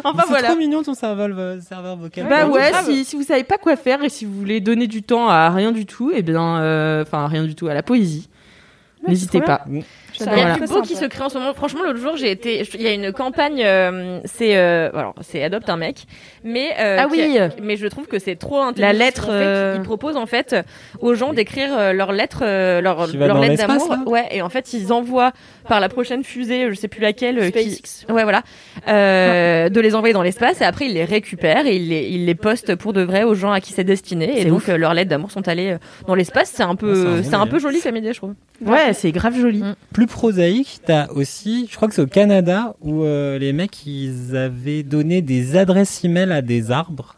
Enfin C'est voilà. trop mignon ton serveur, euh, serveur vocal. Bah Ouais. ouais, grave. si, si vous savez pas quoi faire et si vous voulez donner du temps à rien du tout, et bien, euh, enfin rien du tout, à la poésie, n'hésitez trop pas. Ça Il y a du Voilà. beau qui se crée en ce moment. Franchement, l'autre jour, j'ai été. je- Il y a une campagne. euh, c'est euh, alors, c'est adopte un mec, mais euh, Ah qui- oui. Mais je trouve que c'est trop intelligent. La ce lettre, qu'on fait, euh, qu'ils- Ils proposent en fait euh, aux gens d'écrire euh, leur lettre, euh, leur Qui va leur dans lettre l'espace, d'amour. là Ouais. Et en fait, ils envoient par la prochaine fusée, je sais plus laquelle. euh, qui- SpaceX. Ouais, voilà. Euh, de les envoyer dans l'espace et après ils les récupèrent et ils les ils les postent pour de vrai aux gens à qui c'est destiné. Et C'est donc euh, leurs lettres d'amour sont allées euh, dans l'espace. C'est un Ouais, c'est un peu bon c'est un peu délire. joli comme idée, je trouve. Ouais, Mm. c'est grave joli. Plus prosaïque, t'as aussi, je crois que c'est au Canada, où euh, les mecs, ils avaient donné des adresses email à des arbres.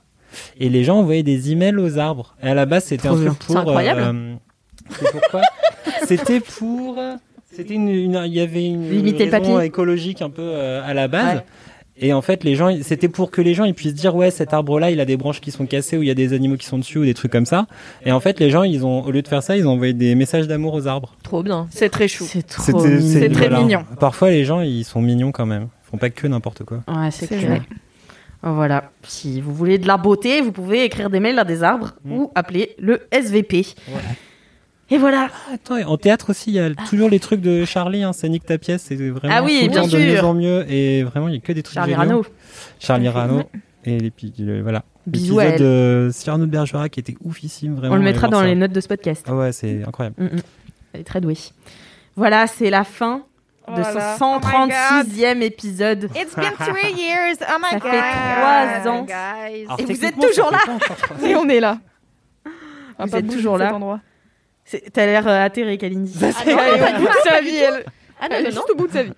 Et les gens envoyaient des emails aux arbres. Et à la base, c'était un Trop bien. truc pour. C'est incroyable. euh, c'était pour quoi C'était pour. euh, C'était une, une- Il y avait une Limiter le raison papier. écologique un peu euh, à la base. Et en fait, les gens, c'était pour que les gens ils puissent dire ouais, cet arbre-là, il a des branches qui sont cassées ou il y a des animaux qui sont dessus ou des trucs comme ça. Et en fait, les gens, ils ont au lieu de faire ça, ils ont envoyé des messages d'amour aux arbres. Trop bien. C'est très chou. C'est trop C'était- mignon. C'est très mignon. Parfois, les gens, ils sont mignons quand même. Ils font pas que n'importe quoi. Ouais, c'est C'est clair. vrai. Voilà, si vous voulez de la beauté, vous pouvez écrire des mails à des arbres Mm. ou appeler le SVP. Et voilà. Ah, Attends, et en théâtre aussi, il y a toujours les trucs de Charlie. Hein, c'est nique ta pièce. C'est vraiment Ah oui, tout le bien temps de sûr. mieux en mieux. Et vraiment, il y a que des trucs Charlie géniaux. Rano. Charlie Rano. Et l'épi- le- voilà. Bisous à L'épisode elle. de Cyrano de Bergerac qui était oufissime, vraiment. On le allez mettra voir dans ça. les notes de ce podcast. Ah ouais, c'est incroyable. Mm, mm. Elle est très douée. Voilà, c'est la fin de Voilà. son 136e épisode. Oh It's been three years, oh my Ça fait 3 ans. Alors, Et vous êtes techniquement, toujours ça là fait pas encore trois ans. Et on est là. Vous êtes toujours là. C'est- T'as l'air euh, atterrée, Kalindi. Ah non, non, non. Juste au bout de sa vie.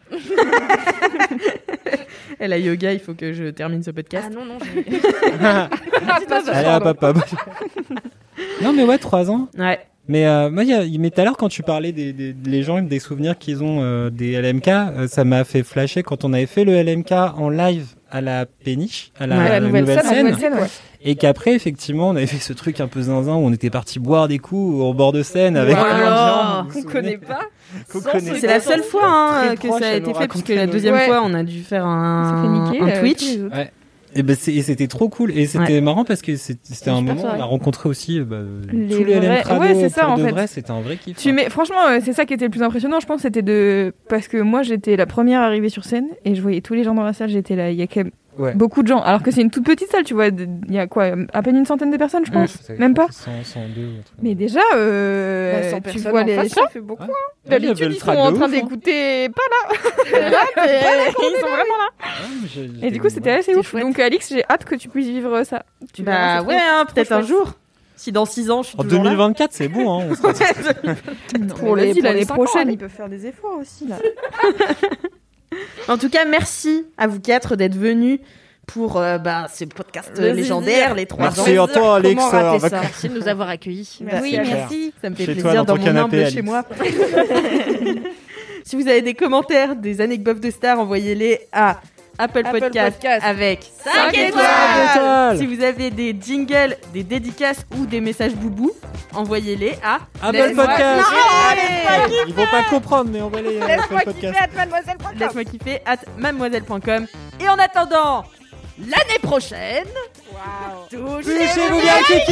Elle a yoga, il faut que je termine ce podcast. Ah non, non, j'ai- Allez, hop, hop, hop. Non, mais ouais, 3 ans. Ouais. Mais euh, moi, il y a- mais tout à l'heure, quand tu parlais des, des, des gens, des souvenirs qu'ils ont euh, des LMK, euh, ça m'a fait flasher quand on avait fait le LMK en live à la péniche, à la, Ouais, à la nouvelle, scène, scène, Nouvelle scène, ouais. et qu'après, effectivement, on avait fait ce truc un peu zinzin où on était parti boire des coups au bord de Seine avec Voilà. plein de gens, vous vous Qu'on souvenez connaît pas. Qu'on sans connaît. se- C'est la seule fois hein, très que proche ça a à été nous fait, puisque raconter la nos- deuxième Ouais. fois, on a dû faire un, Ça fait niquer, un euh, tous Twitch. les autres. Et, ben, c'est- et c'était trop cool. Et c'était marrant parce que c'est- c'était un moment où on a rencontré aussi euh, bah, Les tous les vrais- LMK. ouais, c'est ça, en fait. C'était un vrai kiff. hein. Tu mets- Franchement, euh, c'est ça qui était le plus impressionnant, je pense, c'était de. Parce que moi, j'étais la première arrivée sur scène et je voyais tous les gens dans la salle, j'étais là. Il y a quand même Ouais. beaucoup de gens. Alors que c'est une toute petite salle, tu vois. de- Il y a quoi euh, À peine une centaine de personnes, je Mm. pense. Ça Même pas. 100, 102, un truc. Mais déjà, euh, Bah, sans tu personne vois en les face, gens. ça fait beaucoup. Ouais, il y avait D'habitude, le ils sont track de en ouf, train hein. d'écouter. Pas Ils sont vraiment là. Ouais, Ah, mais j'ai- Et j'étais du coup, comme, c'était ouais. assez ouf. Donc, Alix, j'ai hâte que tu puisses vivre ça. Tu verras, Bah c'est ouais, trop- hein, peut-être trop un chouette. jour. Si dans 6 ans, je suis En toujours 2024, c'est bon, hein, on sera- là. Pour les- Vas-y, pour l'année les cinq ans, prochaine, hein. ils peuvent faire des efforts aussi là. En tout cas, merci à vous quatre d'être venus pour euh, bah, ce podcast euh, Le légendaire, zizi. les trois ans. Merci à toi, Alex. Comment rater euh, ça Merci de nous avoir accueillis. Bah, oui, à merci. Ça me fait Chez toi, plaisir dans dans, ton mon canapé, humble chez Alix. moi. Si vous avez des commentaires, des anecdotes de stars, envoyez-les à Apple Apple Podcast, Podcast. avec Cinq 5 étoiles. étoiles. Si vous avez des jingles, des dédicaces ou des messages boubou, envoyez-les à Apple Laisse-moi Podcast. kiffer. Ils vont pas comprendre, mais on va les euh, sur le podcast. Laisse-moi kiffer at mademoiselle.com. Et en attendant, l'année prochaine, Touchez-vous bien, Kiki